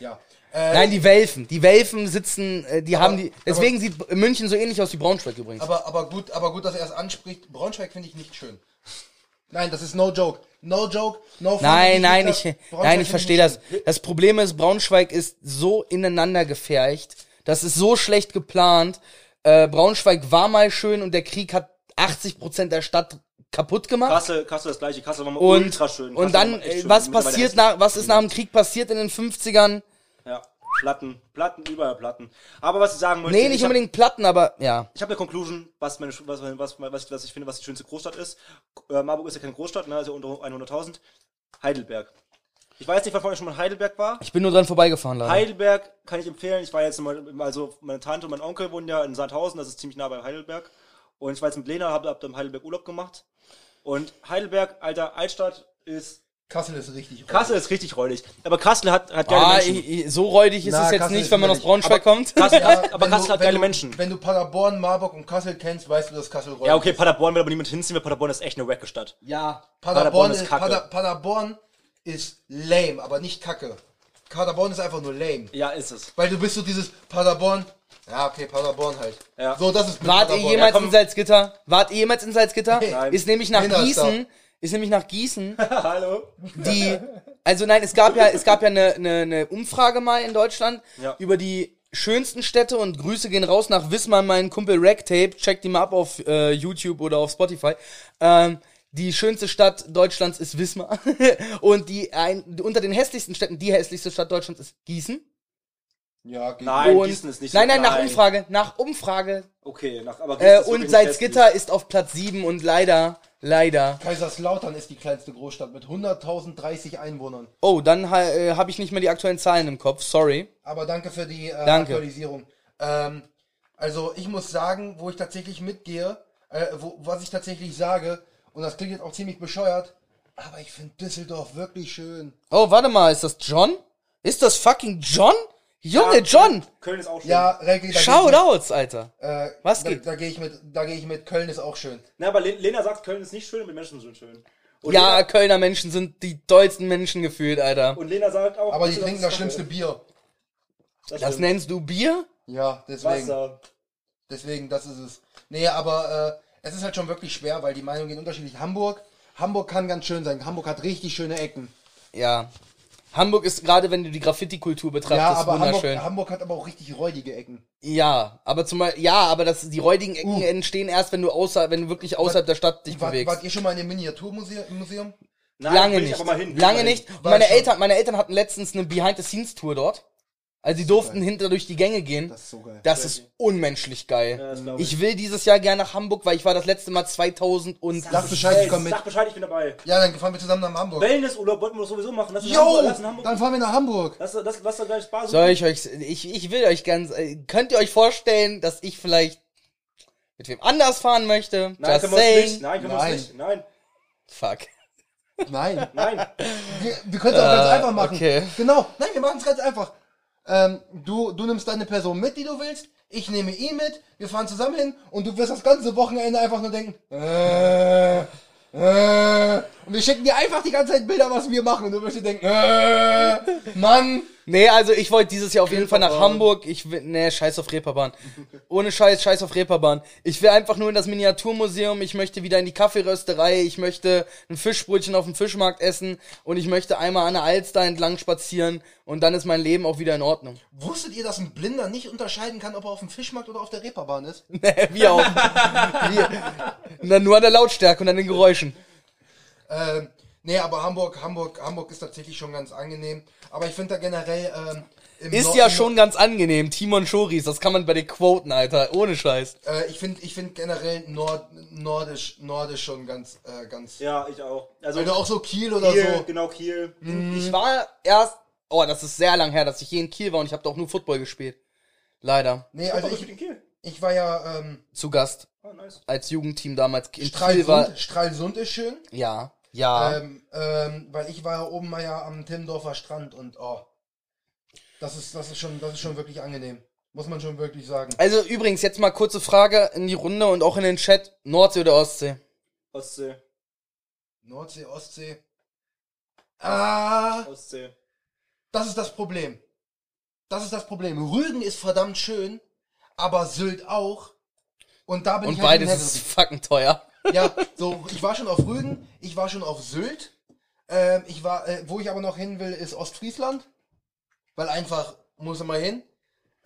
S2: Ja. Äh,
S3: Nein, die Welfen. Die Welfen sitzen, äh, die haben die. Deswegen
S2: aber-
S3: sieht München so ähnlich aus wie Braunschweig übrigens.
S2: Aber, aber gut, aber gut, dass er es anspricht. Braunschweig finde ich nicht schön. Nein, das ist no joke. No joke, no fun.
S3: nein, nein,
S2: Hitler.
S3: ich,
S2: Braunschweig
S3: nein,
S2: finde
S3: ich verstehe das.
S2: nicht
S3: Das Problem ist, Braunschweig ist so ineinander gefärcht. Das ist so schlecht geplant. Äh, Braunschweig war mal schön und der Krieg hat 80% der Stadt kaputt gemacht.
S4: Kassel, Kassel das gleiche. Kassel war mal
S3: und,
S4: ultra schön.
S3: Und
S4: Kassel war
S3: dann,
S4: mal echt
S3: äh,
S4: schön.
S3: was
S4: Mittlerweile
S3: passiert
S4: hässlich.
S3: nach, was ist nach dem Krieg passiert in den 50ern?
S4: Ja, Platten, Platten, überall Platten. Aber was ich sagen möchte,
S3: Nee, nicht
S4: ich hab-
S3: unbedingt Platten, aber ja.
S4: Ich habe eine Conclusion, was, meine, Schu- was, was, was, was ich finde, was die schönste Großstadt ist. Äh, Marburg ist ja keine Großstadt, ne, ist ja unter 100.000. Heidelberg. Ich weiß nicht, wann vorher schon mal in Heidelberg war.
S3: Ich bin nur dran vorbeigefahren, leider.
S4: Heidelberg kann ich empfehlen. Ich war jetzt mal, also meine Tante und mein Onkel wohnen ja in Sandhausen, das ist ziemlich nah bei Heidelberg. Und ich war jetzt mit Lena, hab, hab da in Heidelberg Urlaub gemacht. Und Heidelberg, alter Altstadt, ist.
S2: Kassel ist richtig.
S4: Kassel ist richtig räudig. Aber Kassel hat, hat geile
S3: ah,
S4: Menschen.
S3: i- i- so räudig ist
S2: Na,
S3: es jetzt
S2: Kassel
S3: nicht,
S2: ist
S3: wenn man aus
S2: nicht.
S3: Braunschweig kommt.
S4: Kassel hat,
S2: Ja,
S4: aber
S2: wenn
S4: Kassel
S2: du-
S4: hat
S2: wenn
S4: geile
S2: du,
S4: Menschen.
S2: Wenn du Paderborn, Marburg und Kassel kennst, weißt du, dass Kassel rollt.
S4: Ja, okay, Paderborn will aber niemand hinziehen, weil Paderborn ist echt eine Wackestadt.
S3: Ja.
S2: Paderborn,
S4: Paderborn ist
S2: ist
S4: Kacke.
S2: Pader, Paderborn ist lame, aber nicht kacke. Paderborn ist einfach nur lame.
S4: Ja, ist es.
S2: *laughs* Weil du bist so dieses Paderborn. Ja, okay, Paderborn halt.
S4: Ja.
S2: So, das ist mit
S3: *laughs* Wart ihr
S2: Paderborn.
S3: jemals
S4: Ja, komm.
S3: in Salzgitter? Wart ihr jemals in Salzgitter?
S2: Nein.
S3: Ist nämlich nach
S2: Hinnersdorf.
S3: Gießen, ist nämlich nach Gießen,
S4: Hallo.
S3: die, also nein, es gab ja, es gab ja eine, eine, eine Umfrage mal in Deutschland
S4: Ja.
S3: über die schönsten Städte und Grüße gehen raus nach Wismar, mein Kumpel Ragtape, checkt die mal ab auf äh, YouTube oder auf Spotify. Ähm, die schönste Stadt Deutschlands ist Wismar *laughs* und die ein, unter den hässlichsten Städten, die hässlichste Stadt Deutschlands ist Gießen.
S2: Ja, geht.
S4: Nein,
S3: Und-
S4: Gießen ist nicht
S3: nein,
S4: so
S3: nein, nach
S4: klein.
S3: Umfrage, nach Umfrage
S4: Okay, nach, aber Gießen
S3: äh,
S4: ist
S3: und
S4: wirklich nicht
S3: Salzgitter ist auf Platz 7 und leider, leider.
S2: Kaiserslautern ist die kleinste Großstadt mit 100.030 Einwohnern.
S3: Oh, dann ha- äh, habe ich nicht mehr die aktuellen Zahlen im Kopf, sorry.
S2: Aber danke für die äh,
S3: Danke.
S2: Aktualisierung. Ähm, also ich muss sagen, wo ich tatsächlich mitgehe, äh, wo, was ich tatsächlich sage, und das klingt jetzt auch ziemlich bescheuert, aber ich finde Düsseldorf wirklich schön.
S3: Oh, warte mal, ist das John? Ist das fucking John? Junge,
S4: Ja.
S3: John!
S4: Köln ist auch schön.
S2: Ja, Regel, da geh
S3: Shoutouts, Alter.
S2: ich mit, äh,
S3: Was
S2: da,
S3: geht?
S2: Da gehe ich mit, da gehe ich mit. Köln ist auch schön.
S4: Na, aber Le- Lena sagt, Köln ist nicht schön, aber die Menschen sind schön. Und
S3: Ja,
S4: Lena,
S3: Kölner Menschen sind die tollsten Menschen gefühlt, Alter.
S4: und Lena sagt auch.
S2: Aber die
S4: Düsseldorf
S2: trinken
S4: ist äh,
S2: das schlimmste Bier.
S4: Das,
S3: Das
S4: stimmt.
S3: nennst du Bier?
S2: Ja, deswegen.
S4: Wasser.
S2: Deswegen, das ist es. Nee, aber äh, es ist halt schon wirklich schwer, weil die Meinungen gehen unterschiedlich. Hamburg, Hamburg kann ganz schön sein. Hamburg hat richtig schöne Ecken.
S3: Ja. Hamburg ist gerade, wenn du die Graffiti-Kultur
S2: Ja,
S3: betrachtest,
S2: aber Hamburg,
S3: wunderschön.
S2: Hamburg hat aber auch richtig räudige Ecken.
S3: Ja, aber zumal, ja, aber das, die räudigen Ecken
S2: Uh.
S3: entstehen erst, wenn du außerhalb, wenn du wirklich außerhalb der Stadt dich
S2: Wart,
S3: bewegst.
S2: wart ihr schon mal in dem Miniaturmuseum?
S4: Nein,
S3: Lange
S4: will ich
S3: nicht.
S4: aber mal hin.
S3: Lange
S4: Nein.
S3: nicht. Und
S2: War
S3: meine
S2: schon.
S3: Eltern, meine Eltern hatten letztens eine Behind-the-Scenes-Tour dort. Also die durften hinter durch die Gänge gehen.
S2: Das ist so geil.
S3: Das ist unmenschlich geil.
S4: Ja, das glaub ich.
S3: ich will dieses Jahr gerne nach Hamburg, weil ich war das letzte Mal 2000 und
S2: Lass Bescheid, ich komm
S4: Ey,
S2: mit.
S4: Sag Bescheid, ich bin dabei.
S2: Ja, dann fahren wir zusammen nach Hamburg.
S4: Wellnessurlaub wollten wir doch sowieso machen. Lass in
S2: Yo,
S4: Hamburg- lass in Hamburg.
S2: dann fahren wir nach Hamburg.
S4: Lass, lass, lass da gleich Spaß.
S3: soll ich euch, ich, ich will euch ganz, äh, könnt ihr euch vorstellen, dass ich vielleicht mit wem anders fahren möchte?
S4: Nein, können wir uns nicht. Nein, können wir
S2: Nein.
S4: uns nicht. Nein,
S3: Fuck.
S2: Nein,
S4: nein.
S2: *laughs* wir, wir können es auch ganz
S3: Äh,
S2: einfach machen.
S3: okay.
S2: Genau, nein, wir machen es ganz einfach. Ähm, du, du nimmst deine Person mit, die du willst. Ich nehme ihn mit. Wir fahren zusammen hin und du wirst das ganze Wochenende einfach nur denken. Äh, äh, Und wir schicken dir einfach die ganze Zeit Bilder, was wir machen. Und du wirst dir denken, äh, Mann.
S3: Nee, also ich wollte dieses Jahr auf jeden Fall nach Hamburg. Ich will, nee, scheiß auf Reeperbahn. Ohne Scheiß, scheiß auf Reeperbahn. Ich will einfach nur in das Miniaturmuseum. Ich möchte wieder in die Kaffeerösterei. Ich möchte ein Fischbrötchen auf dem Fischmarkt essen. Und ich möchte einmal an der Alster entlang spazieren. Und dann ist mein Leben auch wieder in Ordnung. *laughs*
S2: Wusstet ihr, dass ein Blinder nicht unterscheiden kann, ob er auf dem Fischmarkt oder auf der Reeperbahn ist?
S3: Nee, wie auch. Wie, und dann nur an der Lautstärke und an den Geräuschen.
S2: Ähm, nee, aber Hamburg, Hamburg, Hamburg ist tatsächlich schon ganz angenehm. Aber ich finde da generell ähm, im
S3: Ist
S2: Nor-
S3: ja
S2: im-
S3: schon ganz angenehm. Timon Schoris, das kann man bei den Quoten, Alter. Ohne Scheiß.
S2: Äh, ich finde, ich finde generell Nord, nordisch, nordisch schon ganz, äh, ganz.
S4: Ja, ich auch. Also
S2: Wenn du auch so Kiel oder
S4: Kiel,
S2: so. Hm.
S4: genau Kiel.
S3: Ich war erst. Oh, das ist sehr lang her, dass ich hier in Kiel war und ich habe da auch nur Football gespielt. Leider.
S2: Nee,
S4: Also
S2: also
S4: ich bin in
S2: ich,
S4: Kiel.
S2: ich war ja ähm,
S3: Zu Gast
S4: Ah, nice.
S3: als Jugendteam damals. In Kiel war.
S2: Stralsund. Stralsund ist schön.
S3: Ja, ja.
S2: Ähm, ähm, weil ich war ja oben mal ja am Timmendorfer Strand und oh. Das ist, das ist schon, das ist schon wirklich angenehm. Muss man schon wirklich sagen.
S3: also übrigens, jetzt mal kurze Frage in die Runde und auch in den Chat. Nordsee oder Ostsee?
S4: Ostsee.
S2: Nordsee, Ostsee. Ah,
S4: Ostsee.
S2: das ist das Problem. Das ist das Problem. Rügen ist verdammt schön, aber Sylt auch. Und da bin
S3: Und
S2: ich halt im
S3: beides ist
S2: Herzen.
S3: fucking teuer.
S2: Ja, so, ich war schon auf Rügen, ich war schon auf Sylt. Ähm, ich war, äh, wo ich aber noch hin will, ist Ostfriesland. Weil einfach muss man mal hin.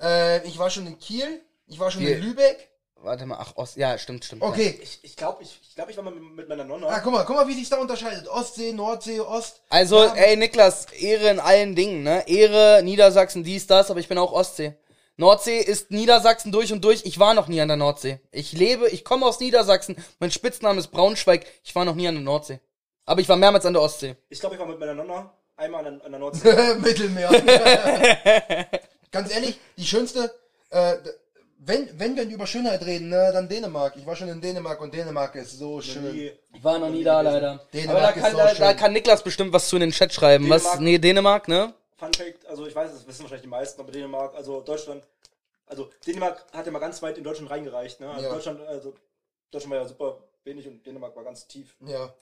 S2: Äh, ich war schon in Kiel, ich war schon
S3: Kiel.
S2: in Lübeck.
S3: Warte mal, ach, Ost. Ja, stimmt, stimmt.
S2: Okay.
S4: Ich, ich glaube, ich, ich, glaub, ich war mal mit mit meiner Nonna.
S2: Ah, guck mal, guck mal, wie sich da unterscheidet. Ostsee, Nordsee, Ost.
S3: Also,
S2: Ja,
S3: ey, Niklas, Ehre in allen Dingen, ne? Ehre, Niedersachsen, dies, das, aber ich bin auch Ostsee. Nordsee ist Niedersachsen durch und durch. Ich war noch nie an der Nordsee. Ich lebe, ich komme aus Niedersachsen. Mein Spitzname ist Braunschweig. Ich war noch nie an der Nordsee. Aber ich war mehrmals an der Ostsee.
S4: Ich glaube, ich war mit meiner Nonna einmal an der, an der Nordsee.
S2: Mittelmeer. Ganz ehrlich, die schönste, äh, d- wenn, wenn wir über Schönheit reden, ne, dann Dänemark. Ich war schon in Dänemark und Dänemark ist so *laughs* schön.
S4: Die-
S3: Ich war noch nie da, leider.
S2: Dänemark
S3: aber da
S2: ist
S3: kann,
S2: so
S3: da, da
S2: schön.
S3: kann Niklas bestimmt was zu in den Chat schreiben. Was?
S4: Dänemark.
S3: Nee, Dänemark, ne?
S4: Fun Fact, also ich weiß, das wissen wahrscheinlich die meisten, aber Dänemark, also Deutschland, also Dänemark hat ja mal ganz weit in Deutschland reingereicht, ne? Also
S2: Ja.
S4: Deutschland, also Deutschland war ja super wenig und Dänemark war ganz tief.
S2: Ja.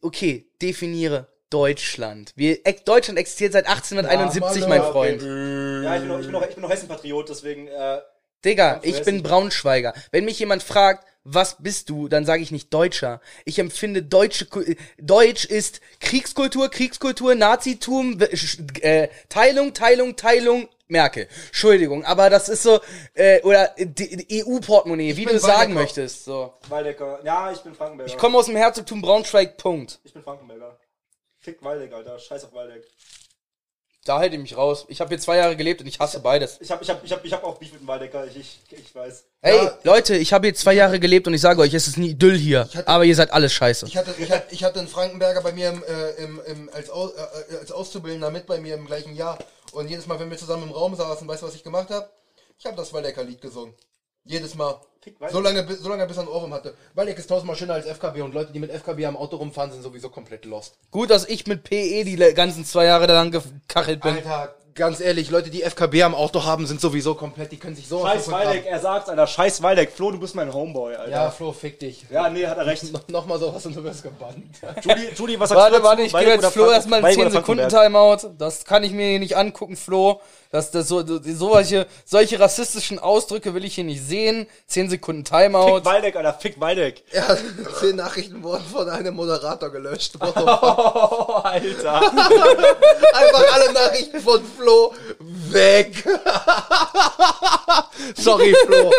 S3: Okay, definiere Deutschland. Wir, Ex- Deutschland existiert seit 1871,
S2: Ja,
S3: mein
S2: Mann,
S3: Freund. Mhm.
S4: Ja, ich bin noch, ich bin noch, ich bin noch Hessen-Patriot, deswegen, äh,
S3: Digga,
S4: Kannst du
S3: ich bin
S4: essen.
S3: Braunschweiger. Wenn mich jemand fragt, was bist du, dann sage ich nicht Deutscher. Ich empfinde deutsche Ku- äh, Deutsch ist Kriegskultur, Kriegskultur, Nazitum, w- sch- äh, Teilung, Teilung, Teilung. Merkel. Entschuldigung, aber das ist so äh, oder äh, die- die EU-Portemonnaie, wie
S2: bin
S3: du es sagen
S2: Waldecker.
S3: möchtest. So.
S4: Waldecker. Ja, ich bin Frankenberger.
S3: Ich komme aus dem Herzogtum Braunschweig. Punkt.
S4: Ich bin Frankenberger. Fick Waldeck, Alter. Scheiß auf Waldeck.
S3: Da halte ich mich raus. Ich habe hier zwei Jahre gelebt und ich hasse beides.
S4: Ich hab, ich hab, ich hab, ich hab auch Beef mit dem Waldecker. Ich, ich, ich weiß.
S3: Ey,
S2: Ja.
S3: Leute, ich habe hier zwei Jahre gelebt und ich sage euch, es ist ein Idyll hier.
S2: hatte-
S3: Aber ihr seid alles scheiße.
S2: Ich hatte, ich hatte, ich hatte einen Frankenberger bei mir im, äh, im, im, als, Au, äh, als Auszubildender mit bei mir im gleichen Jahr. Und jedes Mal, wenn wir zusammen im Raum saßen, weißt du, was ich gemacht habe? Ich habe das Waldecker-Lied gesungen. Jedes Mal.
S4: Fick Waldeck.
S2: So lange, bi- so lange bis an Ohrwurm hatte. Waldeck ist tausendmal schöner als FKW und Leute, die mit FKW am Auto rumfahren, sind sowieso komplett lost.
S3: Gut, dass ich mit PE die le- ganzen zwei Jahre da lang gekachelt bin.
S2: Alter, ganz ehrlich, Leute, die FKW am Auto haben, sind sowieso komplett, die können sich so
S4: Scheiß Waldeck, er sagt's, Alter. Scheiß Waldeck. Flo, du bist mein Homeboy, Alter.
S2: Ja, Flo, fick dich.
S4: Ja, nee, hat er
S3: *laughs*
S4: recht.
S2: No nochmal sowas und du wirst gebannt. *laughs*
S4: Judy, Judy, was sagst du
S3: Warte,
S4: dazu?
S3: warte, ich gebe
S4: Waldeck
S3: jetzt
S4: oder
S3: Flo
S4: Franken-
S3: erstmal einen
S4: Waldeck oder
S3: 10 Sekunden
S4: Frankenberg?
S3: Timeout. Das kann ich mir hier nicht angucken, Flo. Das, das, so, so, so solche, solche rassistischen Ausdrücke will ich hier nicht sehen. 10 Sekunden Timeout.
S4: Fick Waldeck, Alter. Fick Waldeck.
S2: Er hat zehn Nachrichten wurden von einem Moderator gelöscht.
S4: *laughs* Oh, Alter.
S2: Einfach alle Nachrichten von Flo weg. *laughs* Sorry, Flo.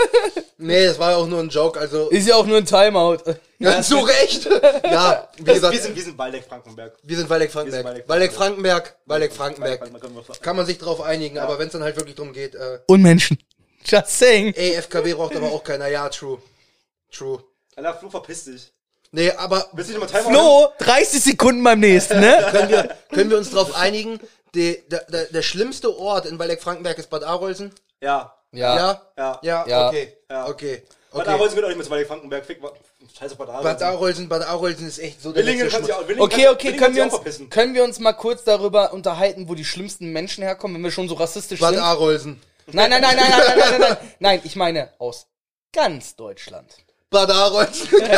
S2: Nee, das war ja auch nur ein Joke, also
S3: Ist ja auch nur ein Timeout. *laughs*
S2: *laughs* zu Recht. Ja, wie gesagt,
S4: wir, sind, wir sind Waldeck Frankenberg.
S2: wir sind Waldeck
S4: wir sind
S2: Frankenberg.
S4: Waldeck-
S2: Waldeck Frankenberg, Waldeck
S4: Waldeck,
S2: Frankenberg.
S4: Waldeck, Waldeck, Waldeck.
S2: Kann man sich drauf einigen, aber wenn es dann halt wirklich drum geht, äh,
S3: Und Menschen. Just saying.
S2: ey, FKW raucht aber auch keiner. Ja, true. True.
S4: Alter, Flo, verpiss dich.
S2: Nee, aber
S4: Willst du dich nochmal Timeout?
S3: Flo, 30 Sekunden beim nächsten, ne?
S2: können wir, können wir uns drauf einigen, die, der, der, der schlimmste Ort in Waldeck Frankenberg ist Bad Arolsen?
S4: Ja.
S3: Ja.
S4: Ja.
S2: Ja,
S3: Ja.
S2: okay.
S4: Ja.
S2: Okay.
S4: Bad
S2: okay.
S4: Arolsen gehört auch nicht mehr zu Waldeck Frankenberg. Fick, Wa- scheiß auf Bad Arolsen.
S2: Bad Arolsen, Bad Arolsen ist echt so der
S4: Willingen
S2: letzte
S4: kann sich auch,
S2: Schmutz.
S4: Willingen
S3: Okay,
S4: kann-
S3: okay,
S4: Willingen
S3: können wir,
S4: kann sich auch
S3: uns,
S4: verpissen.
S3: können wir uns mal kurz darüber unterhalten, wo die schlimmsten Menschen herkommen, wenn wir schon so rassistisch
S2: Bad
S3: sind?
S2: Arolsen.
S3: Nein, nein, nein, nein, nein, nein, nein, nein, nein. Nein, ich meine aus ganz Deutschland.
S2: Bad Arolsen.
S3: Ähm.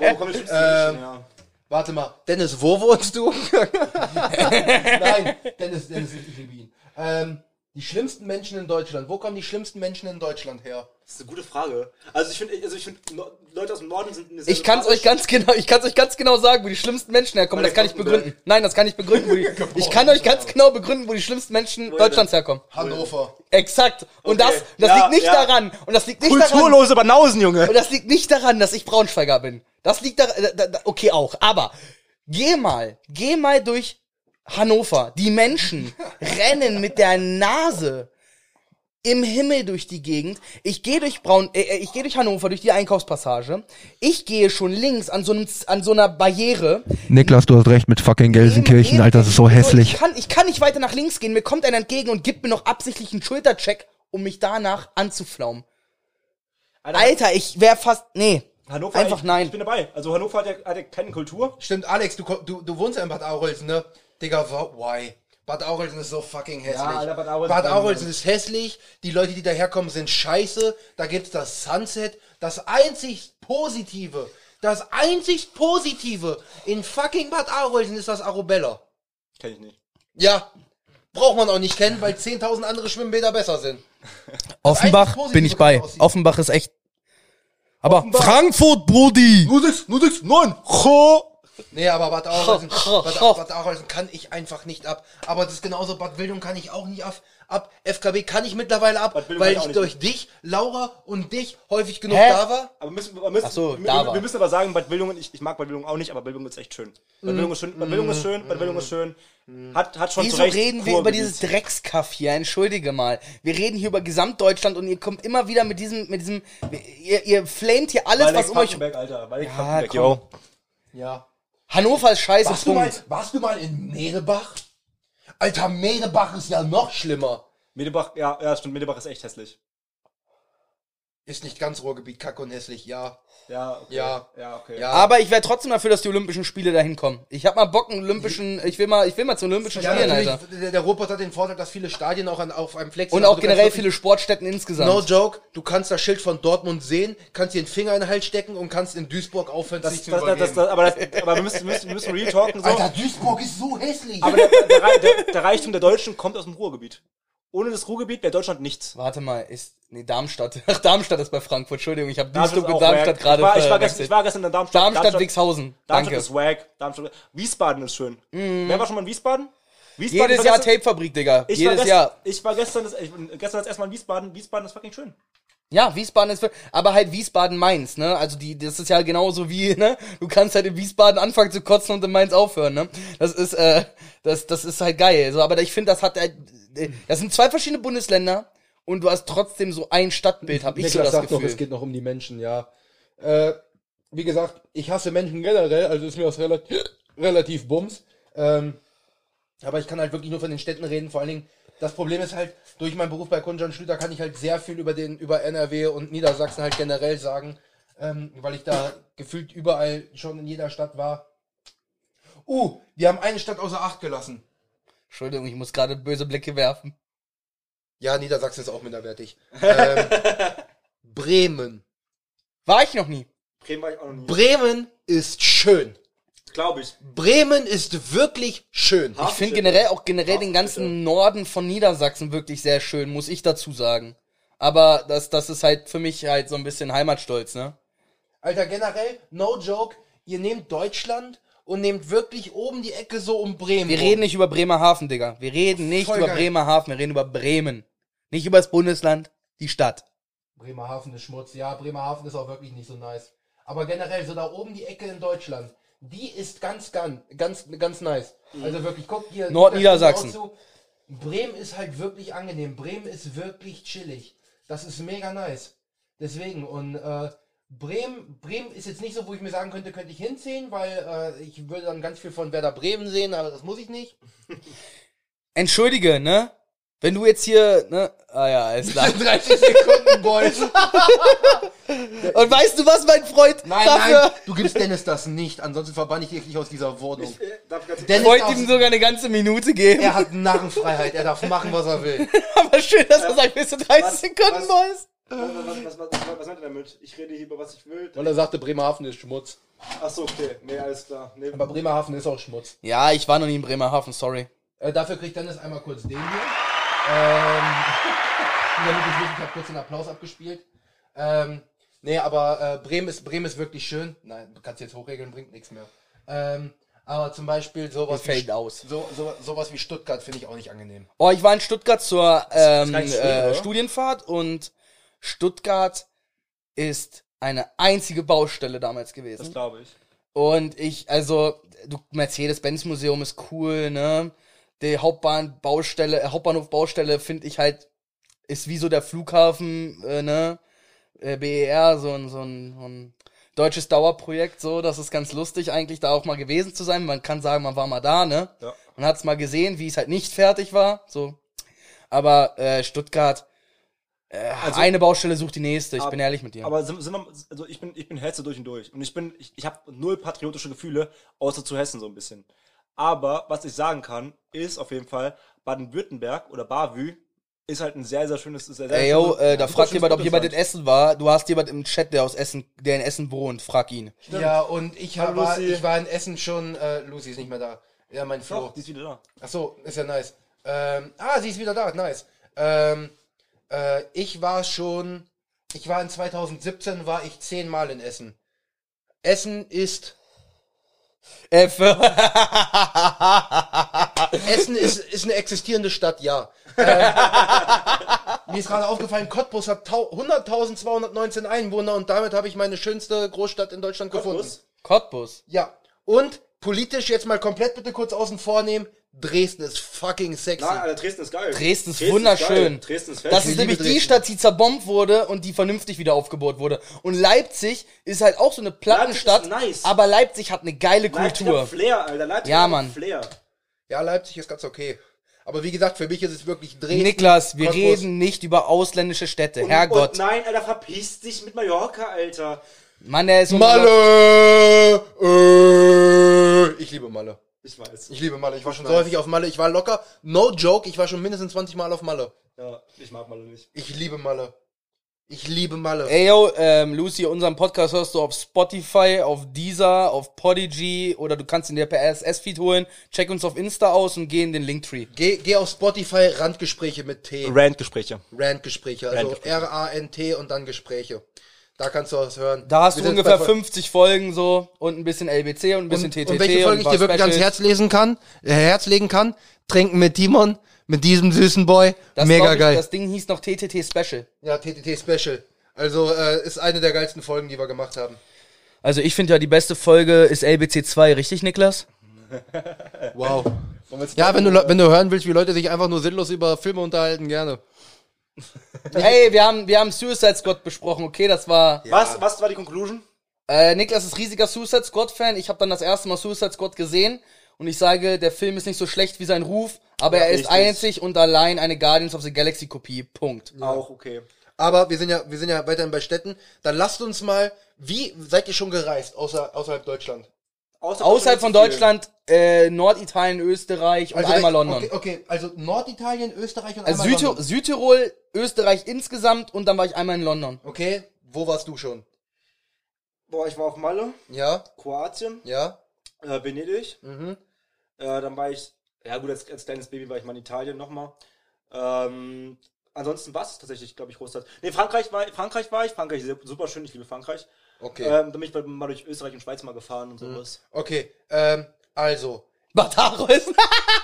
S4: Warum kommen die schlimmsten Menschen? Ja.
S2: *laughs* Warte mal.
S5: Dennis, wo wohnst du?
S2: *laughs* Nein, Dennis, Dennis, ich liebe ihn. Ähm, die schlimmsten Menschen in Deutschland. Wo kommen die schlimmsten Menschen in Deutschland her?
S6: Das ist eine gute Frage. Also ich finde, also ich find, No- Leute aus dem Norden sind eine sehr
S3: Ich kann es euch ganz genau, ich kann's euch ganz genau sagen, wo die schlimmsten Menschen herkommen.
S6: Weil
S3: Das kann
S6: der
S3: ich begründen. Nein, das kann ich begründen.
S6: *laughs*
S3: Wo die, ich kann euch ganz genau begründen, wo die schlimmsten Menschen Deutschlands herkommen.
S2: Hannover.
S3: Exakt. Und
S6: Okay.
S3: das, das
S6: Ja,
S3: liegt nicht
S6: ja.
S3: daran. Und das liegt nicht daran.
S4: Kulturlose Banausen, Junge.
S3: Und das liegt nicht daran, dass ich Braunschweiger bin. Das liegt daran, da, da, okay auch. Aber geh mal, geh mal durch Hannover. Die
S4: *laughs*
S3: Menschen rennen mit der Nase im Himmel durch die Gegend. Ich gehe durch Braun, äh, äh, ich gehe durch Hannover durch die Einkaufspassage. Ich gehe schon links an so einem, Z- an so einer Barriere.
S7: Niklas, du hast recht mit fucking Gelsenkirchen,
S3: Eben-
S7: Alter, das ist so
S3: eben-
S7: hässlich.
S3: Ich kann, ich kann nicht weiter nach links gehen. Mir kommt einer entgegen und gibt mir noch absichtlich einen Schultercheck, um mich danach anzuflaumen. Alter, ich wäre fast. Nee.
S4: Hannover,
S3: einfach
S4: ich,
S3: nein.
S4: Ich bin dabei. Also Hannover hat ja, hat ja keine Kultur.
S2: Stimmt, Alex, du, ko- du, du wohnst ja in Bad Aurelsen, ne? Digga, wa- why? Bad Aurelsen ist so fucking hässlich.
S4: Alter, Bad Aurelsen-
S2: Bad Aurelsen ist hässlich. Die Leute, die daherkommen, sind scheiße. Da gibt's das Sunset. Das einzig Positive, das einzig Positive in fucking Bad Aurelsen ist das Arabella.
S4: Kenn ich nicht.
S2: Ja, braucht man auch nicht kennen, weil 10.000 andere Schwimmbäder besser sind.
S3: Offenbach
S2: Eigentlich positiv,
S3: bin ich bei.
S2: was aussieht.
S3: Offenbach ist echt. Aber Frankfurt, Brudi!
S2: Nudix, Nudix, nein!
S3: Ho!
S2: Nee, aber Bad Aurelsen,
S3: Ho, ho,
S2: Bad,
S3: ho.
S2: Bad Aurelsen kann ich einfach nicht ab. Aber das ist genauso, Bad Wildung kann ich auch nicht ab. ab. FKW kann ich mittlerweile ab,
S4: Bad Wildung
S2: weil
S4: kann
S2: ich
S4: ich auch
S2: durch dich, Laura und dich häufig genug
S3: Hä?
S2: da war.
S4: Aber müssen, wir- müssen,
S3: Ach so,
S4: wir,
S3: da
S4: wir,
S3: war.
S4: wir müssen aber sagen, Bad Wildungen, ich, ich mag Bad Wildungen auch nicht, aber Bad Wildungen ist echt schön. Bad
S3: Mhm.
S4: Wildungen ist schön, Bad Wildungen ist schön, Bad Wildungen ist schön. Hat, hat schon
S3: Wieso
S4: zu Recht
S3: reden wir über
S4: Ruhrgebiet.
S3: dieses Dreckskaff hier? Entschuldige mal. Wir reden hier über Gesamtdeutschland und ihr kommt immer wieder mit diesem, mit diesem, ihr, ihr flamet hier alles,
S4: Weil
S3: was
S4: Alex
S3: um euch.
S4: Packenberg, Alter. Weil Alex
S3: Ja,
S4: Packenberg,
S3: komm.
S4: yo.
S2: Ja.
S3: Hannover ist scheiße,
S2: Warst du, mal,
S3: Punkt.
S2: warst du mal in Medebach? Alter, Medebach ist ja noch schlimmer.
S4: Medebach, ja, ja, stimmt, Medebach ist echt hässlich.
S2: Ist nicht ganz Ruhrgebiet, kacke und hässlich, ja.
S4: Ja, okay.
S2: Ja.
S4: ja, okay.
S2: Ja.
S3: Aber ich wäre trotzdem dafür, dass die Olympischen Spiele dahin kommen. Ich hab mal Bock, einen Olympischen, ich will mal, ich will mal zu Olympischen
S2: Ja,
S3: Spielen,
S2: natürlich,
S3: Alter.
S2: der, der Ruhrpott hat den Vorteil, dass viele Stadien auch an, auf einem Flex
S3: Und
S2: sind.
S3: auch
S2: Also du kannst
S3: generell
S2: wirklich-
S3: viele Sportstätten insgesamt.
S2: No joke, du kannst das Schild von Dortmund sehen, kannst dir den Finger in den Hals stecken und kannst in Duisburg aufhören,
S4: Das,
S2: sich zu
S4: das, das, das,
S2: übergeben.
S4: das, aber, das, aber wir müssen, wir müssen, wir müssen real talken. So.
S2: Alter, Duisburg ist so hässlich.
S4: Aber der, der, Rei- der, der Reichtum der Deutschen kommt aus dem Ruhrgebiet. Ohne das Ruhrgebiet wäre Deutschland nichts.
S3: Warte mal, ist. Nee, Darmstadt. *laughs* Ach, Darmstadt ist bei Frankfurt. Entschuldigung, ich habe
S4: Darmstadt
S3: Duisburg
S4: ist
S3: und
S4: auch
S3: Darmstadt
S4: wack.
S3: gerade
S4: Ich war, ich, war
S3: verwechselt.
S4: gestern, ich war gestern in Darmstadt.
S3: Darmstadt, Wixhausen.
S4: Darmstadt
S3: Danke. Mhm.
S4: ist wack. Darmstadt, Wiesbaden ist schön. Wer war schon mal in Wiesbaden? Wiesbaden
S3: Jedes
S4: war
S3: Jahr
S4: gestern-
S3: Tapefabrik, Digga.
S4: ich war
S3: Jedes
S4: gest-
S3: Jahr.
S4: Ich war gestern, das, ich bin gestern das erste Mal in Wiesbaden. Wiesbaden ist fucking schön.
S3: Ja, Wiesbaden ist, wirklich- aber halt Wiesbaden-Mainz, ne? Also die, das ist ja genauso wie, ne? Du kannst halt in Wiesbaden anfangen zu kotzen und in Mainz aufhören, ne? Das ist, äh, das, das ist halt geil. So, aber ich finde, das hat halt, äh, das sind zwei verschiedene Bundesländer und du hast trotzdem so ein Stadtbild, hab ich so das
S5: sagt
S3: Gefühl.
S5: noch, es geht noch um die Menschen, ja. Äh, wie gesagt, ich hasse Menschen generell, also ist mir das rela relativ bums. Ähm,
S2: Aber ich kann halt wirklich nur von den Städten reden, vor allen Dingen. Das Problem ist halt, durch meinen Beruf bei Kunjan Schlüter kann ich halt sehr viel über den, über NRW und Niedersachsen halt generell sagen, ähm, weil ich da gefühlt überall schon in jeder Stadt war. Uh, wir haben eine Stadt außer Acht gelassen.
S3: Entschuldigung, ich muss gerade böse Blicke werfen.
S2: Ja, Niedersachsen ist auch minderwertig.
S3: *laughs*
S2: Ähm, Bremen.
S3: War ich noch nie.
S4: Bremen war ich auch noch nie.
S2: Bremen ist schön.
S4: Glaube ich.
S2: Bremen ist wirklich schön.
S3: Ich finde generell auch generell den ganzen Norden von Niedersachsen wirklich sehr schön, muss ich dazu sagen. Aber das, das ist halt für mich halt so ein bisschen Heimatstolz, ne?
S2: Alter, generell, no joke, ihr nehmt Deutschland und nehmt wirklich oben die Ecke so um Bremen.
S3: Wir
S2: rum.
S3: reden nicht über Bremerhaven, Digga. Wir reden nicht
S2: Voll
S3: über
S2: geil.
S3: Bremerhaven, wir reden über Bremen. Nicht über das Bundesland, die Stadt.
S2: Bremerhaven ist Schmutz. Ja, Bremerhaven ist auch wirklich nicht so nice. Aber generell, so da oben die Ecke in Deutschland, die ist ganz, ganz, ganz, ganz nice. Also wirklich, guck hier.
S3: Nordniedersachsen.
S2: guck da genau zu. Bremen ist halt wirklich angenehm. Bremen ist wirklich chillig. Das ist mega nice. Deswegen, und äh, Bremen, Bremen ist jetzt nicht so, wo ich mir sagen könnte, könnte ich hinziehen, weil äh, ich würde dann ganz viel von Werder Bremen sehen, aber das muss ich *laughs* nicht.
S3: Entschuldige, ne? Wenn du jetzt hier, ne? Ah ja, alles
S2: *laughs*
S3: klar.
S2: 30 Sekunden, Boys.
S3: Und weißt du was, mein Freund?
S2: Nein,
S3: Dafür
S2: nein, du gibst Dennis das nicht, ansonsten verbann ich dich nicht aus dieser Wohnung.
S4: äh, Darf ganz
S3: Ich
S2: Dennis
S3: wollte
S2: darf-
S3: ihm sogar eine ganze Minute geben.
S2: Er hat Narrenfreiheit, er darf machen, was er will.
S3: Aber schön, dass er sagt, bis zu 30
S4: was-
S3: Sekunden,
S4: was-
S3: Boys.
S4: was, was, was, was, was meint ihr damit? Ich rede hier über was ich will.
S5: weil er sagte, Bremerhaven ist Schmutz.
S4: Achso, okay. Nee, alles klar. Nee,
S2: Aber Bremerhaven ist auch Schmutz.
S3: Ja, ich war noch nie in Bremerhaven, sorry.
S2: Äh, dafür kriegt Dennis einmal kurz den hier. Ähm, *laughs* nur damit ich ich habe kurz den Applaus abgespielt. Ähm, nee, aber äh, Bremen, ist, Bremen ist wirklich schön. Nein, du kannst jetzt hochregeln, bringt nichts mehr. Ähm, aber zum Beispiel sowas
S3: Die fällt aus.
S2: So, so, sowas wie Stuttgart finde ich auch nicht angenehm.
S3: Oh, ich war in Stuttgart zur ähm,
S2: gar nicht schlimm,
S3: äh,
S2: oder?
S3: Studienfahrt und Stuttgart ist eine einzige Baustelle damals
S8: Das
S3: gewesen.
S8: glaube ich.
S3: Und ich, also, du, Mercedes-Benz-Museum ist cool, ne? Die Hauptbahnbaustelle, äh, Hauptbahnhof-Baustelle finde ich halt, ist wie so der Flughafen, äh, ne? Äh, BER, so ein, so ein, so ein deutsches Dauerprojekt, so. Das ist ganz lustig, eigentlich da auch mal gewesen zu sein. Man kann sagen, man war mal da, ne?
S8: Ja.
S3: Man hat's mal gesehen, wie es halt nicht fertig war, so. Aber, äh, Stuttgart, äh,
S8: Also-
S3: eine Baustelle sucht die nächste, ich
S8: Ab-
S3: bin ehrlich mit dir.
S8: Aber sind, sind wir, also ich bin, ich bin Hesse durch und durch. Und ich bin, ich, ich habe null patriotische Gefühle, außer zu Hessen so ein bisschen. Aber was ich sagen kann, ist auf jeden Fall, Baden-Württemberg oder Bavü ist halt ein sehr, sehr schönes. Sehr, sehr
S3: Ey, yo,
S8: schönes-
S3: äh, da
S8: super
S3: fragt
S8: schönes
S3: jemand, ob jemand in
S8: Bundesland.
S3: Essen war. Du hast jemand im Chat, der aus Essen, der in Essen wohnt. Frag ihn.
S2: Ja, und ich, hab,
S8: Hallo,
S2: war,
S8: Lucy.
S2: ich war in Essen schon. Äh, Lucy ist nicht mehr da. Ja, mein Flo.
S8: Doch, die ist wieder da.
S2: Ach so, ist ja nice. Ähm, ah, sie ist wieder da, nice. Ähm, äh, ich war schon, ich war in 2017, war ich zehnmal in Essen. Essen ist,
S3: Äh, für *laughs*
S2: Essen ist, ist eine existierende Stadt, ja. Ähm, *laughs* mir ist gerade aufgefallen, Cottbus hat tau- 100.219 Einwohner und damit habe ich meine schönste Großstadt in Deutschland gefunden.
S3: Cottbus.
S2: Ja. Und politisch jetzt mal komplett bitte kurz außen vornehmen, Dresden ist fucking sexy.
S4: Nein, Alter, Dresden ist geil.
S3: Dresden ist
S4: geil.
S3: wunderschön.
S4: Dresden ist
S3: Das
S4: fertig.
S3: ist
S2: liebe
S3: nämlich die
S2: Dresden.
S3: Stadt, die zerbombt wurde und die vernünftig wieder aufgebaut wurde. Und Leipzig ist halt auch so eine Plattenstadt,
S4: Leipzig ist nice.
S3: aber Leipzig hat eine geile
S4: Leipzig
S3: Kultur.
S4: hat Flair, Alter. Leipzig
S3: Ja,
S4: hat
S3: Mann.
S4: Flair.
S2: Ja, Leipzig ist ganz okay. Aber wie gesagt, für mich ist es wirklich Dresden.
S3: Niklas, wir
S2: Cottbus.
S3: reden nicht über ausländische Städte.
S4: Und-
S3: Herrgott.
S4: Und nein, Alter, verpiss dich mit Mallorca, Alter.
S3: Mann, der ist
S2: Malle! Äh, ich liebe Malle.
S4: Ich weiß.
S2: Ich liebe Malle. Ich war schon so häufig auf Malle. Ich war locker. No joke, ich war schon mindestens 20 Mal auf Malle.
S4: Ja, ich mag Malle nicht.
S2: Ich liebe Malle. Ich liebe Malle.
S3: Ey, yo, ähm, Lucy, unseren Podcast hörst du auf Spotify, auf Deezer, auf Podigy oder du kannst ihn dir per RSS-Feed holen. Check uns auf Insta aus und geh in den Linktree.
S2: Geh, geh auf Spotify, Randgespräche mit T.
S8: Rant-Gespräche.
S2: Randgespräche. Also
S8: Randgespräche.
S2: R-A-N-T und dann Gespräche. Da kannst du was hören.
S3: Da hast
S2: Wir
S3: du
S2: sind
S3: ungefähr
S2: bei-
S3: 50 Folgen so und ein bisschen LBC und ein bisschen
S2: und,
S3: TTT.
S2: und welche Folge ich
S3: ein
S2: dir
S3: paar
S2: wirklich ans
S3: Specials.
S2: Herz lesen kann, äh, Herz legen kann, trinken mit Timon, mit diesem süßen Boy,
S3: Das glaub
S2: mega
S3: ich,
S2: geil.
S3: Das Ding hieß noch TTT Special.
S2: Ja, TTT Special. Also äh, ist eine der geilsten Folgen, die wir gemacht haben.
S3: Also ich finde ja, die beste Folge ist LBC 2, richtig, Niklas?
S2: Wow. Ja, wenn du, Le- wenn du hören willst, wie Leute sich einfach nur sinnlos über Filme unterhalten, gerne.
S3: Hey, wir haben, wir haben Suicide Squad besprochen, okay, das war...
S8: Was, was war die Conclusion?
S3: Äh, Niklas ist riesiger Suicide Squad-Fan. Ich habe dann das erste Mal Suicide Squad gesehen und ich sage, der Film ist nicht so schlecht wie sein Ruf, aber er
S8: richtig.
S3: ist einzig und allein eine Guardians of the Galaxy-Kopie. Punkt.
S8: Auch, okay.
S2: Aber wir sind ja, wir sind ja weiterhin bei Städten. Dann lasst uns mal, wie seid ihr schon gereist außer, außerhalb Deutschland?
S3: Außerhalb von Deutschland, äh, Norditalien, Österreich und einmal
S2: wel-
S3: London.
S2: Also Okay, okay, also Norditalien, Österreich und
S3: Also
S2: einmal
S3: Südti-
S2: London.
S3: Südtirol, Österreich insgesamt und dann war ich einmal in London.
S2: Okay, wo warst du schon?
S4: Boah, ich war auf Malle,
S2: Ja,
S4: Kroatien,
S2: ja.
S4: äh, Venedig.
S2: Mhm.
S4: Äh, dann war ich, ja gut, als, als kleines Baby war ich mal in Italien nochmal. Ähm, ansonsten war es tatsächlich, glaube ich, Großstadt. Nee, Frankreich war, Frankreich war ich. Frankreich ist super schön, ich liebe Frankreich.
S2: Okay. Mhm.
S4: Ähm, dann bin ich mal durch Österreich und Schweiz mal gefahren und sowas.
S2: *laughs* Okay, ähm, also,
S3: Bataro ist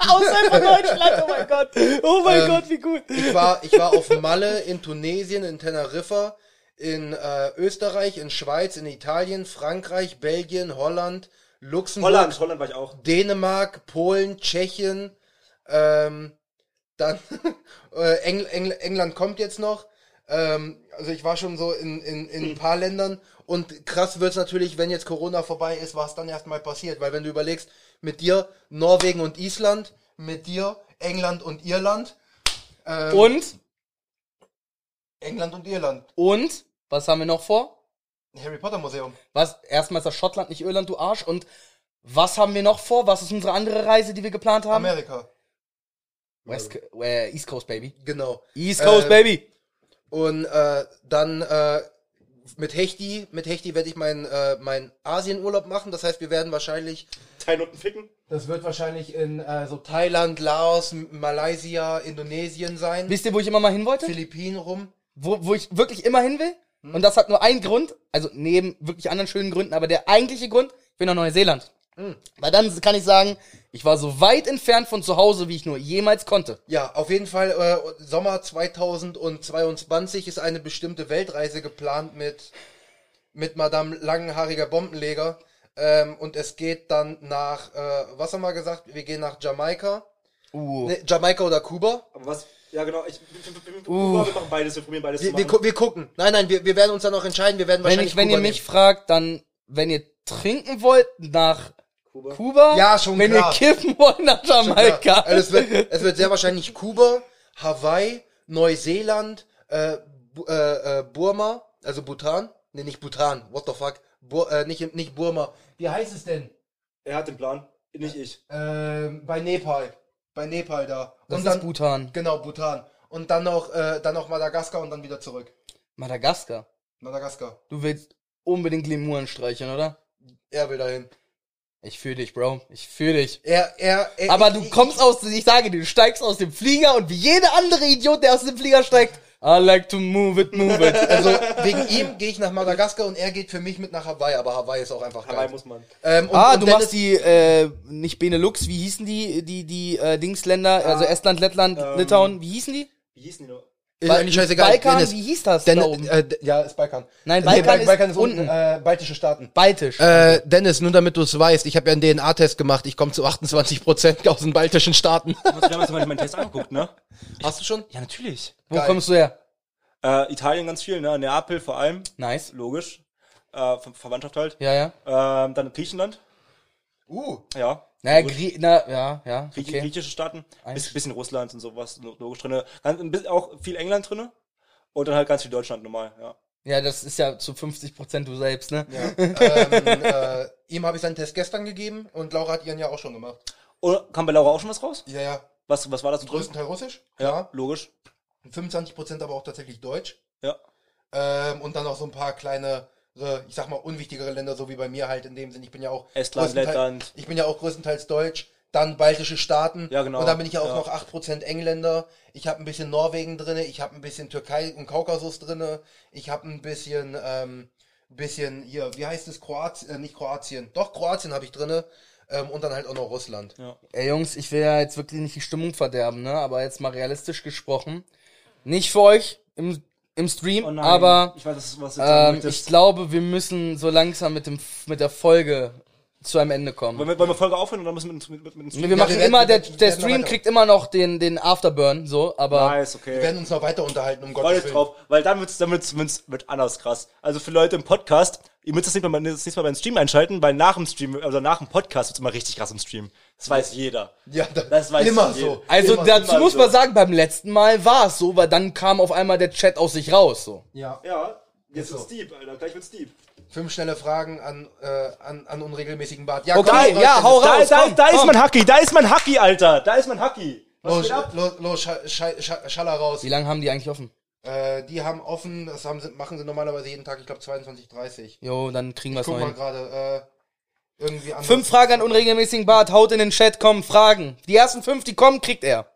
S3: außerhalb *laughs* von Deutschland, oh mein Gott. Oh mein
S2: Ähm,
S3: Gott, wie gut.
S2: ich war, ich war auf Malle, in Tunesien, in Teneriffa, in äh, Österreich, in Schweiz, in Italien, Frankreich, Belgien, Holland, Luxemburg,
S4: Holland, Holland war ich auch.
S2: Dänemark, Polen, Tschechien, ähm, dann *laughs* äh, Engl Engl England kommt jetzt noch. Ähm, also ich war schon so in, in, in ein paar Ländern und krass wird's natürlich, wenn jetzt Corona vorbei ist, was dann erstmal passiert. Weil wenn du überlegst, mit dir Norwegen und Island, mit dir England und Irland, ähm,
S3: Und,
S2: England und Irland,
S3: und, was haben wir noch vor?
S2: Harry Potter Museum.
S3: Was? Erstmal ist das Schottland, nicht Irland, du Arsch. Und was haben wir noch vor? Was ist unsere andere Reise, die wir geplant haben?
S2: Amerika.
S3: West, Co- äh, East Coast, Baby.
S2: Genau.
S3: East Coast,
S2: Ähm,
S3: Baby.
S2: Und äh, dann äh, mit Hechti, mit Hechti werde ich meinen äh, meinen Asienurlaub machen. Das heißt, wir werden wahrscheinlich,
S1: Teil unten ficken.
S2: das wird wahrscheinlich in äh, so Thailand, Laos, M- Malaysia, Indonesien sein,
S3: Wisst ihr, wo ich immer mal hin wollte?
S2: Philippinen rum.
S3: wo, wo ich wirklich immer hin will. Und das hat nur einen Grund, also neben wirklich anderen schönen Gründen, aber der eigentliche Grund, ich will nach Neuseeland. Weil dann kann ich sagen, ich war so weit entfernt von zu Hause, wie ich nur jemals konnte.
S2: Ja, auf jeden Fall äh, Sommer 2022 ist eine bestimmte Weltreise geplant mit mit Madame Langhaariger Bombenleger. Ähm, und es geht dann nach, äh, was haben wir gesagt? Wir gehen nach Jamaika.
S3: Uh.
S2: Nee, Jamaika oder Kuba.
S1: Aber was? Ja, genau. Ich, wir- wir- wir-
S3: Uh.
S1: Wir machen beides, wir probieren beides zu
S2: Wir, wir,
S1: machen.
S2: gu wir gucken. Nein, nein, wir, wir werden uns dann noch entscheiden. Wir werden
S3: Wenn,
S2: wahrscheinlich
S3: ich, wenn ihr
S2: Kuba
S3: mich fragt, dann, wenn ihr trinken wollt, nach Kuba.
S2: Ja, schon
S3: wenn
S2: klar.
S3: ihr kiffen wollt, nach
S2: nehmen.
S3: Jamaika.
S2: Ja, also es, wird,
S3: *laughs*
S2: es wird sehr wahrscheinlich Kuba, Hawaii, Neuseeland, äh, Bu äh, äh, Burma, also Bhutan. Nee, nicht Bhutan. What the fuck? Bur äh, nicht, nicht Burma. Wie heißt es denn?
S1: Er hat den Plan, nicht ich.
S2: Ähm, bei Nepal. Bei Nepal da.
S3: das
S2: und
S3: ist
S2: dann,
S3: Bhutan.
S2: Genau, Bhutan. Und dann noch, äh, dann noch Madagaskar und dann wieder zurück.
S3: Madagaskar.
S2: Madagaskar.
S3: Du willst unbedingt Lemuren streicheln, oder?
S2: Er will dahin.
S3: Ich fühle dich, Bro. Ich fühle dich.
S2: Er, er, er
S3: Aber
S2: ich-
S3: du
S2: ich-
S3: kommst aus, ich sage dir, du steigst aus dem Flieger und wie jeder andere Idiot, der aus dem Flieger steigt, I like to move it, move
S2: *laughs*
S3: it.
S2: Also wegen ihm gehe ich nach Madagaskar und er geht für mich mit nach Hawaii, aber Hawaii ist auch einfach geil.
S1: Hawaii muss man.
S2: Ähm, und,
S3: ah,
S2: und
S3: du
S2: Dennis-
S3: machst die, äh, nicht Benelux, wie hießen die, die, die, äh,
S2: Ah.
S3: Dingsländer, also Estland, Lettland, Litauen, wie hießen die?
S1: Wie hießen die noch?
S2: Ist Ähm, eigentlich äh, scheißegal.
S3: Balkan,
S2: Dennis,
S3: wie hieß das
S2: Den,
S3: da oben?
S2: äh, d- ja, ist Balkan.
S3: Nein, Balkan
S2: Ba-
S3: ist unten.
S2: Äh, baltische Staaten.
S3: Baltisch.
S2: Äh, Dennis, nur damit du es weißt, ich habe ja einen DNA-Test gemacht. Ich komme zu 28% aus den baltischen Staaten.
S4: Du hast damals mal meinen Test angeguckt, ne?
S2: Hast du schon?
S4: Ja, natürlich.
S3: Wo
S2: geil.
S3: kommst du her?
S4: Äh, Italien ganz viel, ne? Neapel vor allem,
S3: Nice.
S4: logisch. Äh, Ver Verwandtschaft halt.
S3: Ja, ja.
S4: Ähm, dann Griechenland,
S2: Uh,
S4: ja.
S3: Naja, Grie na, ja, ja,
S4: Griechen-
S3: okay.
S4: Griechische Staaten,
S3: Ein-
S4: bis, bisschen Russland und sowas, lo- logisch drinne. Ganz, ein bisschen auch viel England drinne. Und dann halt ganz viel Deutschland normal, ja.
S3: Ja, das ist ja zu 50% du selbst, ne?
S2: ähm, äh, ihm habe ich seinen Test gestern gegeben und Laura hat ihren ja auch schon gemacht.
S4: Und kam bei Laura auch schon was raus?
S2: Ja, ja.
S4: Was, was war das?
S2: Größtenteil russisch.
S4: Ja, logisch.
S2: 25% aber auch tatsächlich deutsch.
S4: Ja.
S2: Ähm, und dann noch so ein paar kleine, so, ich sag mal, unwichtigere Länder, so wie bei mir halt in dem Sinn. Ich bin ja auch.
S4: Estland,
S2: größtenteils-
S4: Lettland.
S2: Ich bin ja auch größtenteils deutsch, dann baltische Staaten.
S4: Ja, genau.
S2: Und dann bin ich ja auch
S4: Ja.
S2: noch 8% Engländer. Ich habe ein bisschen Norwegen drinne, ich habe ein bisschen Türkei und Kaukasus drinne, ich habe ein bisschen, ähm, bisschen hier, wie heißt es, Kroatien, äh, nicht Kroatien, doch Kroatien habe ich drinne. Ähm, und dann halt auch noch Russland.
S3: Ey Jungs, ich will ja jetzt wirklich nicht die Stimmung verderben, ne? Aber jetzt mal realistisch gesprochen. Nicht für euch im, im Stream,
S4: Oh nein,
S3: aber
S4: ich weiß, was- was jetzt
S3: ähm,
S4: sagen
S3: ich
S4: möchtest.
S3: glaube, wir müssen so langsam mit, dem, mit der Folge zu einem Ende kommen.
S4: Wollen wir, wollen wir Folge aufhören oder müssen wir mit, mit, mit, mit
S3: Wir,
S2: wir
S3: machen
S2: werden-
S3: immer,
S2: wir
S3: der,
S2: werden- wir
S3: der
S2: werden noch
S3: Stream
S2: weiter-
S3: kriegt immer noch den, den Afterburn, so, aber
S4: Nice,
S2: Wir
S4: Ah, okay.
S2: werden uns noch weiter unterhalten, um
S4: Freut
S2: Gottes
S4: euch
S2: Willen.
S4: drauf, weil dann wird's, dann wird's, wird's, wird anders krass. Also für Leute im Podcast, ihr müsst das nicht mal, das nächste Mal beim Stream einschalten, weil nach dem Stream, also nach dem Podcast wird's immer richtig krass im Stream. Das weiß jeder.
S2: Ja, da-
S4: Das weiß
S2: immer
S4: ich.
S2: so.
S3: also
S2: immer
S3: dazu
S4: immer
S3: muss
S4: so.
S3: man sagen, beim letzten Mal war es so, weil dann kam auf einmal der Chat aus sich raus, so.
S2: Ja.
S1: Ja, jetzt
S2: so.
S1: wird's deep, Alter. Gleich wird's deep.
S2: Fünf schnelle Fragen an, äh, an, an unregelmäßigen Bart. Ja,
S3: Geil, ja,
S2: Oh,
S3: hau
S4: Da,
S3: raus,
S4: da,
S3: komm,
S4: da ist
S3: komm.
S4: mein Hacki, da ist mein Hacki, Alter. Da ist mein Hacki. Was
S2: Los,
S4: geht ab?
S2: los, los Scha- Scha- Scha- Schaller raus.
S3: Wie lange haben die eigentlich offen?
S2: Äh, die haben offen, das haben, sie- machen sie normalerweise jeden Tag, ich glaube 22.30.
S3: Jo, dann kriegen wir es
S2: Guck
S3: noch
S2: mal
S3: hin.
S2: gerade, äh, irgendwie anders.
S3: Fünf Fragen an unregelmäßigen Bart, haut in den Chat, kommen Fragen. Die ersten fünf, die kommen, kriegt er.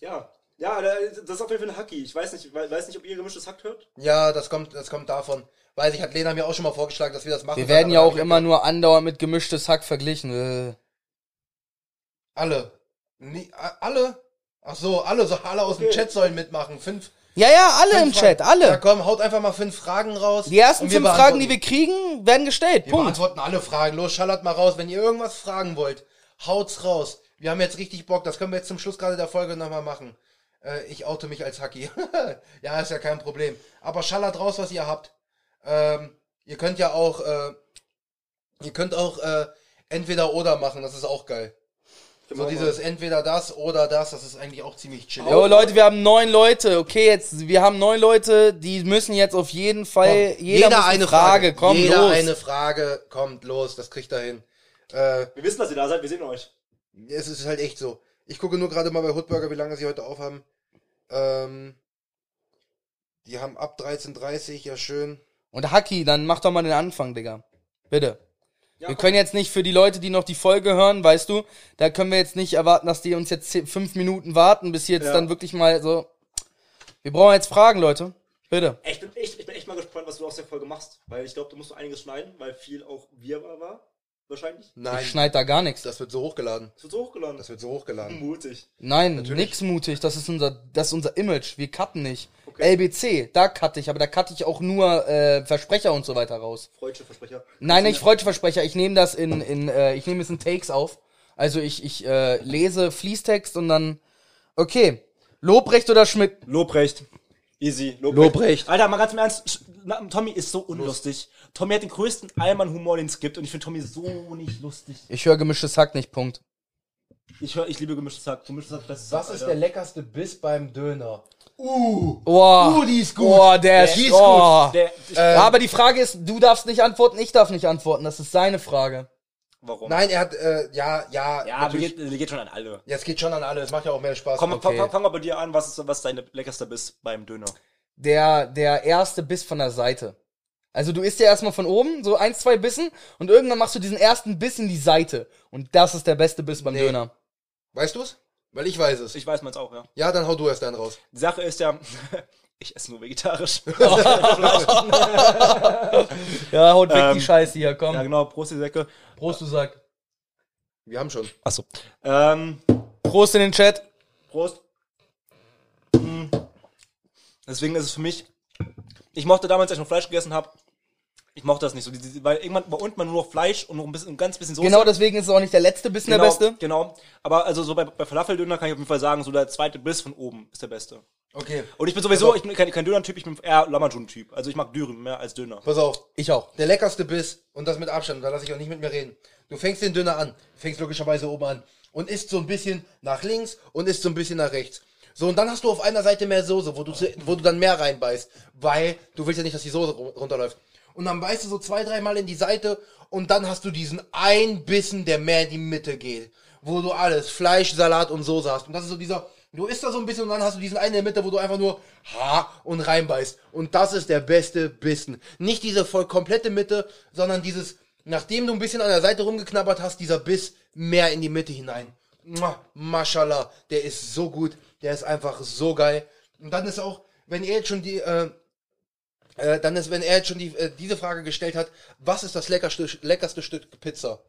S1: Ja. Ja, da- das ist auf jeden Fall ein Hacki. Ich weiß nicht, we- weiß nicht, ob ihr gemischtes Hack hört.
S2: Ja, das kommt, das kommt davon. Weiß ich, hat Lena mir auch schon mal vorgeschlagen, dass wir das machen.
S3: Wir
S2: sollen,
S3: werden
S2: aber
S3: ja
S2: dann
S3: auch
S2: hab ich
S3: immer
S2: gesagt,
S3: nur andauernd mit gemischtes Hack verglichen. Äh,
S2: Alle. Nie, a- alle? Ach so, alle, so alle aus dem Chat sollen mitmachen. Fünf.
S3: Ja, ja, alle
S2: fünf
S3: im
S2: Fragen.
S3: Chat,
S2: Ja,
S3: alle.
S2: komm, haut einfach mal fünf Fragen raus.
S3: Die ersten
S2: und wir
S3: fünf Fragen, die
S2: beantworten.
S3: wir kriegen, werden gestellt.
S2: Wir
S3: Punkt.
S2: beantworten alle Fragen. Los, schallert mal raus. Wenn ihr irgendwas fragen wollt, haut's raus. Wir haben jetzt richtig Bock. Das können wir jetzt zum Schluss gerade der Folge nochmal machen. Äh, ich oute mich als Hacki. *laughs* ja, ist ja kein Problem. Aber schallert raus, was ihr habt. Ähm, ihr könnt ja auch, äh, ihr könnt auch äh, entweder oder machen. Das ist auch geil.
S1: Genau.
S2: So dieses entweder das oder das, das ist eigentlich auch ziemlich chillig.
S3: Jo, Leute, wir haben neun Leute. Okay, jetzt, wir haben neun Leute, die müssen jetzt auf jeden Fall, jeder, muss Frage. Komm,
S2: jeder
S3: los.
S2: eine Frage. Kommt los, das kriegt er hin. Äh,
S1: Wir wissen, dass ihr da seid, wir sehen euch.
S2: Es ist halt echt so. Ich gucke nur gerade mal bei Hoodburger, wie lange sie heute aufhaben. Ähm, die haben ab 13.30 ja schön.
S3: Und Haki, dann mach doch mal den Anfang, Digga. Bitte. wir können jetzt nicht für die Leute, die noch die Folge hören, weißt du, da können wir jetzt nicht erwarten, dass die uns jetzt zehn, fünf Minuten warten, bis jetzt
S1: Ja.
S3: dann wirklich mal so. Wir brauchen jetzt Fragen, Leute. Bitte.
S1: Ey, Ich bin, echt, ich bin echt mal gespannt, was du aus der Folge machst, weil ich glaube, du musst noch einiges schneiden, weil viel auch wir war. Wahrscheinlich.
S2: Nein,
S3: Ich schneid da gar nichts.
S2: das wird so hochgeladen.
S1: Das wird so hochgeladen.
S2: Das wird so hochgeladen.
S1: mutig.
S3: Nein, nix mutig. Das ist unser, das ist unser Image. Wir cutten nicht.
S1: Okay.
S3: LBC, da cutte ich, aber da cutte ich auch nur äh, Versprecher und so weiter raus.
S1: Freudsche Versprecher.
S3: Nein, nicht Freudversprecher. Ich nehme das in, in äh, ich nehme es in Takes auf. Also ich, ich äh, lese Fließtext und dann. Okay. Lobrecht oder Schmidt?
S4: Lobrecht. Easy.
S2: Lobrecht.
S4: Alter, mal ganz im Ernst. Sch- na, Tommy ist so unlustig. Tommy hat den größten Allmann-Humor, den es gibt. Und ich finde Tommy so nicht lustig.
S3: Ich höre gemischtes Hack nicht, Punkt.
S4: Ich höre, ich liebe gemischtes Hack. Gemischtes Hack, das
S9: Was ist der leckerste Biss beim Döner? Uh,
S3: Boah.
S9: Uh, die ist gut.
S3: Boah, Oh. der ist,
S9: Die ist
S3: oh.
S4: der, ich,
S3: ja, aber die Frage ist, du darfst nicht antworten, ich darf nicht antworten. Das ist seine Frage.
S4: Warum?
S9: Nein, er hat, äh, ja, ja,
S4: ja, aber
S9: natürlich.
S4: geht, geht schon an alle.
S9: Jetzt geht schon an alle, es macht ja auch mehr Spaß.
S4: Komm,
S3: Okay.
S4: fang, fang mal bei dir an, was ist was dein leckerster Biss beim Döner?
S3: der, der erste Biss von der Seite. Also du isst ja erstmal von oben, so ein, zwei Bissen und irgendwann machst du diesen ersten Biss in die Seite. Und das ist der beste Biss beim
S2: Nee.
S3: Döner.
S2: Weißt du's? Weil ich weiß es.
S4: Ich weiß man's auch, ja.
S2: Ja, dann hau du erst einen raus.
S4: Die Sache ist ja, *laughs* ich esse nur vegetarisch. *laughs*
S3: Ja, haut weg die
S4: Ähm,
S3: Scheiße hier, komm.
S4: ja, genau, Prost, die Säcke.
S3: Prost, du Sack.
S2: Wir haben schon.
S4: Achso. Ähm,
S3: Prost in den Chat.
S4: Prost. Mm. Deswegen ist es für mich. Ich mochte damals, als ich noch Fleisch gegessen habe. Ich mochte das nicht so. Die- die- Weil irgendwann bei uns man nur noch Fleisch und noch ein bisschen, ein ganz bisschen Soße.
S3: Genau deswegen ist es auch nicht der letzte Bissen
S4: genau,
S3: der beste.
S4: Genau. Aber also so bei, bei Falafeldöner kann ich auf jeden Fall sagen, so der zweite Biss von oben ist der beste.
S9: Okay,
S4: Und ich bin
S3: Also-
S4: sowieso, ich bin kein, kein Döner-Typ, ich bin eher Lamajun-Typ. Also ich mag Dürren mehr als Döner.
S2: Pass auf.
S3: Ich auch.
S2: Der leckerste Biss, und das mit Abstand, da lasse ich auch nicht mit mir reden. Du fängst den Döner an, fängst logischerweise oben an und isst so ein bisschen nach links und isst so ein bisschen nach rechts. So, und dann hast du auf einer Seite mehr Soße, wo du, zu, wo du dann mehr reinbeißt, weil du willst ja nicht, dass die Soße ru- runterläuft. Und dann beißt du so zwei, dreimal in die Seite und dann hast du diesen einen Bissen, der mehr in die Mitte geht. Wo du alles, Fleisch, Salat und Soße hast. Und das ist so dieser, du isst da so ein bisschen und dann hast du diesen einen in der Mitte, wo du einfach nur ha und reinbeißt. Und das ist der beste Bissen. Nicht diese voll komplette Mitte, sondern dieses, nachdem du ein bisschen an der Seite rumgeknabbert hast, dieser Biss mehr in die Mitte hinein. Mua, Mashallah, der ist so gut, der ist einfach so geil. Und dann ist auch, wenn ihr jetzt schon die, äh, äh, dann ist, wenn er jetzt schon die, äh, diese Frage gestellt hat, was ist das leckerste, leckerste Stück Pizza?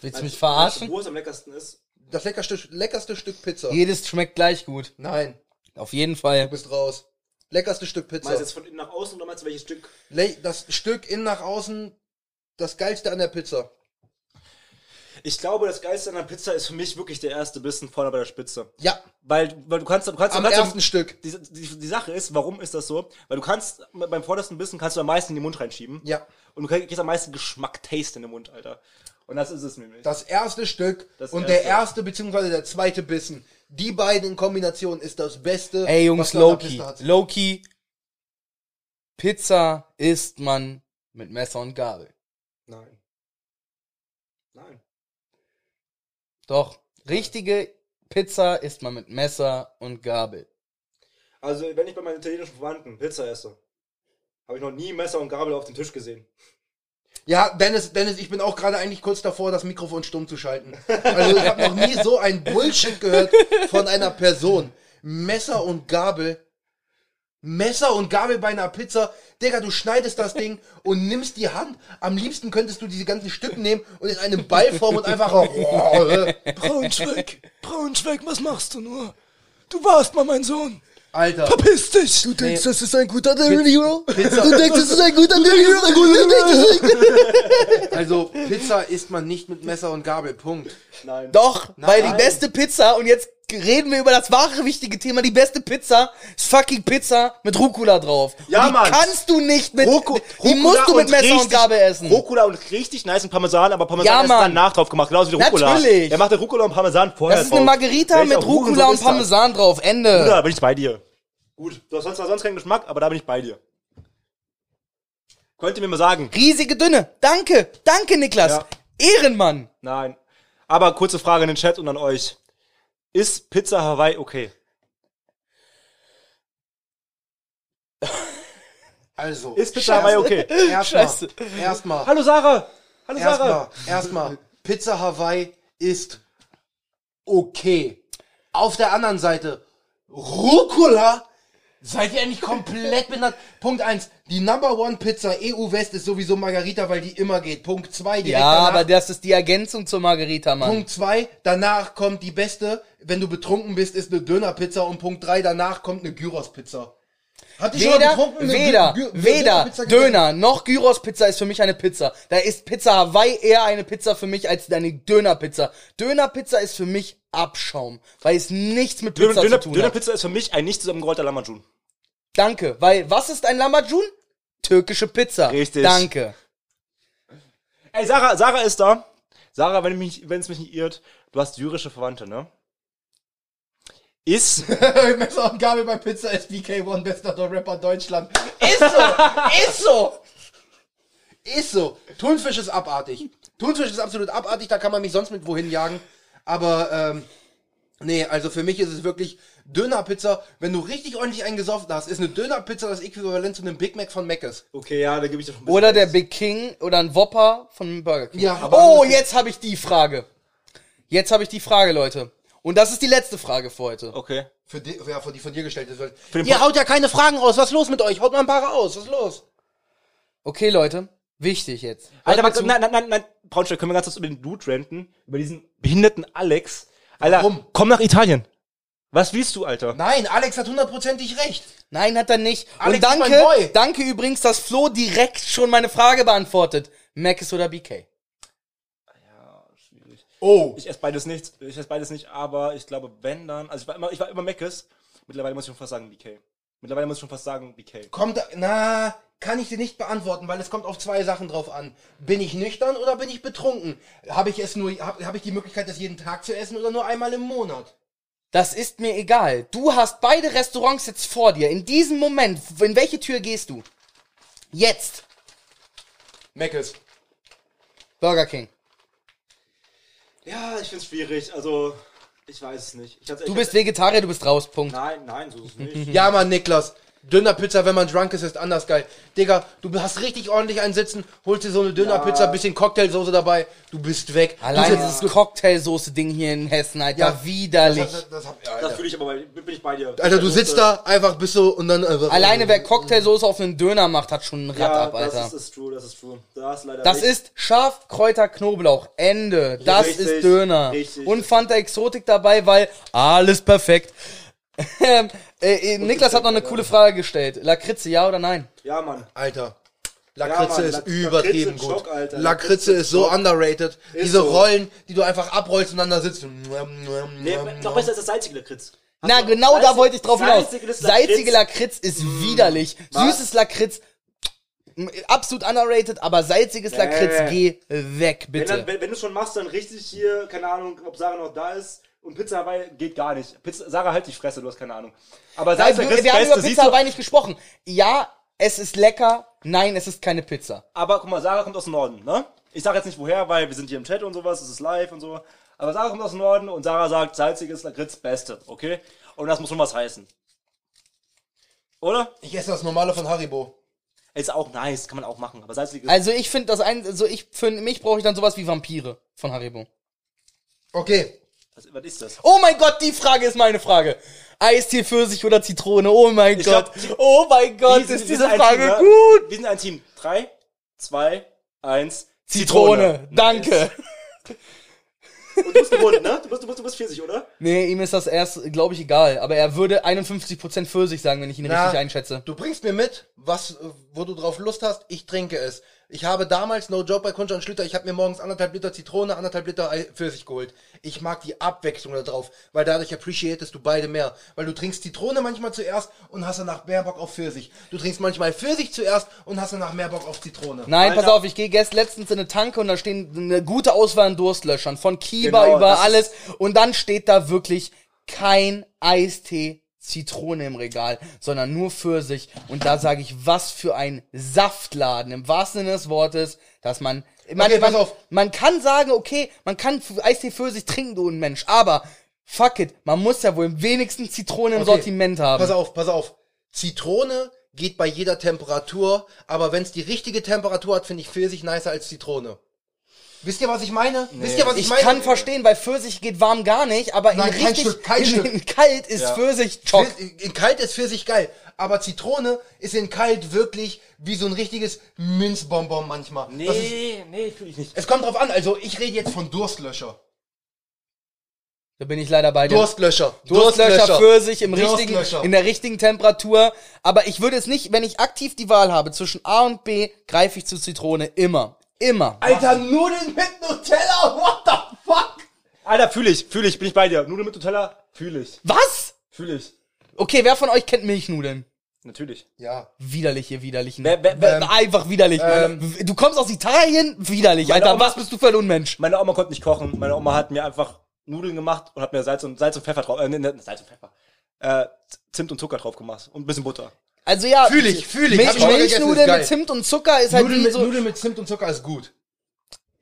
S3: Willst du mich verarschen?
S1: Wo es am leckersten ist.
S2: Das leckerste, leckerste Stück Pizza.
S3: Jedes schmeckt gleich gut.
S2: Nein,
S3: Auf jeden Fall.
S2: du bist raus. Leckerste Stück
S1: Meinst du
S2: Pizza.
S1: jetzt von innen nach außen oder meinst du welches Stück?
S2: Le das Stück innen nach außen, das geilste an der Pizza.
S1: Ich glaube, das Geilste an der Pizza ist für mich wirklich der erste Bissen vorne bei der Spitze.
S2: Ja,
S4: Weil, weil du kannst, du kannst,
S2: am
S4: du kannst
S2: ersten Stück.
S4: die, die, die Sache ist, warum ist das so? Weil du kannst, beim vordersten Bissen kannst du am meisten in den Mund reinschieben.
S2: Ja.
S4: Und du kriegst am meisten Geschmack, Taste in den Mund, Alter. Und das ist es nämlich.
S2: Das erste Stück
S4: Das
S2: und
S4: erste.
S2: der erste beziehungsweise der zweite Bissen. Die beiden in Kombination ist das Beste.
S3: Ey Jungs,
S2: was man an der
S3: Loki.
S2: Pizza hat.
S3: Loki. Pizza isst man mit Messer und Gabel.
S1: Nein. Nein.
S3: Doch. Richtige Pizza isst man mit Messer und Gabel.
S1: Also, wenn ich bei meinen italienischen Verwandten Pizza esse, habe ich noch nie Messer und Gabel auf dem Tisch
S4: *laughs*
S1: gesehen.
S2: Ja, Dennis, Dennis, ich bin auch gerade eigentlich kurz davor, das Mikrofon stumm zu schalten. Also ich habe noch nie so ein Bullshit gehört von einer Person. Messer und Gabel. Messer und Gabel bei einer Pizza. Digga, du schneidest das Ding und nimmst die Hand. Am liebsten könntest du diese ganzen Stücke nehmen und in einem Ball formen und einfach...
S4: *laughs*
S10: Braunschweig, Braunschweig, was machst du nur? Du warst mal mein Sohn.
S2: Alter.
S10: Piss dich. Du denkst, das ist ein guter Döner, Bro?
S2: Pizza.
S10: denkst, das ist ein guter Döner,
S2: Also Pizza isst man nicht mit Messer und Gabel. Punkt.
S1: Nein.
S3: Doch, weil die
S2: Nein.
S3: beste Pizza, und jetzt reden wir über das wahre wichtige Thema, die beste Pizza ist fucking Pizza mit Rucola drauf.
S4: Ja,
S3: und die
S4: Mann.
S3: kannst du nicht mit,
S4: Ruco-
S3: die musst du mit
S4: und
S3: Messer und
S4: richtig-
S3: Gabel essen.
S4: Rucola und richtig nice und Parmesan, aber Parmesan
S3: Ja,
S4: ist
S3: Mann.
S4: danach drauf gemacht, genauso wie der Rucola.
S3: Natürlich.
S4: Er macht den Rucola und Parmesan vorher
S3: das ist eine
S4: drauf.
S3: Margarita
S4: Welcher
S3: mit Rucola
S4: Hurensohn
S3: und
S4: ist das?
S3: Parmesan drauf, Ende.
S4: Bruder, da bin ich bei dir.
S1: Gut. Du
S4: Du
S1: hast
S4: hast sonst, sonst keinen Geschmack, aber da bin ich bei dir. Könnt ihr mir mal sagen?
S3: Riesige Dünne, danke, danke Niklas,
S4: Ja.
S3: Ehrenmann.
S4: Nein. Aber kurze Frage in den Chat und an euch. Ist Pizza Hawaii okay?
S2: Also,
S4: Ist Pizza Hawaii okay?
S2: erstmal,
S3: Scheiße.
S2: erstmal,
S4: Hallo Sarah! Hallo Sarah!
S2: erstmal, erstmal, Pizza Hawaii ist okay. Auf der anderen Seite, Rucola, seid ihr eigentlich komplett benannt? Punkt eins: die Number One Pizza EU West ist sowieso Margarita, weil die immer geht. Punkt zwei: direkt
S3: Ja,
S2: danach-
S3: aber das ist die Ergänzung zur Margarita, Mann.
S2: Punkt zwei: danach kommt die beste, wenn du betrunken bist, ist eine Dönerpizza und Punkt drei: danach kommt eine Gyros-Pizza. Habt ihr
S3: Weder,
S2: eine
S3: weder,
S2: Gü- Gü-
S3: weder
S2: Dönerpizza gegessen?
S3: Döner noch Gyros-Pizza ist für mich eine Pizza. Da ist Pizza Hawaii eher eine Pizza für mich als eine Dönerpizza. Dönerpizza ist für mich Abschaum, weil es nichts mit Pizza zu
S4: Döner,
S3: tun
S4: Döner
S3: hat.
S4: Pizza ist für mich ein nicht zusammengerollter Lamajun.
S3: Danke, weil was ist ein Lamajun? Türkische Pizza.
S4: Richtig.
S3: Danke.
S4: Ey, Sarah, Sarah ist da. Sarah, wenn mich, wenn es mich nicht irrt, du hast syrische Verwandte, ne?
S3: *laughs*
S4: Ist.
S2: Messer und Gabel bei Pizza ist BK1 bester Rapper Deutschland. Ist so! ist so! Ist so. Thunfisch ist abartig. Thunfisch ist absolut abartig, da kann man mich sonst mit wohin jagen. Aber, ähm, nee, also für mich ist es wirklich Dönerpizza. Wenn du richtig ordentlich eingesoffen hast, ist eine Dönerpizza das Äquivalent zu einem Big Mac von Mc's.
S4: Okay, ja, da gebe ich dir schon ein bisschen
S3: Oder der
S4: recht.
S3: Big King oder ein Whopper von Burger King.
S2: Ja, aber-
S3: oh, jetzt habe ich die Frage. Jetzt habe ich die Frage, Leute. Und das ist die letzte Frage für heute.
S4: Okay.
S2: Für die, ja, für die von dir gestellte.
S4: den
S2: Ihr haut ja keine Fragen raus. Was ist los mit euch? Haut mal ein paar raus. Was ist los?
S3: Okay, Leute. Wichtig jetzt.
S4: Alter,
S3: Hört
S4: Max,
S3: mir
S4: nein, nein, nein, nein, Braunschweig, können wir ganz kurz über den Dude renten? Über diesen behinderten Alex. Alter,
S2: Warum?
S4: komm nach Italien. Was willst du, Alter?
S2: Nein, Alex hat hundertprozentig recht.
S3: Nein, hat er nicht.
S2: Alex
S3: Und
S2: ist mein Boy.
S3: danke, danke übrigens, dass Flo direkt schon meine Frage beantwortet. Macis oder BK?
S2: Oh.
S4: Ich esse beides nicht, ich esse beides nicht, aber ich glaube, wenn dann, also ich war immer, ich war immer Meckes. Mittlerweile muss ich schon fast sagen BK. Mittlerweile muss ich schon fast sagen BK.
S2: Kommt, na, kann ich dir nicht beantworten, weil es kommt auf zwei Sachen drauf an. Bin ich nüchtern oder bin ich betrunken? Habe ich es nur, habe hab ich die Möglichkeit, das jeden Tag zu essen oder nur einmal im Monat?
S3: Das ist mir egal. Du hast beide Restaurants jetzt vor dir. In diesem Moment, in welche Tür gehst du? Jetzt.
S2: Meckes.
S3: Burger King.
S11: Ja, ich find's schwierig. Also, ich weiß es nicht. Ich hat's-
S3: Du
S11: ich
S3: bist
S11: hat's-
S3: Vegetarier, du bist raus. Punkt.
S11: Nein, nein, so ist es
S3: *laughs*
S11: nicht.
S2: Ja, Mann, Niklas. Dönerpizza, wenn man drunk ist, ist anders geil. Digga, du hast richtig ordentlich einen Sitzen, holst dir so eine Dönerpizza, bisschen Cocktailsoße dabei, du bist weg.
S3: Allein
S2: du
S3: dieses Cocktailsoße-Ding hier in Hessen, Alter.
S2: Ja, *laughs*
S3: widerlich.
S2: Das, das hab, ja,
S11: Das
S2: Alter.
S11: fühle ich aber, bei- bin ich bei dir.
S12: Alter, du sitzt da, einfach bist so und dann. Äh,
S3: Alleine wer Cocktailsoße auf einen Döner macht, hat schon einen Rad
S11: Ja,
S3: ab, Alter.
S11: Das ist, ist true, das ist true. Da ist leider
S3: Das
S11: nicht.
S3: ist Schaf, Kräuter, Knoblauch. Ende. Das
S11: Richtig,
S3: ist Döner.
S11: richtig.
S3: Und Fanta Exotik dabei, weil alles perfekt. Ähm, äh, äh, Niklas hat noch eine coole Frage gestellt. Lakritze, ja oder nein?
S11: Ja, Mann.
S12: Alter.
S11: Ja,
S12: Lakritze
S11: Mann,
S12: ist
S11: Lak-
S12: übertrieben
S11: Lakritze ist
S12: gut.
S11: Stock, Alter.
S12: Lakritze ist so underrated. Diese
S11: so.
S12: Rollen, die du einfach abrollst und dann da sitzt.
S11: Nee,
S3: Ähm,
S11: noch besser als das salzige Lakritz.
S3: Na, genau da
S11: salzig-
S3: wollte ich drauf hinaus.
S11: salziges Lakritz. Hm,
S3: Salzige Lakritz ist widerlich. Süßes Lakritz, mm, absolut underrated, aber salziges Lakritz, geh weg,
S11: Äh. Wenn,
S3: bitte.
S11: dann, wenn, wenn du schon machst, dann richtig hier, keine Ahnung, ob Sarah noch da ist. Und Pizza Hawaii geht gar nicht. Pizza, Sarah, halt die Fresse, du hast keine Ahnung. Aber
S3: Nein,
S11: Salzig
S3: wir,
S11: ist
S3: wir haben über
S11: Beste,
S3: Pizza
S11: siehst du.
S3: Hawaii nicht gesprochen. Ja, es ist lecker. Nein, es ist keine Pizza.
S4: Aber guck mal, Sarah kommt aus dem Norden, ne? Ich sag jetzt nicht woher, weil wir sind hier im Chat und sowas, es ist live und so. Aber Sarah kommt aus dem Norden und Sarah sagt, salziges Lakritz Beste, okay? Und das muss schon was heißen. Oder?
S2: ich esse das normale von Haribo.
S4: Ist auch nice, kann man auch machen, aber salziges.
S3: Also ich finde das ein, also ich für mich brauche ich dann sowas wie Vampire von Haribo.
S2: Okay.
S4: was, was ist das?
S3: Oh mein Gott, die Frage ist meine Frage. Eistee Pfirsich oder Zitrone? Oh mein
S4: Ich
S3: Gott.
S4: glaub, die-
S3: oh mein Gott,
S4: Wir
S3: ist diese
S4: sind- wir sind ein
S3: Frage
S4: Team, ne?
S3: gut.
S4: Wir sind ein Team. Drei, zwei, eins.
S3: Zitrone, danke.
S11: Und du bist gewohnt, ne? Du bist, du bist, du bist Pfirsich, oder?
S3: Nee, ihm ist das erst, glaube ich, egal. Aber er würde 51% Pfirsich sagen, wenn ich ihn
S2: Na,
S3: richtig einschätze.
S2: Du bringst mir mit, was, äh, wo du drauf Lust hast, ich trinke es. Ich habe damals, no joke, bei Kunsch und Schlüter, ich habe mir morgens anderthalb Liter Zitrone, anderthalb Liter Ei- Pfirsich geholt. Ich mag die Abwechslung da drauf, weil dadurch appreciatest du beide mehr. Weil du trinkst Zitrone manchmal zuerst und hast danach mehr Bock auf Pfirsich. Du trinkst manchmal Pfirsich zuerst und hast danach mehr Bock auf Zitrone.
S3: Nein, pass auf, ich gehe gest letztens in eine Tanke und da stehen eine gute Auswahl an Durstlöschern. Von Kiba
S4: Genau, das
S3: über
S4: ist-
S3: alles. Und dann steht da wirklich kein Eistee Zitrone im Regal, sondern nur Pfirsich. Und da sage ich, was für ein Saftladen im wahrsten Sinne des Wortes, dass man, man,
S2: Okay, pass
S3: man,
S2: auf.
S3: man kann sagen, okay, man kann F- Eistee Pfirsich trinken, du Mensch, aber fuck it, man muss ja wohl wenigstens Zitrone im
S2: Okay,
S3: Sortiment haben.
S2: Pass auf, pass auf. Zitrone geht bei jeder Temperatur, aber wenn es die richtige Temperatur hat, finde ich Pfirsich nicer als Zitrone.
S9: Wisst ihr, was ich meine? Wisst ihr, was ich,
S3: Ich
S9: meine?
S3: kann verstehen, bei Pfirsich geht warm gar nicht, aber
S9: Nein,
S3: in
S9: kein
S3: richtig
S9: Stück, kein
S3: in,
S9: Stück.
S3: in kalt ist Pfirsich Chock.
S2: In- In kalt ist Pfirsich geil, aber Zitrone ist in kalt wirklich wie so ein richtiges Minzbonbon manchmal. Nee. Das ist,
S1: nee, fühle ich nicht.
S2: es kommt drauf an, also ich rede jetzt von Durstlöscher.
S3: Da bin ich leider bei dir.
S2: Durstlöscher.
S3: Durstlöscher Pfirsich im richtigen,
S2: Durstlöscher.
S3: in der richtigen Temperatur. Aber ich würde es nicht, wenn ich aktiv die Wahl habe zwischen A und B, greife ich zu Zitrone immer. Immer.
S9: Alter, Nudeln mit Nutella, what the fuck?
S4: Alter, fühle ich, fühle ich, bin ich bei dir. Nudeln mit Nutella, fühle ich,
S3: Was?
S4: fühle ich.
S3: Okay, wer von euch kennt Milchnudeln?
S4: Natürlich.
S2: Ja.
S3: Widerlich, ihr Widerlichen.
S4: Wer- wer-
S3: W- Einfach widerlich.
S2: Äh.
S3: du kommst aus Italien? Widerlich, Alter.
S4: Oma-
S3: Was bist du für ein Unmensch?
S4: Meine Oma konnte nicht kochen. Meine Oma hat mir einfach Nudeln gemacht und hat mir Salz und, Salz und Pfeffer drauf, äh, nee, nee, Salz und Pfeffer, äh, Zimt und Zucker drauf gemacht und ein bisschen Butter.
S3: Also ja.
S2: Fühl ich, fühl ich. Hab
S3: Milch,
S2: ich schon mal gegessen, ist
S3: Milchnudeln
S2: geil.
S3: mit Zimt und Zucker ist halt
S2: Nudeln,
S3: wie
S2: mit,
S3: so.
S2: Nudeln mit Zimt und Zucker ist gut.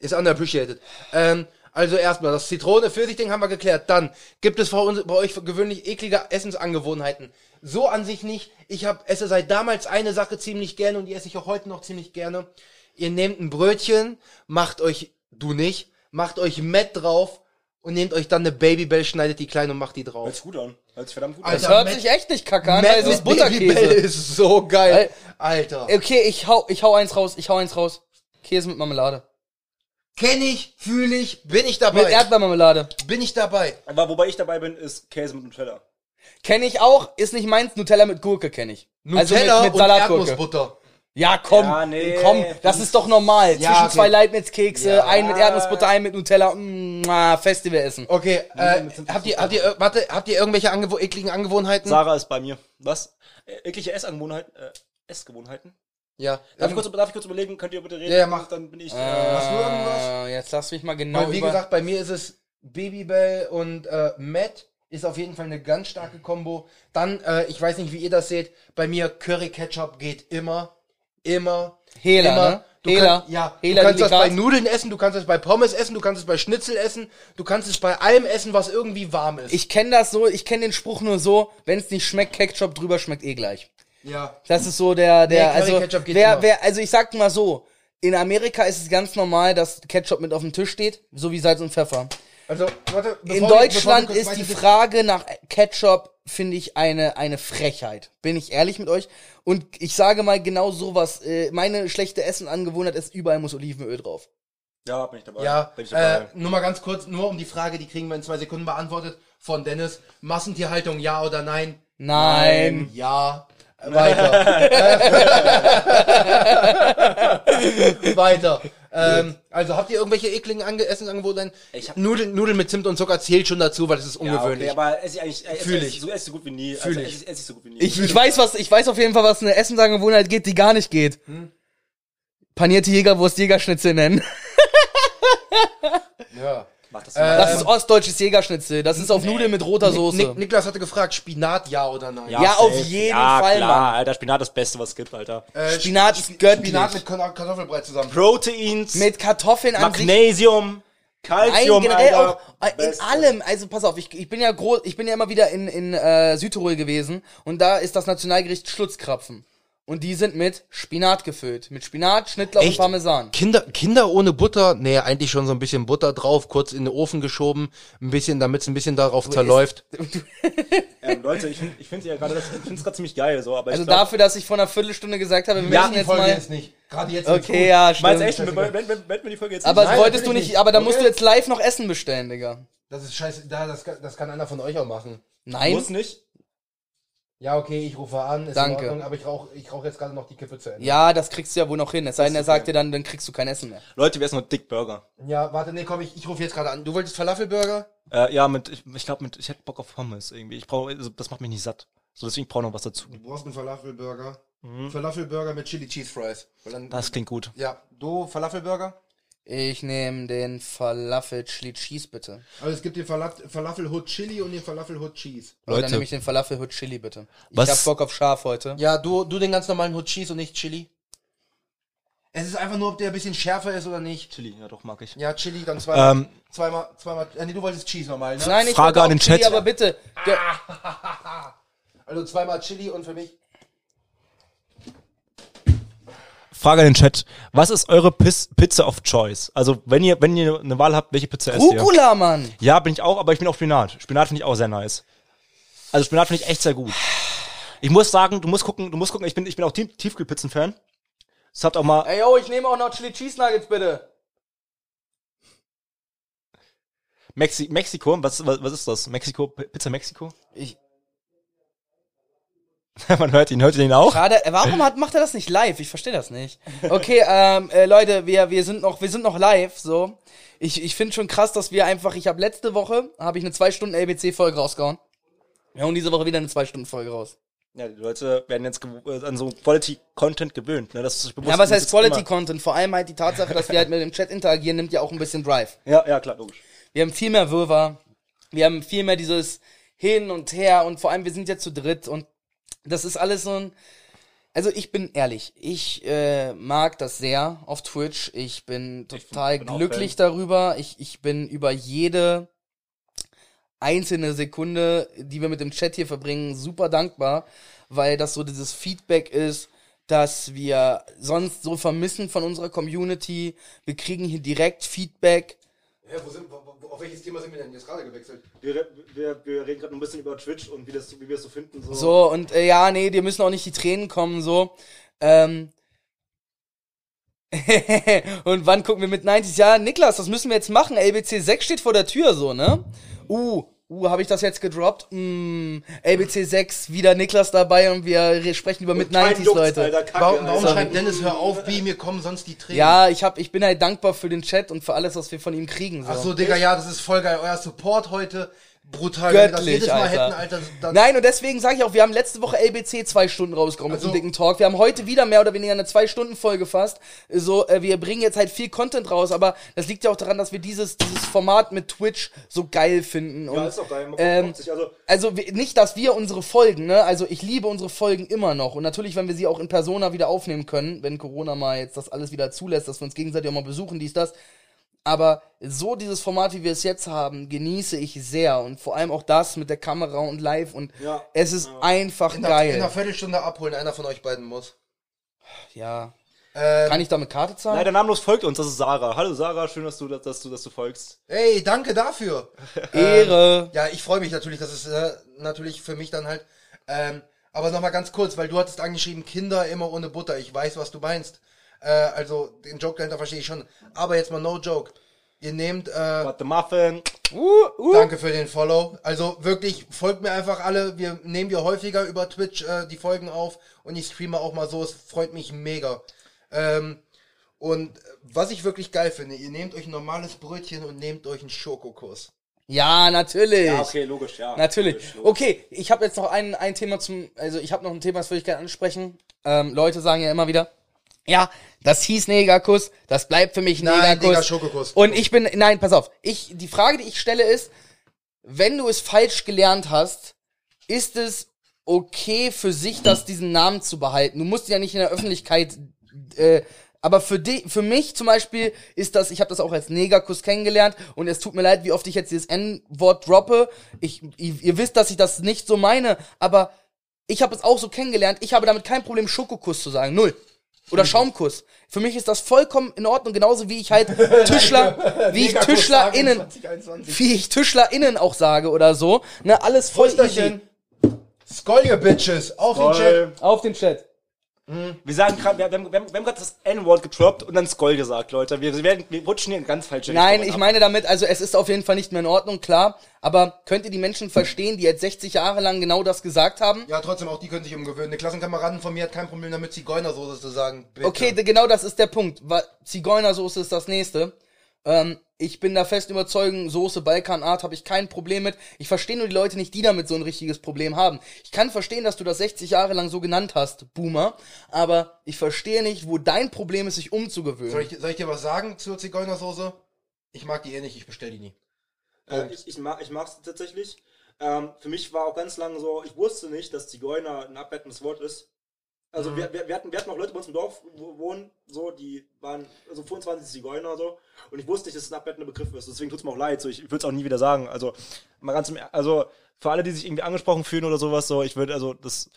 S2: Ist underappreciated. Ähm, also erstmal, das Zitrone für sich Ding haben wir geklärt. Dann gibt es bei, uns, bei euch gewöhnlich eklige Essensangewohnheiten. So an sich nicht. Ich hab, esse seit damals eine Sache ziemlich gerne und die esse ich auch heute noch ziemlich gerne. Ihr nehmt ein Brötchen, macht euch, du nicht, macht euch Mett drauf und nehmt euch dann eine Babybell, schneidet die klein und macht die
S4: Hört
S2: drauf.
S4: sich gut an. Hört sich verdammt gut
S3: Das
S2: Alter,
S4: an.
S3: hört
S2: Matt-
S3: sich echt nicht kacke an, weil es ist
S2: Babybell
S3: Butterkäse.
S2: *laughs* ist so geil. Alter.
S3: Okay, ich hau, ich hau eins raus, ich hau eins raus. Käse mit Marmelade.
S2: Kenn ich, fühle ich, bin ich
S3: Mit
S2: dabei.
S3: Erdbeermarmelade.
S2: Bin ich dabei.
S4: Aber wobei ich dabei bin, ist Käse mit Nutella.
S3: Kenne ich auch, ist nicht meins. Nutella mit Gurke kenne ich.
S2: Nutella
S3: also mit, mit
S2: und
S3: Salatgurke.
S2: Erdnussbutter.
S3: Ja, komm,
S4: Ja, nee.
S3: komm, das ist doch normal.
S2: Ja,
S3: Zwischen
S2: okay.
S3: zwei Leibniz-Kekse, ein mit Erdnussbutter, ein mit Nutella. mm, ah, Mua, Festival-Essen.
S2: Okay, äh, habt ihr, habt ihr, äh, warte, habt ihr irgendwelche Angewo ekligen Angewohnheiten?
S4: Sarah ist bei mir. Was? Äh, eklige Essangewohnheiten? Äh, Essgewohnheiten?
S2: ja.
S4: Darf, ich kurz, darf ich kurz überlegen? Könnt ihr bitte reden?
S2: Ähm. Ja, ja, mach.
S4: Dann bin ich.
S2: Hast du irgendwas?
S3: Äh, jetzt lass mich mal genau
S2: Weil, wie
S3: über...
S2: gesagt, bei mir ist es Babybell und äh, Matt ist auf jeden Fall eine ganz starke Combo. Dann, äh, ich weiß nicht, wie ihr das seht, bei mir Curry Ketchup geht immer, immer,
S3: Hela,
S2: immer.
S3: ne?
S2: Du
S3: Hela.
S2: Kann, ja,
S3: Hela
S2: du kannst das bei
S3: Delikat.
S2: Nudeln essen, du kannst es bei Pommes essen, du kannst es bei Schnitzel essen, du kannst es bei allem essen, was irgendwie warm ist.
S3: Ich kenne das so, ich kenne den Spruch nur so, wenn es nicht schmeckt, Ketchup drüber schmeckt eh gleich.
S2: ja.
S3: Das ist so der, der,
S2: Nee, Curry
S3: also,
S2: Ketchup geht
S3: wer,
S2: immer.
S3: wer, also ich sag mal so, in Amerika ist es ganz normal, dass Ketchup mit auf dem Tisch steht, so wie Salz und Pfeffer.
S2: Also, warte, bevor
S3: In
S2: wir-
S3: Deutschland
S2: bevor wir kurz
S3: ist die
S2: weiter-
S3: Frage nach Ketchup, finde ich, eine, eine Frechheit. Bin ich ehrlich mit euch? Und ich sage mal genau sowas. äh, Meine schlechte Essenangewohnheit ist, überall muss Olivenöl drauf.
S4: Ja, bin ich dabei.
S2: Ja,
S4: bin ich
S2: äh,
S4: dabei.
S2: nur mal ganz kurz, nur um die Frage, die kriegen wir in zwei Sekunden beantwortet von Dennis. Massentierhaltung ja oder nein?
S3: Nein.
S2: Ja. Äh, Weiter. *laughs* weiter. Ähm, also habt ihr irgendwelche ekligen Ange Essensangebote?
S4: Ich hab-
S2: Nudeln, Nudeln mit Zimt und Zucker zählt schon dazu, weil das ist ungewöhnlich.
S4: Ja, okay, aber esse ich eigentlich. Äh, esse,
S2: Fühl
S4: Fühl
S2: ich.
S4: ich. So, esse ich so gut wie nie.
S2: Fühl ich.
S4: Also, esse, ich- esse ich so gut wie nie.
S3: Ich, ich weiß was, ich weiß auf jeden Fall, was eine Essensangewohnheit geht, die gar nicht geht.
S2: Hm?
S3: Panierte Jägerwurst, Jägerschnitzel nennen.
S2: ja.
S4: Mach das
S3: Das ist ostdeutsches Jägerschnitzel. Das ist auf Nudeln mit roter
S2: Nik
S3: Soße.
S2: Niklas hatte gefragt, Spinat ja oder nein?
S3: ja, auf jeden Fall, Mann.
S4: Alter, Spinat ist das Beste, was es gibt, Alter.
S2: Äh,
S3: Spinat
S2: Sp-
S3: ist göttlich.
S2: Spinat mit Kartoff- Kartoffelbrei zusammen.
S4: Proteins,
S3: Mit Kartoffeln an sich.
S4: Magnesium,
S3: Nein,
S4: Calcium,
S3: generell
S4: Alter.
S3: auch äh, in
S4: Beste.
S3: allem. Also pass auf, ich, ich bin ja groß, ich bin ja immer wieder in, in äh, Südtirol gewesen und da ist das Nationalgericht Schlutzkrapfen. Und die sind mit Spinat gefüllt. Mit Spinat, Schnittlauch und
S2: Echt?
S3: Parmesan.
S2: Kinder, Kinder ohne Butter, nee, eigentlich schon so ein bisschen Butter drauf, kurz in den Ofen geschoben, ein bisschen, damit es ein bisschen darauf zerläuft.
S4: Ähm, Leute, ich, find- ich finde es ja gerade das- ich find's grad ziemlich geil, so, aber
S3: Also
S4: ich glaub,
S3: dafür, dass ich vor einer Viertelstunde gesagt habe, wir
S4: Ja,
S3: müssen
S4: die
S3: jetzt
S9: Folge
S3: mal.
S9: jetzt nicht. Gerade jetzt nicht.
S3: Okay, ja,
S4: Meinst du
S3: stimmt.
S4: echt, wenn, wenn, wenn, wenn, wenn wir die Folge jetzt
S3: Aber
S4: nicht-
S2: Nein,
S3: wolltest du
S2: natürlich
S3: nicht,
S2: nicht.
S3: aber da musst
S2: Okay.
S3: du jetzt live noch Essen bestellen, Digga.
S2: Das ist scheiße, da, das, kann- das kann einer von euch auch machen.
S3: Nein.
S4: muss nicht,
S2: Ja, okay, ich rufe an, ist
S3: Danke.
S2: in Ordnung, aber ich rauche ich rauch jetzt gerade noch die Kippe zu Ende.
S3: Ja, das kriegst du ja wohl noch hin. Es sei denn, er sagt dir dann, dann kriegst du kein Essen mehr.
S4: Leute, wir essen nur Dick Burger.
S2: Ja, warte, nee, komm, ich, ich rufe jetzt gerade an. Du wolltest Falafelburger?
S4: Äh, ja, mit, ich, ich glaube, mit, ich hätte Bock auf Pommes irgendwie. Ich brauche, also, das macht mich nicht satt. So, deswegen brauche ich noch was dazu.
S2: Du brauchst einen Falafelburger. Falafelburger mit Chili Cheese Fries. Weil Mhm. dann,
S4: Das klingt gut.
S2: ja, du Falafelburger?
S3: Ich nehme den Falafel Chili Cheese bitte.
S2: Also es gibt den Falaf Falafel Hot Chili und den Falafel Hot Cheese.
S3: Leute. Dann
S4: Leute.
S3: nehme ich den Falafel Hot Chili bitte.
S4: Was-
S3: Ich hab Bock auf Schaf heute.
S2: Ja, du, du den ganz normalen Hot Cheese und nicht Chili. Es ist einfach nur, ob der ein bisschen schärfer ist oder nicht.
S4: Chili, ja doch, mag ich.
S2: Ja, Chili, dann zweimal.
S4: Ähm,
S2: zweimal, zweimal. Äh, nee, du wolltest Cheese normal, ne?
S3: Nein, ich wollte
S4: Frage an
S3: auch
S4: den
S3: Chili,
S4: Chat.
S3: Ah, Aber bitte. Ge-
S2: Also zweimal Chili und für mich.
S4: Frage an den Chat. Was ist eure Piss Pizza of Choice? Also, wenn ihr, wenn ihr eine Wahl habt, welche Pizza esst ihr?
S3: Rucola, Mann.
S4: Ja, bin ich auch, aber ich bin auch Spinat. Spinat finde ich auch sehr nice. Also Spinat finde ich echt sehr gut. Ich muss sagen, du musst gucken, du musst gucken, ich bin, ich bin auch Tief Tiefkühlpizzen-Fan. Es hat auch mal,
S3: Ey, yo, ich nehme auch noch Chili Cheese Nuggets, bitte.
S4: Mexi Mexiko, was, was, was ist das? Mexiko, P- Pizza Mexiko?
S3: Ich,
S4: *laughs* Man hört ihn, hört ihr ihn auch?
S3: Schade, äh, warum hat, macht er das nicht live? Ich verstehe das nicht. Okay, ähm, äh, Leute, wir, wir sind noch, wir sind noch live, so. Ich, ich finde schon krass, dass wir einfach, ich habe letzte Woche, habe ich eine zwei Stunden LBC-Folge rausgehauen. Wir hauen diese Woche wieder eine zwei Stunden Folge raus.
S4: Ja, die Leute werden jetzt gew- äh, an so Quality-Content gewöhnt, ne? Das ist bewusst.
S3: Ja, was heißt
S4: Jetzt
S3: Quality
S4: immer-
S3: Content? Vor allem halt die Tatsache, dass wir halt mit dem Chat interagieren, nimmt ja auch ein bisschen Drive.
S4: Ja, ja, klar, logisch.
S3: Wir haben viel mehr Wirrwarr. Wir haben viel mehr dieses Hin und Her und vor allem wir sind ja zu dritt und das ist alles so ein. Also ich bin ehrlich, ich äh, mag das sehr auf Twitch. Ich bin total
S4: bin auch
S3: glücklich darüber. Ich, ich bin über jede einzelne Sekunde, die wir mit dem Chat hier verbringen, super dankbar, weil das so dieses Feedback ist, dass wir sonst so vermissen von unserer Community. Wir kriegen hier direkt Feedback.
S13: Ja, wo sind, wo, wo- auf welches Thema sind wir denn jetzt gerade gewechselt?
S14: Wir, re- wir, wir reden gerade ein bisschen über Twitch und wie, das, wie wir es so finden. So.
S3: So, und äh, ja, nee, dir müssen auch nicht die Tränen kommen, so. Ähm. *laughs* und wann gucken wir mit 90s? Ja, Niklas, das müssen wir jetzt machen. LBC 6 steht vor der Tür, so, ne? Uh, uh, habe ich das jetzt gedroppt? Mm, LBC 6, wieder Niklas dabei und wir re- sprechen über mit 90s, Leute.
S14: Oh, Alter, Kacke,
S2: Warum, warum
S14: Alter.
S2: schreibt Dennis, hör auf, wie mir kommen sonst die Tränen?
S3: Ja, ich, hab, ich bin halt dankbar für den Chat und für alles, was wir von ihm kriegen. So.
S2: Ach so, Digga, ja, das ist voll geil. Euer Support heute brutal. Wenn wir das
S3: Göttlich,
S2: jedes Mal
S3: Alter.
S2: hätten, Alter. Dann,
S3: Nein, und deswegen sage ich auch, wir haben letzte Woche LBC zwei Stunden rausgehauen mit
S2: Also-
S3: dem dicken Talk. Wir haben heute wieder mehr oder weniger eine Zwei-Stunden-Folge fast. So, äh, wir bringen jetzt halt viel Content raus, aber das liegt ja auch daran, dass wir dieses, dieses Format mit Twitch so geil finden. Und,
S14: Ja, ist doch geil. Man
S3: ähm,
S14: ähm, sich. Also,
S3: also wir- nicht, dass wir unsere Folgen, ne? Also ich liebe unsere Folgen immer noch. Und natürlich, wenn wir sie auch in Persona wieder aufnehmen können, wenn Corona mal jetzt das alles wieder zulässt, dass wir uns gegenseitig auch mal besuchen, dies, das. Aber so dieses Format, wie wir es jetzt haben, genieße ich sehr. Und vor allem auch das mit der Kamera und live. Und
S14: Ja.
S3: es ist einfach
S2: in, einer, in
S3: geil.
S2: einer Viertelstunde abholen, einer von euch beiden muss.
S3: ja.
S2: Ähm,
S3: Kann ich damit Karte zahlen?
S4: Leider namenlos folgt uns, das ist Sarah. Hallo Sarah, schön, dass du, dass, dass du, dass du folgst.
S2: ey, danke dafür.
S3: Ehre.
S2: Ja, ich freue mich natürlich, das ist äh, natürlich für mich dann halt. Ähm, aber nochmal ganz kurz, weil du hattest angeschrieben, Kinder immer ohne Butter. Ich weiß, was du meinst. Äh, also den Joke dahinter verstehe ich schon. Aber jetzt mal no joke. Ihr nehmt, äh,
S4: But the Muffin.
S3: Uh, uh.
S2: danke für den Follow. Also wirklich, folgt mir einfach alle. Wir nehmen ja häufiger über Twitch äh, die Folgen auf und ich streame auch mal so. Es freut mich mega. Ähm, und was ich wirklich geil finde, ihr nehmt euch ein normales Brötchen und nehmt euch einen Schokokuss.
S3: Ja, natürlich.
S14: ja, Ah, okay, logisch, ja.
S3: Natürlich.
S14: Logisch, logisch.
S3: Okay, ich habe jetzt noch ein, ein Thema zum, also ich habe noch ein Thema, das würde ich gerne ansprechen. Ähm, Leute sagen ja immer wieder, ja, das hieß Negerkuss, das bleibt für mich ein
S2: Nein,
S3: Negerkuss.
S2: Digga, Schokokuss.
S3: Und ich bin, nein, pass auf, ich, die Frage, die ich stelle ist, wenn du es falsch gelernt hast, ist es okay für sich, das diesen Namen zu behalten? Du musst ihn ja nicht in der Öffentlichkeit, äh, aber für dich, für mich zum Beispiel ist das, ich habe das auch als Negerkuss kennengelernt und es tut mir leid, wie oft ich jetzt dieses N-Wort droppe. Ich, ihr, ihr wisst, dass ich das nicht so meine, aber ich habe es auch so kennengelernt. Ich habe damit kein Problem, Schokokuss zu sagen. Null. Oder Schaumkuss. Für mich ist das vollkommen in Ordnung, genauso wie ich halt Tischler, wie ich TischlerInnen, wie ich TischlerInnen auch sage oder so. Ne, alles voll easy.
S2: Skoll, ihr Bitches. Auf den Chat.
S3: Auf den Chat.
S4: Wir sagen gerade, wir, wir, haben- wir haben gerade das N-Word getroppt und dann Skoll gesagt, Leute. Wir, werden, wir rutschen hier in ganz falsche
S3: Nein,
S4: Richtungen
S3: ich
S4: ab.
S3: meine damit, also es ist auf jeden Fall nicht mehr in Ordnung, klar. Aber könnt ihr die Menschen verstehen, die jetzt 60 Jahre lang genau das gesagt haben?
S2: Hm. Ja, trotzdem, auch die können sich umgewöhnen. Eine Klassenkameradin von mir hat kein Problem damit, Zigeunersoße zu sagen. Bitte.
S3: Okay, d- genau das ist der Punkt. Wa- Zigeunersoße ist das nächste. Ähm, ich bin da fest überzeugt, Soße Balkanart habe ich kein Problem mit. Ich verstehe nur die Leute nicht, die damit so ein richtiges Problem haben. Ich kann verstehen, dass du das 60 Jahre lang so genannt hast, Boomer, aber ich verstehe nicht, wo dein Problem ist, sich
S2: Soll
S3: umzugewöhnen.
S2: ich, soll ich dir was sagen zur Zigeunersoße? Ich mag die eh nicht, ich bestell die nie.
S14: Äh, ich, ich, mag, ich mag's tatsächlich. Ähm, für mich war auch ganz lange so, ich wusste nicht, dass Zigeuner ein abwertendes Wort ist. Also wir, wir, wir, hatten, wir hatten auch Leute bei uns im Dorf wo- wohnen, so, die waren also 25 Zigeuner so. Und ich wusste nicht, dass es ein abwertender Begriff ist. Deswegen tut's mir auch leid. So, ich
S4: ich würde es auch nie wieder sagen. Also, mal ganz im, Er- also, für alle, die sich irgendwie angesprochen fühlen oder sowas, so, ich würde, also, das,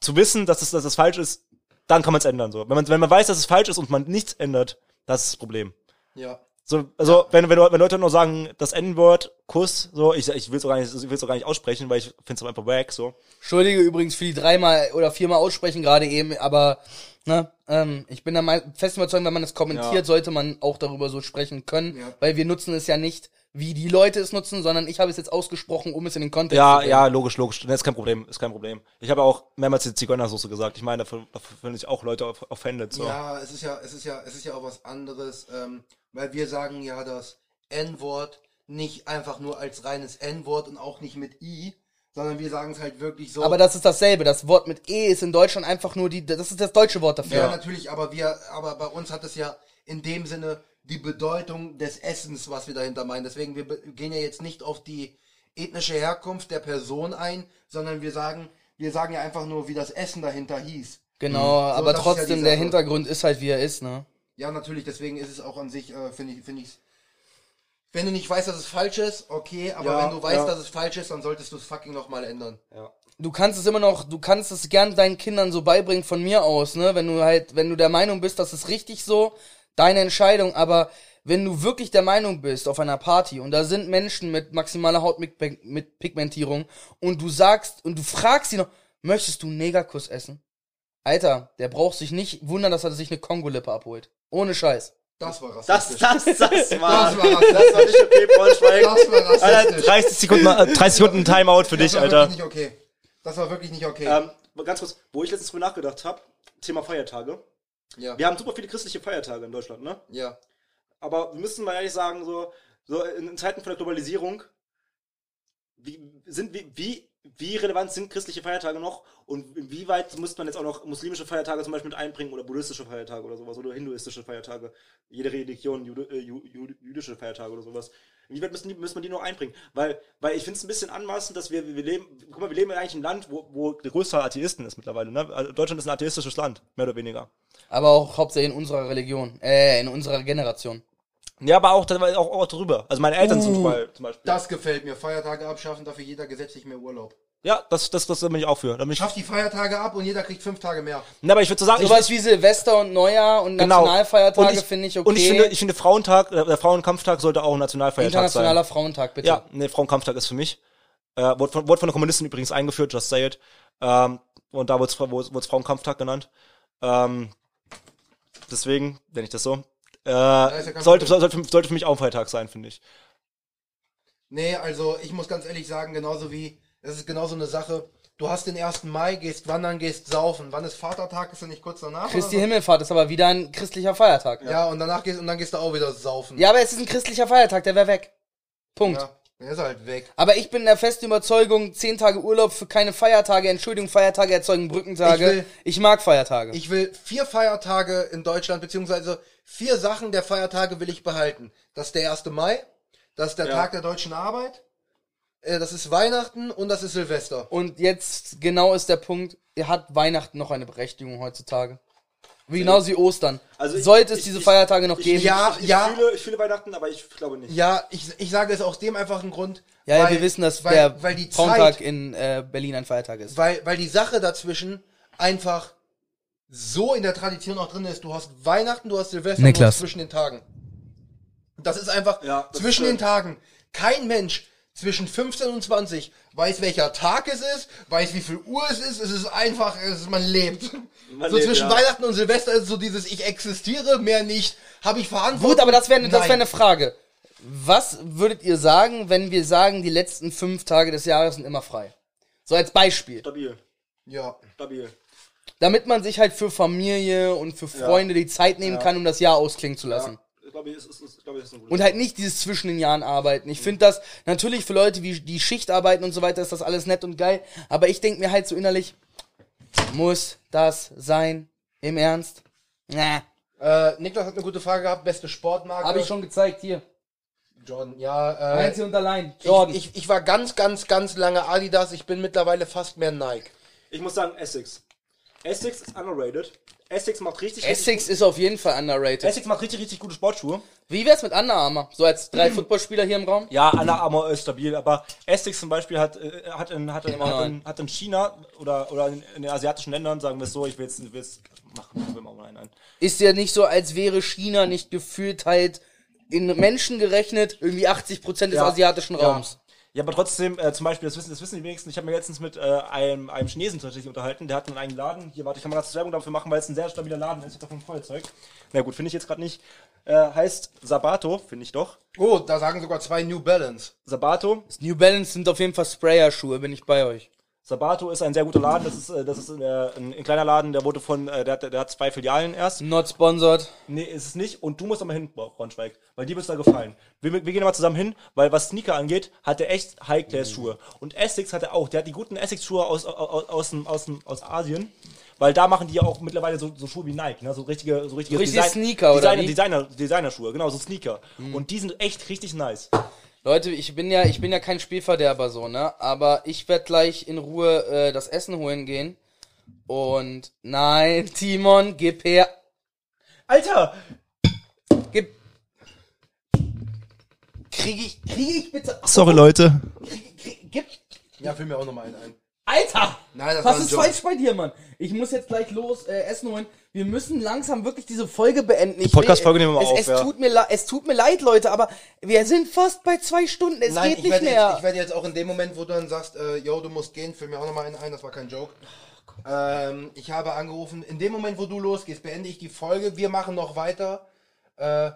S4: zu wissen, dass das, dass das falsch ist, dann kann man es ändern. So. Wenn, man, wenn man weiß, dass es falsch ist und man nichts ändert, das ist das Problem.
S2: Ja.
S4: So, also wenn, wenn, wenn Leute nur sagen, das N-Wort, Kuss, so, ich, ich will es auch, gar nicht- ich will's auch gar nicht aussprechen, weil ich finde es einfach wack, so.
S3: Entschuldige übrigens für die dreimal oder viermal aussprechen gerade eben, aber ne, ähm, ich bin der mei- festen Überzeugung, wenn man es kommentiert,
S4: Ja.
S3: sollte man auch darüber so sprechen können,
S2: Ja.
S3: weil wir nutzen es ja nicht, wie die Leute es nutzen, sondern ich habe es jetzt ausgesprochen, um es in den Kontext zu
S4: Ja,
S3: bringen.
S4: ja, logisch, logisch. Das ist kein Problem, ist kein Problem. Ich habe auch mehrmals die Zigeunersoße gesagt. Ich meine, dafür, dafür finde ich auch Leute off- offended, so.
S2: Ja, es ist ja, es ist ja, es ist ja auch was anderes, ähm, weil wir sagen ja das N-Wort nicht einfach nur als reines N-Wort und auch nicht mit I, sondern wir sagen es halt wirklich so.
S3: Aber das ist dasselbe. Das Wort mit E ist in Deutschland einfach nur die. Das ist das deutsche Wort dafür.
S2: ja, natürlich, aber wir, aber bei uns hat es ja in dem Sinne die Bedeutung des Essens, was wir dahinter meinen. Deswegen, wir be- gehen ja jetzt nicht auf die ethnische Herkunft der Person ein, sondern wir sagen, wir sagen ja einfach nur, wie das Essen dahinter hieß.
S3: Genau,
S2: Mhm. So,
S3: aber
S2: das ist ja
S3: trotzdem,
S2: die
S3: der
S2: Sache.
S3: Hintergrund ist halt, wie er ist, ne?
S2: Ja, natürlich, deswegen ist es auch an sich, äh, finde ich, finde ich, wenn du nicht weißt, dass es falsch ist, okay, aber
S4: Ja,
S2: wenn du weißt,
S4: ja.
S2: dass es falsch ist, dann solltest du es fucking nochmal ändern.
S3: Du kannst es immer noch, du kannst es gern deinen Kindern so beibringen von mir aus, ne? Wenn du halt, wenn du der Meinung bist, das ist richtig so, deine Entscheidung, aber wenn du wirklich der Meinung bist auf einer Party und da sind Menschen mit maximaler Hautpigmentierung und du sagst und du fragst sie noch, möchtest du einen Negerkuss essen? Alter, der braucht sich nicht wundern, dass er sich eine Kongolippe abholt. Ohne Scheiß.
S2: Das war rassistisch.
S15: Das, das, das war.
S2: das war
S15: Das war
S2: rassistisch.
S4: *laughs*
S15: nicht okay, Paul Schweig.
S2: Das war
S4: Alter,
S2: rassistisch.
S4: 30 Sekunden, äh, 30 Sekunden Timeout für dich,
S2: das war
S4: Alter.
S2: wirklich nicht okay. Das war wirklich nicht okay.
S15: Ähm, ganz kurz, wo ich letztens drüber nachgedacht habe, Thema Feiertage.
S2: ja,
S15: Wir haben super viele christliche Feiertage in Deutschland, ne?
S2: ja.
S15: Aber wir müssen mal ehrlich sagen, so, so in in Zeiten von der Globalisierung, wie, sind, wie, wie, wie relevant sind christliche Feiertage noch und inwieweit muss man jetzt auch noch muslimische Feiertage zum Beispiel mit einbringen oder buddhistische Feiertage oder sowas oder hinduistische Feiertage, jede Religion, Jude, äh, Ju, Ju, jüdische Feiertage oder sowas. Inwieweit müssen, die, müssen man die noch einbringen? Weil, weil ich finde es ein bisschen anmaßend, dass wir, wir leben, guck mal, wir leben ja eigentlich in einem Land, wo, wo der größte Teil Atheisten ist mittlerweile. Ne? Also Deutschland ist ein atheistisches Land, mehr oder weniger.
S3: Aber auch hauptsächlich in unserer Religion, äh, in unserer Generation.
S4: Ja, aber auch, auch, auch darüber. Also meine Eltern sind zum Beispiel- zum Beispiel.
S2: Das gefällt mir. Feiertage abschaffen, dafür jeder gesetzlich mehr Urlaub.
S4: Ja, das, das, das bin ich auch für. Da bin ich,
S2: Schafft die Feiertage ab und jeder kriegt fünf Tage mehr.
S4: na, aber ich würde so sagen,
S3: Sowas wie Silvester und Neujahr und
S4: Genau.
S3: Nationalfeiertage
S4: Und ich-
S3: finde ich okay.
S4: Und ich finde, ich finde Frauentag, äh, der Frauenkampftag sollte auch ein Nationalfeiertag sein.
S3: Internationaler Frauentag, bitte.
S4: Ja, nee, Frauenkampftag ist für mich. Äh, wurde, von, wurde von den Kommunisten übrigens eingeführt, just say it. Ähm, und da wurde es Frauenkampftag genannt. Ähm, deswegen, nenne ich das so. Äh,
S2: ist ja kein
S4: sollte,
S2: Problem.
S4: sollte, für- sollte für mich auch ein Feiertag sein, finde ich.
S2: Nee, also ich muss ganz ehrlich sagen, genauso wie, das ist genauso eine Sache. Du hast den 1. Mai, gehst wandern, gehst saufen. Wann ist Vatertag? Ist er nicht kurz danach?
S3: Christi
S2: oder
S3: Himmelfahrt ist aber wieder ein christlicher Feiertag.
S2: so?
S3: Ja,
S2: Ja, und danach gehst und dann gehst du auch wieder saufen.
S3: aber es ist ein christlicher Feiertag, der wäre weg. Punkt.
S2: Ja, der ist halt weg.
S3: Aber ich bin der festen Überzeugung, zehn Tage Urlaub für keine Feiertage, Entschuldigung, Feiertage erzeugen Brückentage.
S2: Ich
S3: Ich,
S2: will-
S3: mag Feiertage.
S2: Ich will vier Feiertage in Deutschland, beziehungsweise vier Sachen der Feiertage will ich behalten. Das ist der 1. Mai, das ist der Tag der deutschen Arbeit, äh, das ist Weihnachten und das ist Silvester.
S3: und jetzt genau ist der Punkt, hat Weihnachten noch eine Berechtigung heutzutage. Wie Genauso wie Ostern.
S15: Also ich-
S3: Sollte es
S15: ich-
S3: diese
S15: ich-
S3: Feiertage noch geben?
S2: Ja,
S15: ich, ich,
S2: ja.
S15: Fühle, ich fühle Weihnachten, aber ich glaube nicht.
S2: Ja, ich, ich sage es aus dem einfachen Grund.
S3: Ja, ja, wir wissen, dass
S2: weil,
S3: der
S2: weil die
S3: Frauentag
S2: Zeit,
S3: in äh, Berlin ein Feiertag ist.
S2: weil, weil die Sache dazwischen einfach so in der Tradition auch drin ist. Du hast Weihnachten, du hast Silvester, du
S3: Niklas.
S2: hast zwischen den Tagen. Das ist einfach
S15: Ja, das
S2: zwischen
S15: stimmt.
S2: den Tagen. Kein Mensch zwischen 15 und 20 weiß, welcher Tag es ist, weiß, wie viel Uhr es ist. Es ist einfach, es ist, man lebt.
S15: Man
S2: so
S15: lebt,
S2: zwischen
S15: ja.
S2: Weihnachten und Silvester ist so dieses Ich existiere, mehr nicht. Habe ich Verantwortung?
S3: Gut, aber das wäre das wär
S2: Nein.
S3: eine Frage. Was würdet ihr sagen, wenn wir sagen, die letzten fünf Tage des Jahres sind immer frei? So als Beispiel.
S15: Stabil,
S2: Ja.
S15: stabil.
S3: Damit man sich halt für Familie und für Freunde die Zeit nehmen kann, um das Jahr ausklingen zu lassen.
S15: Ich glaube, es ist, es- ich glaube, es ist eine gute
S3: Und halt nicht dieses zwischen den Jahren arbeiten. Ich finde das natürlich für Leute, wie die Schicht arbeiten und so weiter, ist das alles nett und geil. Aber ich denke mir halt so innerlich, muss das sein? Im Ernst? Na,
S2: Äh, Niklas hat eine gute Frage gehabt. Beste Sportmarke.
S3: habe ich schon gezeigt hier.
S2: Jordan, ja. Äh,
S3: Einzig und allein. Jordan.
S2: Jordan. Ich, ich, ich war ganz, ganz, ganz lange Adidas. Ich bin mittlerweile fast mehr Nike.
S15: Ich muss sagen, Essex.
S1: Essex ist underrated. Essex macht richtig, richtig,
S3: Essex ist auf jeden Fall underrated.
S4: Essex macht richtig, richtig gute Sportschuhe.
S3: Wie wär's mit Under Armour? So als
S4: *clears throat*
S3: drei Footballspieler hier im Raum?
S4: Ja, Under Armour ist stabil, aber Essex zum Beispiel hat, äh, hat, in, hat, in,
S3: Genau.
S4: hat, in, hat in China oder, oder in, in den asiatischen Ländern, sagen wir es so, ich will jetzt, ich will jetzt machen, will mal einen ein.
S3: Ist ja nicht so, als wäre China nicht gefühlt halt in Menschen gerechnet irgendwie 80% des
S4: Ja.
S3: asiatischen Raums.
S4: Ja, aber trotzdem, äh, zum Beispiel, das wissen, das wissen die wenigsten, ich habe mir letztens mit äh, einem, einem Chinesen tatsächlich unterhalten, der hat einen eigenen Laden, hier, warte, ich kann mal ganz Werbung dafür machen, weil es ein sehr stabiler Laden ist, ich hab davon voll Zeug. Na gut, finde ich jetzt gerade nicht. Äh, heißt Sabato, finde ich doch.
S2: Oh, da sagen sogar zwei New Balance.
S4: Sabato,
S3: New Balance sind auf jeden Fall Sprayer-Schuhe, bin ich bei euch.
S4: Sabato ist ein sehr guter Laden. Das ist, äh, das ist äh, ein, ein kleiner Laden, der wurde von, äh, der, hat, der hat zwei Filialen erst.
S3: Not sponsored.
S4: Nee, ist es nicht. Und du musst aber hin, Braunschweig, weil die wird's da gefallen. Wir, wir gehen mal zusammen hin, weil was Sneaker angeht, hat er echt High-Class-Schuhe. Und Essex hat er auch. Der hat die guten Essex-Schuhe aus, aus, aus, dem- aus, dem- aus Asien. Weil da machen die ja auch mittlerweile so, so Schuhe wie Nike, ne? So richtige, so richtige,
S3: Richtige Sneaker, oder
S4: Designer,
S3: wie? Mhm.
S4: Designer, Designerschuhe, genau, so Sneaker. Und die sind echt richtig nice.
S3: Leute, ich bin ja, ich bin ja kein Spielverderber so, ne? Aber ich werde gleich in Ruhe äh, das Essen holen gehen. Und nein, Timon, gib her.
S4: Alter!
S3: Gib. Krieg ich. Krieg ich bitte.
S16: Sorry, Leute.
S3: Krieg, gib.
S2: Ja, füll mir auch nochmal einen ein.
S3: Alter!
S2: Nein, das
S3: Was
S2: war ein
S3: ist
S2: Joke.
S3: falsch bei dir, Mann? Ich muss jetzt gleich los äh, Essen holen. Wir müssen langsam wirklich diese Folge beenden. Ich
S4: Podcast-Folge
S3: will-
S4: nehmen wir mal
S3: es,
S4: auf,
S3: Es,
S4: ja.
S3: tut mir, le- es tut mir leid, Leute, aber wir sind fast bei zwei Stunden. Es
S2: Nein,
S3: geht
S2: ich
S3: nicht
S2: werde,
S3: mehr.
S2: Jetzt, ich werde jetzt auch in dem Moment, wo du dann sagst, äh, yo, du musst gehen, füll mir auch nochmal einen ein, das war kein Joke.
S3: Oh
S2: Ähm, ich habe angerufen, in dem Moment, wo du losgehst, beende ich die Folge, wir machen noch weiter. Äh,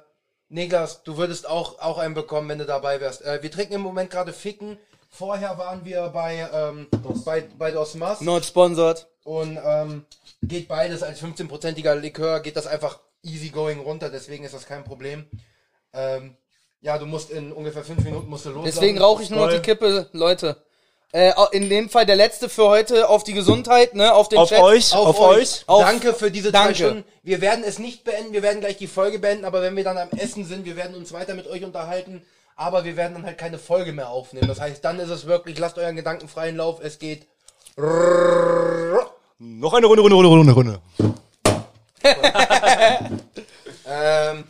S2: Niklas, du würdest auch, auch einen bekommen, wenn du dabei wärst. Äh, wir trinken im Moment gerade Ficken. Vorher waren wir bei, ähm, bei, bei Dos Mas
S3: Not sponsored.
S2: und ähm, geht beides als 15%iger Likör, geht das einfach easy going runter, deswegen ist das kein Problem. Ähm, ja, du musst in ungefähr 5 Minuten musst du loslassen.
S3: Deswegen rauche ich nur noch
S4: Voll.
S3: die Kippe, Leute. Äh, au- in dem Fall der letzte für heute auf die Gesundheit, ne? Auf den
S4: Auf
S3: Chat.
S4: euch, auf, euch.
S3: Auf-
S2: danke für diese
S3: Danke.
S2: zwei Stunden. Wir werden es nicht beenden, wir werden gleich die Folge beenden, aber wenn wir dann am Essen sind, wir werden uns weiter mit euch unterhalten, aber wir werden dann halt keine Folge mehr aufnehmen. Das heißt, dann ist es wirklich, lasst euren Gedanken freien Lauf, es geht.
S4: Noch eine Runde, Runde, Runde, Runde, Runde.
S2: Ähm,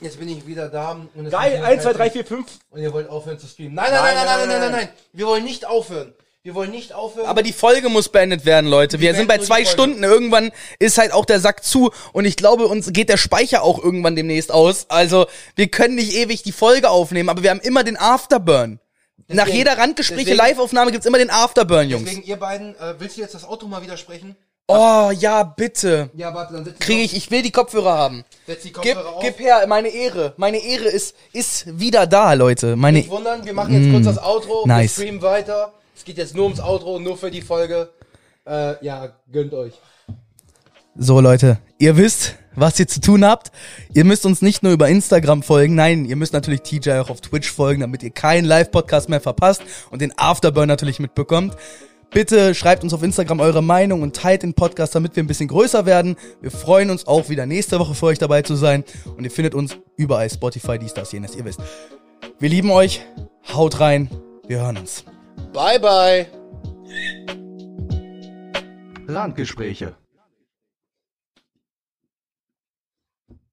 S2: jetzt bin ich wieder da. Und es ist
S4: Geil,
S2: wieder
S4: 1, 2, 3,
S2: fertig.
S4: 4, 5.
S2: Und ihr wollt aufhören zu streamen. Nein, nein, nein, nein, nein, nein, nein, nein, nein. Wir wollen nicht aufhören. Wir wollen nicht aufhören.
S3: Aber die Folge muss beendet werden, Leute. Wir
S2: Wir
S3: sind bei
S2: beenden
S3: zwei
S2: die Folge.
S3: Stunden. Irgendwann ist halt auch der Sack zu. Und ich glaube, uns geht der Speicher auch irgendwann demnächst aus. Also, wir können nicht ewig die Folge aufnehmen, aber wir haben immer den Afterburn. Nach
S2: Deswegen-
S3: jeder Randgespräche,
S2: deswegen-
S3: Live-Aufnahme gibt's immer den Afterburn, Jungs.
S2: Deswegen, ihr beiden, äh, willst du jetzt das Auto mal widersprechen?
S3: Oh, ja, bitte.
S2: Ja, warte, dann setz die
S3: Kriege ich, ich will die Kopfhörer haben.
S2: Setz die
S3: Gib,
S2: Kopfhörer auf.
S3: gib her, meine Ehre. Meine Ehre ist, ist wieder da, Leute. Meine,
S2: Nicht wundern, wir machen jetzt kurz das Outro,
S3: nice.
S2: wir streamen weiter. Es geht jetzt nur ums Outro, nur für die Folge. Äh, ja, gönnt euch.
S3: So Leute, ihr wisst, was ihr zu tun habt. Ihr müsst uns nicht nur über Instagram folgen, nein, ihr müsst natürlich TJ auch auf Twitch folgen, damit ihr keinen Live-Podcast mehr verpasst und den Afterburn natürlich mitbekommt. Bitte schreibt uns auf Instagram eure Meinung und teilt den Podcast, damit wir ein bisschen größer werden. Wir freuen uns auch wieder nächste Woche für euch dabei zu sein. Und ihr findet uns überall, Spotify, dies, das, jenes, ihr wisst. Wir lieben euch, haut rein, wir hören uns.
S2: Bye, bye.
S7: Landgespräche.